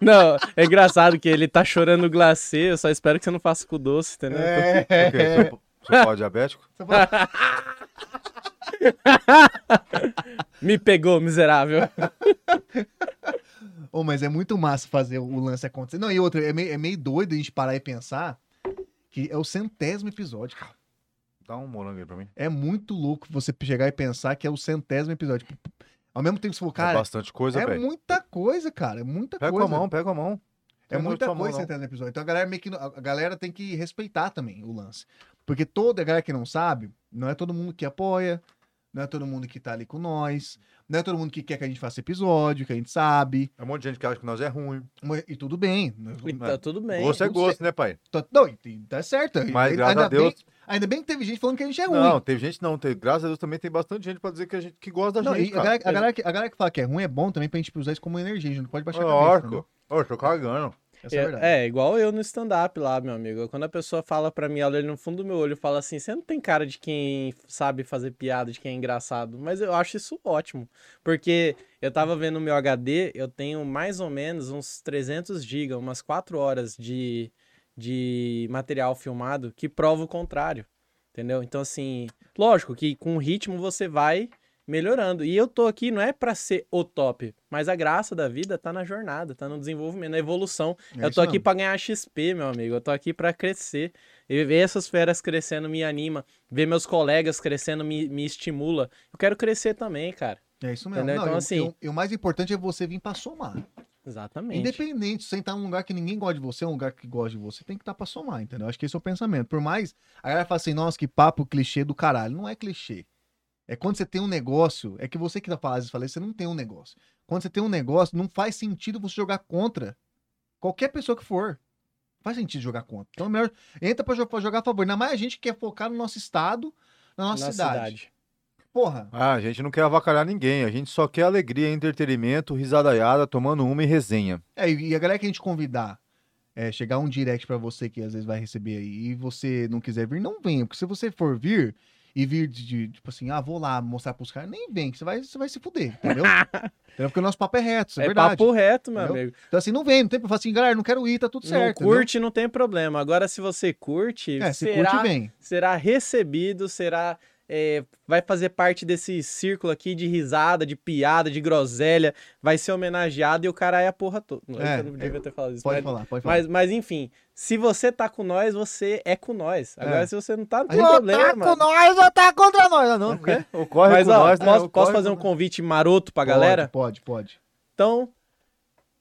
Não, é engraçado que ele tá chorando glacê, eu só espero que você não faça com doce, entendeu?
É. (laughs)
Por quê? Sou, um sou pau diabético?
Me pegou, miserável.
Oh, mas é muito massa fazer o lance acontecer. Não, e outra, é meio, é meio doido a gente parar e pensar que é o centésimo episódio, cara.
Dá um morango aí pra mim.
É muito louco você chegar e pensar que é o centésimo episódio. Tipo, Ao mesmo tempo que você falou,
é
cara,
bastante coisa,
é,
velho.
muita coisa, cara. É muita
Pega
coisa.
com a mão, pega com a mão.
É
Tem
muita
muito amor,
coisa
não.
você entrar no episódio. Então a galera meio que. não- A galera tem que respeitar também o lance. Porque toda a galera que não sabe, não é todo mundo que apoia, não é todo mundo que tá ali com nós, não é todo mundo que quer que a gente faça episódio, que a gente sabe.
É um monte de gente que acha que nós é ruim.
mas- E tudo bem.
E Tá tudo bem.
Gosto é
não sei.
gosto, né, pai?
Tá- Não, e- e tá certo. E-
Mas graças
ainda
a Deus.
Bem, ainda bem que teve gente falando que a gente é ruim.
Não, teve gente não. Teve, graças a Deus também tem bastante gente pra dizer que, a gente, que gosta da
Não,
gente,
e a,
cara.
galera, a, galera que, a galera que fala que é ruim é bom também pra gente usar isso como energia. A gente não pode baixar a
Ô,
cabeça.
orco.
entendeu?
Ô, eu tô cagando.
Essa é a
Eu-
verdade.
É, igual eu no stand-up lá, meu amigo. Quando a pessoa fala pra mim, olha no fundo do meu olho e fala assim: você não tem cara de quem sabe fazer piada, de quem é engraçado. Mas eu acho isso ótimo. Porque eu tava vendo o meu HD, eu tenho mais ou menos uns 300 GB, umas 4 horas de, de material filmado que prova o contrário. Entendeu? Então, assim, lógico que com o ritmo você vai melhorando. E eu tô aqui não é pra ser o top, mas a graça da vida tá na jornada, tá no desenvolvimento, na evolução.
É
eu
isso
tô aqui
mesmo.
pra ganhar XP, meu amigo. Eu tô aqui pra crescer. E ver essas feras crescendo me anima. Ver meus colegas crescendo me, me estimula. Eu quero crescer também, cara.
É isso mesmo.
Entendeu?
Não, e
Então,
o-
assim-
e o- e o mais importante é você vir pra somar.
Exatamente.
Independente, se você entrar num lugar que ninguém gosta de você, um lugar que gosta de você, tem que estar pra somar, entendeu? Acho que esse é o pensamento. Por mais a galera fala assim, nossa, que papo clichê do caralho. Não é clichê. É quando você tem um negócio, é que você que tá falando, falei, você não tem um negócio. Quando você tem um negócio, não faz sentido você jogar contra qualquer pessoa que for. Não faz sentido jogar contra. Então é melhor entra pra, jo- pra jogar a favor. Ainda mais a gente quer focar no nosso estado, na nossa, cidade. Porra.
Ah, a gente não quer avacalhar ninguém. A gente só quer alegria, entretenimento, risadaiada, tomando uma e resenha.
É, e a galera que a gente convidar, é, chegar um direct pra você que às vezes vai receber aí e você não quiser vir, não venha. Porque se você for vir e vir de, de, tipo assim, ah, vou lá mostrar pros caras, nem vem, que você vai, você vai se fuder,
(laughs)
entendeu? entendeu? Porque o nosso papo é reto, isso é,
É
verdade.
papo reto, meu
Entendeu?
amigo.
Então assim, não vem, não tem pra falar assim, galera, não quero ir, tá tudo certo.
não
entendeu?
curte, não tem problema. Agora, se você curte,
É, se
será,
curte, vem.
será recebido, será. é, vai fazer parte desse círculo aqui de risada, de piada, de groselha. Vai ser homenageado e o cara é a porra toda.
É,
eu não devia ter falado isso.
Pode
mas,
falar, pode falar.
mas, mas, enfim, se você tá com nós, você é com nós. Agora,
É.
se você não tá, não
A
tem
gente
problema. mano.
nós ou tá contra nós?
Ah,
Não, não
(laughs)
É?
quer? Ocorre
Mas,
com
ó,
nós, né?
posso, posso
Ocorre
fazer
com
um
nós.
convite maroto pra
Pode,
galera?
Pode, pode.
Então,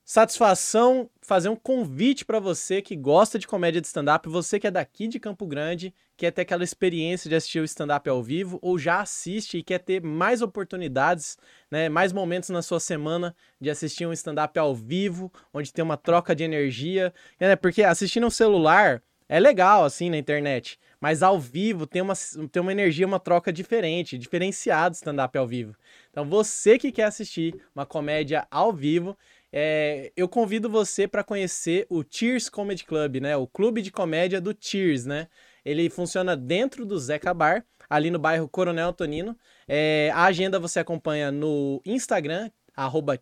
satisfação fazer um convite pra você que gosta de comédia de stand-up, você que é daqui de Campo Grande, quer ter aquela experiência de assistir o stand-up ao vivo ou já assiste e quer ter mais oportunidades, né, mais momentos na sua semana de assistir um stand-up ao vivo, onde tem uma troca de energia, né, porque assistir no celular é legal assim na internet, mas ao vivo tem uma, tem uma energia, uma troca diferente, diferenciado stand-up ao vivo. Então, você que quer assistir uma comédia ao vivo, é, eu convido você para conhecer o Tears Comedy Club, né? O clube de comédia do Tears, né? Ele funciona dentro do Zeca Bar, ali no bairro Coronel Antonino. É, a agenda você acompanha no Instagram, arroba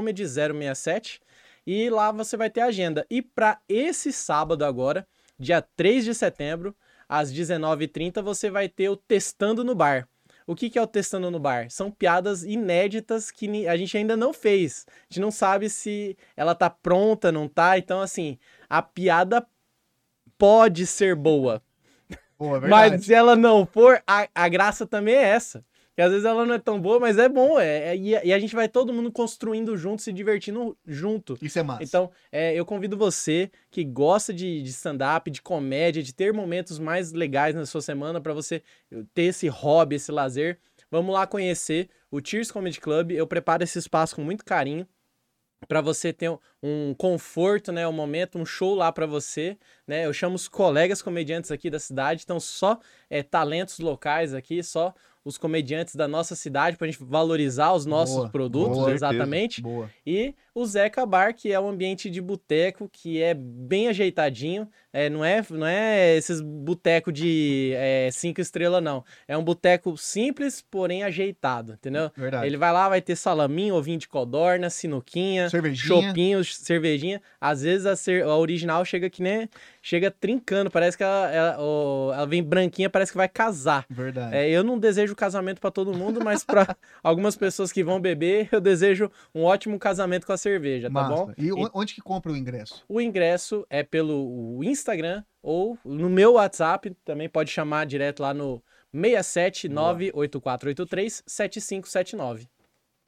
TearsComedy067. E lá você vai ter a agenda. E para esse sábado agora, dia 3 de setembro, às 19h30, você vai ter o Testando no Bar. O que, que é o Testando no Bar? São piadas inéditas que ni- a gente ainda não fez. A gente não sabe se ela tá pronta, não tá. Então, assim, a piada pode ser boa.
Boa, é verdade.
Mas se ela não for, a, a graça também é essa. Que Que às vezes ela não é tão boa, mas é bom. É, é- e, a- e a gente vai todo mundo construindo junto, se divertindo junto.
Isso é massa.
Então, é, eu convido você que gosta de, de stand-up, de comédia, de ter momentos mais legais na sua semana pra você ter esse hobby, esse lazer. Vamos lá conhecer o Tears Comedy Club. Eu preparo esse espaço com muito carinho pra você ter um- um conforto, né, um momento, um show lá pra você, né? Eu chamo os colegas comediantes aqui da cidade, então só é, talentos locais aqui, só os comediantes da nossa cidade pra gente valorizar os nossos
Boa,
produtos,
boa.
exatamente.
Boa.
E o Zeca Bar, que é um ambiente de boteco, que é bem ajeitadinho. É, não, é, não é esses boteco de é, cinco estrelas, não. É um boteco simples, porém ajeitado, entendeu?
Verdade.
Ele vai lá, vai ter salaminho, ovinho de codorna, sinuquinha,
Cervejinha.
chopinho, cervejinha. Às vezes a, cer- a original chega que nem... Chega trincando, parece que ela, ela- o- ela vem branquinha, parece que vai casar.
Verdade.
É, eu não desejo casamento pra todo mundo,
(laughs)
mas pra algumas pessoas que vão beber, eu desejo um ótimo casamento com a cerveja, tá
Massa.
bom?
E o- onde que compra o ingresso?
O ingresso é pelo Instagram ou no meu WhatsApp, também pode chamar direto lá no 67984837579.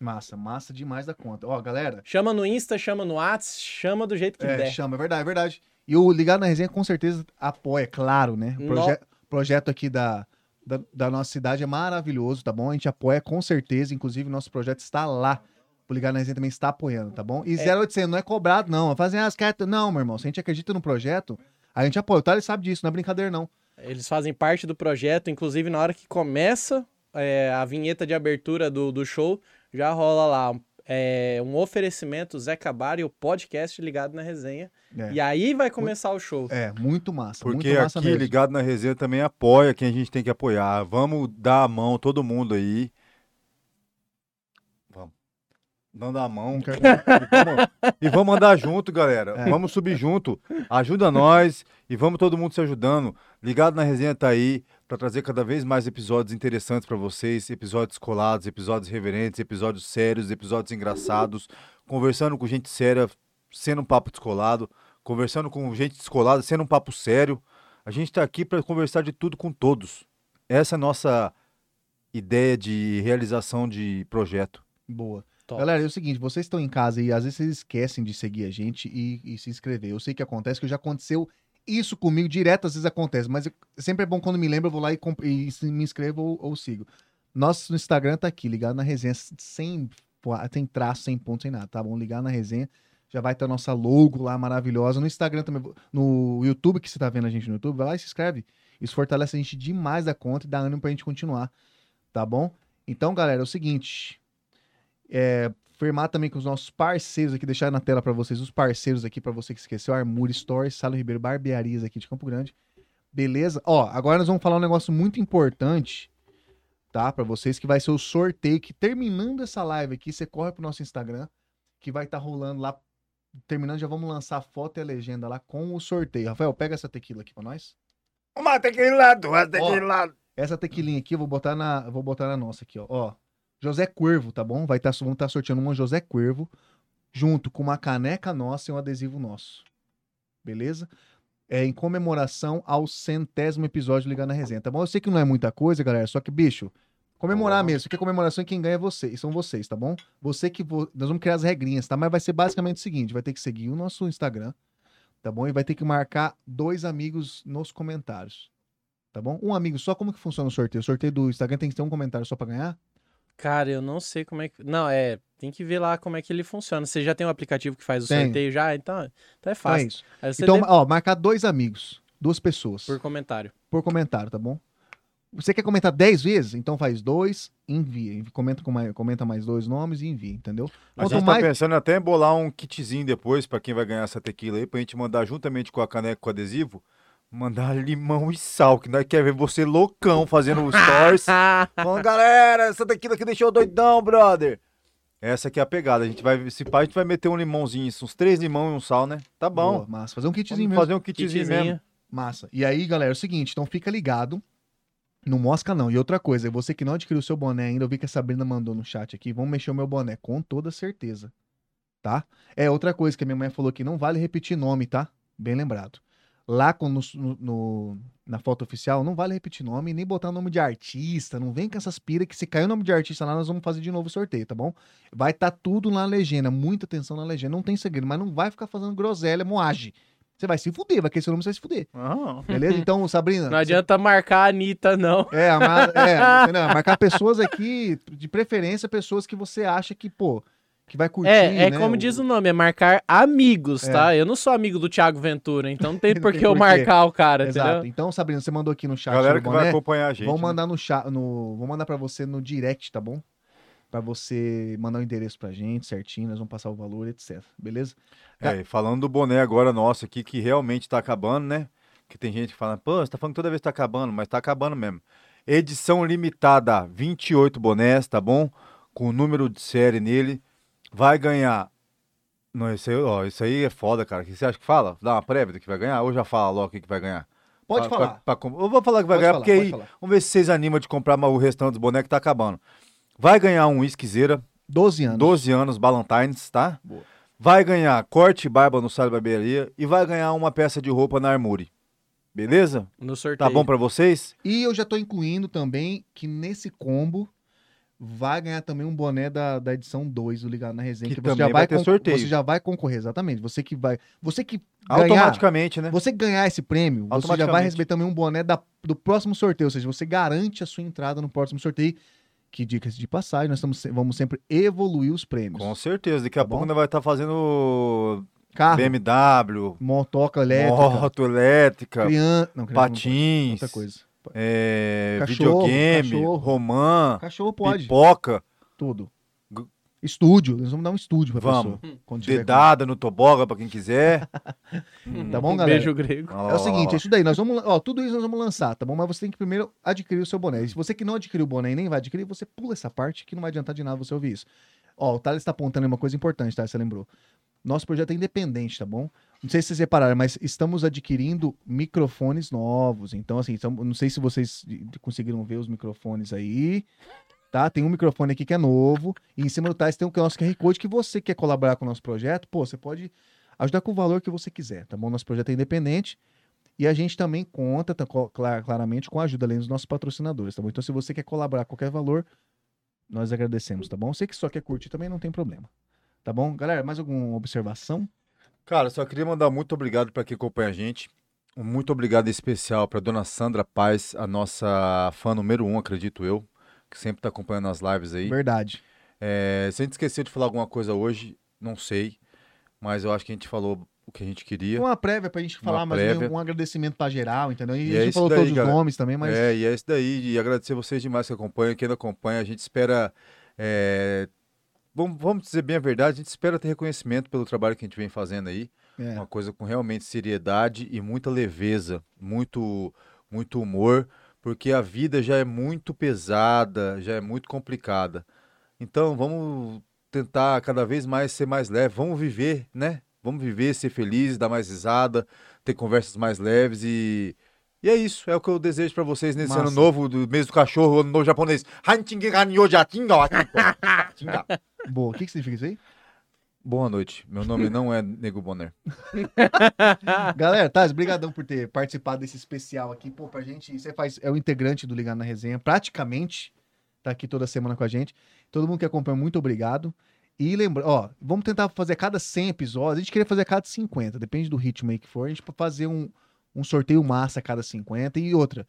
Massa, massa demais da conta. Ó, galera,
Chama no Insta, chama no WhatsApp, chama do jeito que
é,
der.
chama, é verdade, é verdade. E o Ligado na Resenha com certeza apoia, claro, né? O
No-
proje- projeto aqui da, da, da nossa cidade é maravilhoso, tá bom? A gente apoia com certeza, inclusive nosso projeto está lá. O Ligado na Resenha também está apoiando, tá bom? E 0800 não é cobrado, não. Fazem as cartas. Não, meu irmão, se a gente acredita no projeto, a gente apoia. O Thales sabe disso, não é brincadeira, não.
Eles fazem parte do projeto, inclusive na hora que começa é, a vinheta de abertura do, do show, já rola lá é, um oferecimento Zé Cabar e o podcast ligado na resenha.
É,
E aí vai começar o show.
é muito massa.
Porque
muito massa
aqui,
mesmo.
ligado na resenha, também apoia quem a gente tem que apoiar. Vamos dar a mão, todo mundo aí. Vamos. Não dá a mão.
Não quero-
(laughs) E vamos- e vamos andar junto, galera.
É.
Vamos subir junto. Ajuda nós e vamos todo mundo se ajudando. Ligado na resenha tá aí para trazer cada vez mais episódios interessantes para vocês, episódios colados, episódios reverentes, episódios sérios, episódios engraçados, conversando com gente séria, sendo um papo descolado, conversando com gente descolada, sendo um papo sério. A gente tá aqui para conversar de tudo com todos. Essa é a nossa ideia de realização de projeto.
Boa.
Top.
Galera, é o seguinte, vocês estão em casa e às vezes vocês esquecem de seguir a gente e, e se inscrever. Eu sei que acontece, que já aconteceu isso comigo direto, às vezes acontece, mas eu- sempre é bom quando me lembro, eu vou lá e, comp- e se- me inscrevo ou, ou sigo. Nosso Instagram tá aqui, ligado na resenha, sem, tem traço, sem ponto, sem nada, tá bom? Ligar na resenha, já vai ter a nossa logo lá maravilhosa. No Instagram também, no YouTube, que você tá vendo a gente no YouTube, vai lá e se inscreve. Isso fortalece a gente demais da conta e dá ânimo pra gente continuar, tá bom? Então, galera, é o seguinte, firmar também com os nossos parceiros aqui, deixar na tela pra vocês os parceiros aqui, pra você que esqueceu, Armure Store, Salo Ribeiro Barbearias aqui de Campo Grande. Beleza? Ó, agora nós vamos falar um negócio muito importante, tá? Pra vocês, que vai ser o sorteio, que terminando essa live aqui, você corre pro nosso Instagram, que vai estar rolando lá, terminando, já vamos lançar a foto e a legenda lá com o sorteio. Rafael, pega essa tequila aqui pra nós.
Uma tequila, duas
tequila. Essa tequilinha aqui eu vou botar na, vou botar na nossa aqui, ó. Ó, José Curvo, tá bom? Vai tá, vamos estar sorteando uma José Curvo junto com uma caneca nossa e um adesivo nosso. Beleza? É em comemoração ao centésimo episódio do Ligar na Resenha, tá bom? Eu sei que não é muita coisa, galera, só que, bicho, comemorar
Boa.
mesmo. Isso aqui é comemoração e quem ganha é vocês, são vocês, tá bom? Você que... vo- Nós vamos criar as regrinhas, tá? Mas vai ser basicamente o seguinte, vai ter que seguir o nosso Instagram, tá bom? E vai ter que marcar dois amigos nos comentários. Tá bom? Um amigo só, como que funciona o sorteio? O sorteio do Instagram tem que ter um comentário só pra ganhar?
Cara, eu não sei como é que. Não, é. Tem que ver lá como é que ele funciona. Você já tem um aplicativo que faz o
Tenho.
sorteio já? Então, então é
Então é
fácil.
isso.
Aí você
Então,
lê
ó, marcar dois amigos, duas pessoas,
por
por...
comentário.
comentário, tá bom? Você quer comentar dez vezes? Então faz dois, envia. Envi- Comenta, com mais, comenta mais dois nomes e envia, entendeu?
A
Quanto
gente
mais.
tá pensando até em bolar um kitzinho depois pra quem vai ganhar essa tequila aí, pra gente mandar juntamente com a caneca com adesivo, mandar limão e sal, que nós quer ver você loucão fazendo os stories.
Ah,
Falando, galera, essa tequila que deixou doidão, brother. Essa aqui é a pegada. A gente vai, se pá, a gente vai meter um limãozinho, isso, uns três limão e um sal, né? Tá bom.
Boa, massa. Fazer um kitzinho
Vamos
mesmo.
fazer um kitzinho mesmo.
Kitzinho.
Massa. E aí, galera, é o seguinte, então fica ligado. Não mosca, não. E outra coisa, você que não adquiriu o seu boné ainda, eu vi que a Sabrina mandou no chat aqui. Vamos mexer o meu boné, com toda certeza. Tá? É outra coisa que a minha mãe falou que não vale repetir nome, tá? Bem lembrado. Lá com- no, no, no- na foto oficial, não vale repetir nome, nem botar nome de artista, não vem com essas pira que se cair o nome de artista lá, nós vamos fazer de novo o sorteio, tá bom? Vai estar tudo na legenda, muita atenção na legenda, não tem segredo, mas não vai ficar fazendo groselha, moagem. Você vai se fuder, vai querer seu nome, você vai se fuder.
Aham.
Beleza? Então, Sabrina.
Não adianta marcar a Anitta, não.
É, ama- é, entendeu? marcar pessoas aqui, de preferência, pessoas que você acha que, pô, que vai curtir.
É, é
né,
como
o-
diz o nome, é marcar amigos,
É.
tá? Eu não sou amigo do Thiago Ventura, então não
(laughs)
tem
Não
por
tem
que eu
por quê.
marcar o cara,
Exato.
entendeu?
Então, Sabrina, você mandou aqui no chat.
Galera
do
que vai
Boné.
acompanhar a gente.
Vamos
né?
mandar no chat, no, vou mandar para você no direct, tá bom? Pra você mandar o endereço pra gente certinho, nós vamos passar o valor, etc. Beleza?
É, e falando do boné agora nosso aqui, que realmente tá acabando, né? Que tem gente que fala, pô, você tá falando que toda vez tá acabando, mas tá acabando mesmo. Edição limitada, 28 bonés, tá bom? Com o número de série nele. Vai ganhar. Não, isso aí, ó, isso aí é foda, cara. O que você acha que fala? Dá uma prévia do que vai ganhar? Ou já fala logo o que que vai ganhar?
Pode
Pra-
falar.
pra- pra com- eu vou falar que vai
Pode
ganhar,
falar,
porque
pode
aí
falar.
vamos ver se vocês animam de comprar mas o restante dos bonecos que tá acabando. Vai ganhar um esquiseira,
12 anos.
12 anos, Ballantines, tá?
Boa.
Vai ganhar corte e barba no Sábio Barbearia e vai ganhar uma peça de roupa na Armure. Beleza?
No sorteio.
Tá bom pra vocês?
E eu já tô incluindo também que nesse combo vai ganhar também um boné da, da edição 2 do Ligado na Resenha.
Que também vai ter
con-
sorteio.
Você já vai concorrer, exatamente. Você que vai. Você que ganhar,
Automaticamente, né?
você que ganhar esse prêmio, você já vai
Automaticamente.
receber também um boné da- do próximo sorteio. Ou seja, você garante a sua entrada no próximo sorteio. Que dicas de passagem, nós estamos, se- vamos sempre evoluir os prêmios.
Com certeza. Daqui a
Tá
pouco
bom?
ainda vai estar fazendo
Carro,
BMW,
motoca elétrica,
moto elétrica,
criança. Não, criança não pode,
patins,
Outra coisa.
é,
Cachorro,
videogame,
cachorro.
romã,
Cachorro pode.
pipoca,
Tudo.
Gu-
Estúdio. Nós vamos dar um estúdio pra
Vamos.
pessoa. Quando tiver com-
dedada no toboga pra quem quiser.
(laughs)
Hum.
Tá bom,
Um
galera?
Beijo grego.
(laughs)
Olha lá,
É
olha
o
lá,
seguinte, é
olha
isso daí. Nós vamos, lan- ó, tudo isso nós vamos lançar, tá bom? Mas você tem que primeiro adquirir o seu boné. E se você que não adquiriu o boné e nem vai adquirir, você pula essa parte que não vai adiantar de nada você ouvir isso. Ó, o Thales tá apontando uma coisa importante, tá? Você lembrou. Nosso projeto é independente, tá bom? Não sei se vocês repararam, mas estamos adquirindo microfones novos. Então, assim, são- não sei se vocês de- de- conseguiram ver os microfones aí. Tá? Tem um microfone aqui que é novo. E em cima do Thales tem o nosso QR Code que você quer colaborar com o nosso projeto. Pô, você pode ajudar com o valor que você quiser, tá bom? Nosso projeto é independente. E a gente também conta, tá, co- cla- claramente, com a ajuda além dos nossos patrocinadores, tá bom? Então, se você quer colaborar qualquer valor, nós agradecemos, tá bom? Você que só quer curtir também não tem problema, tá bom? Galera, mais alguma observação?
Cara, só queria mandar muito obrigado para quem acompanha a gente. Um muito obrigado especial para dona Sandra Paz, a nossa fã número um, acredito eu, que sempre está acompanhando as lives aí.
Verdade.
É, se a gente esqueceu de falar alguma coisa hoje, não sei, mas eu acho que a gente falou o que a gente queria.
Uma prévia pra gente
Uma
falar, mas
prévia.
um agradecimento pra geral, entendeu? E,
E
a
é
gente
isso
falou
daí,
todos
galera.
os nomes também, mas
É, e é isso daí. E agradecer vocês demais que acompanham, quem não acompanha. A gente espera. é, vamos, vamos dizer bem a verdade, a gente espera ter reconhecimento pelo trabalho que a gente vem fazendo aí.
é,
Uma coisa com realmente seriedade e muita leveza, muito, muito humor, porque a vida já é muito pesada, já é muito complicada. Então vamos tentar cada vez mais ser mais leve, vamos viver, né? Vamos viver, ser feliz, dar mais risada, ter conversas mais leves e. E é isso, é o que eu desejo pra vocês nesse ano
Massa.
novo, do mês do cachorro, ano novo japonês.
(laughs) boa. O que, que significa isso aí?
Boa noite, meu nome não é Nego Bonner.
(laughs) Galera, Thales, brigadão por ter participado desse especial aqui. Pô, pra gente, você faz, é o integrante do Ligado na Resenha, praticamente, tá aqui toda semana com a gente. Todo mundo que acompanha, muito obrigado. E lembra, ó, vamos tentar fazer a cada 100 episódios, a gente queria fazer a cada 50, depende do ritmo aí que for, a gente pode fazer um, um sorteio massa a cada 50 e outra.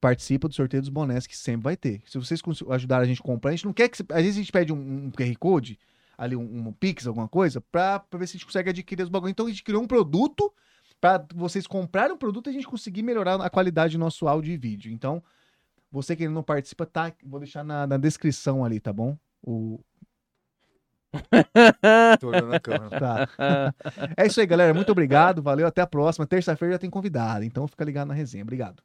Participa do sorteio dos bonés que sempre vai ter. Se vocês cons- ajudarem a gente a comprar, a gente não quer que... se- Às vezes a gente pede um, um QR Code, ali um, um Pix, alguma coisa, pra, pra ver se a gente consegue adquirir os bagulho. Então a gente criou um produto para vocês comprarem o produto e a gente conseguir melhorar a qualidade do nosso áudio e vídeo. Então, você que ainda não participa, tá? Vou deixar na, na descrição ali, tá bom? O,
Tô olhando a câmera.
(laughs)
tá.
Ah.
é isso aí, galera. Muito obrigado. Valeu. Até a próxima. Terça-feira já tem convidado. Então, fica ligado na resenha. Obrigado.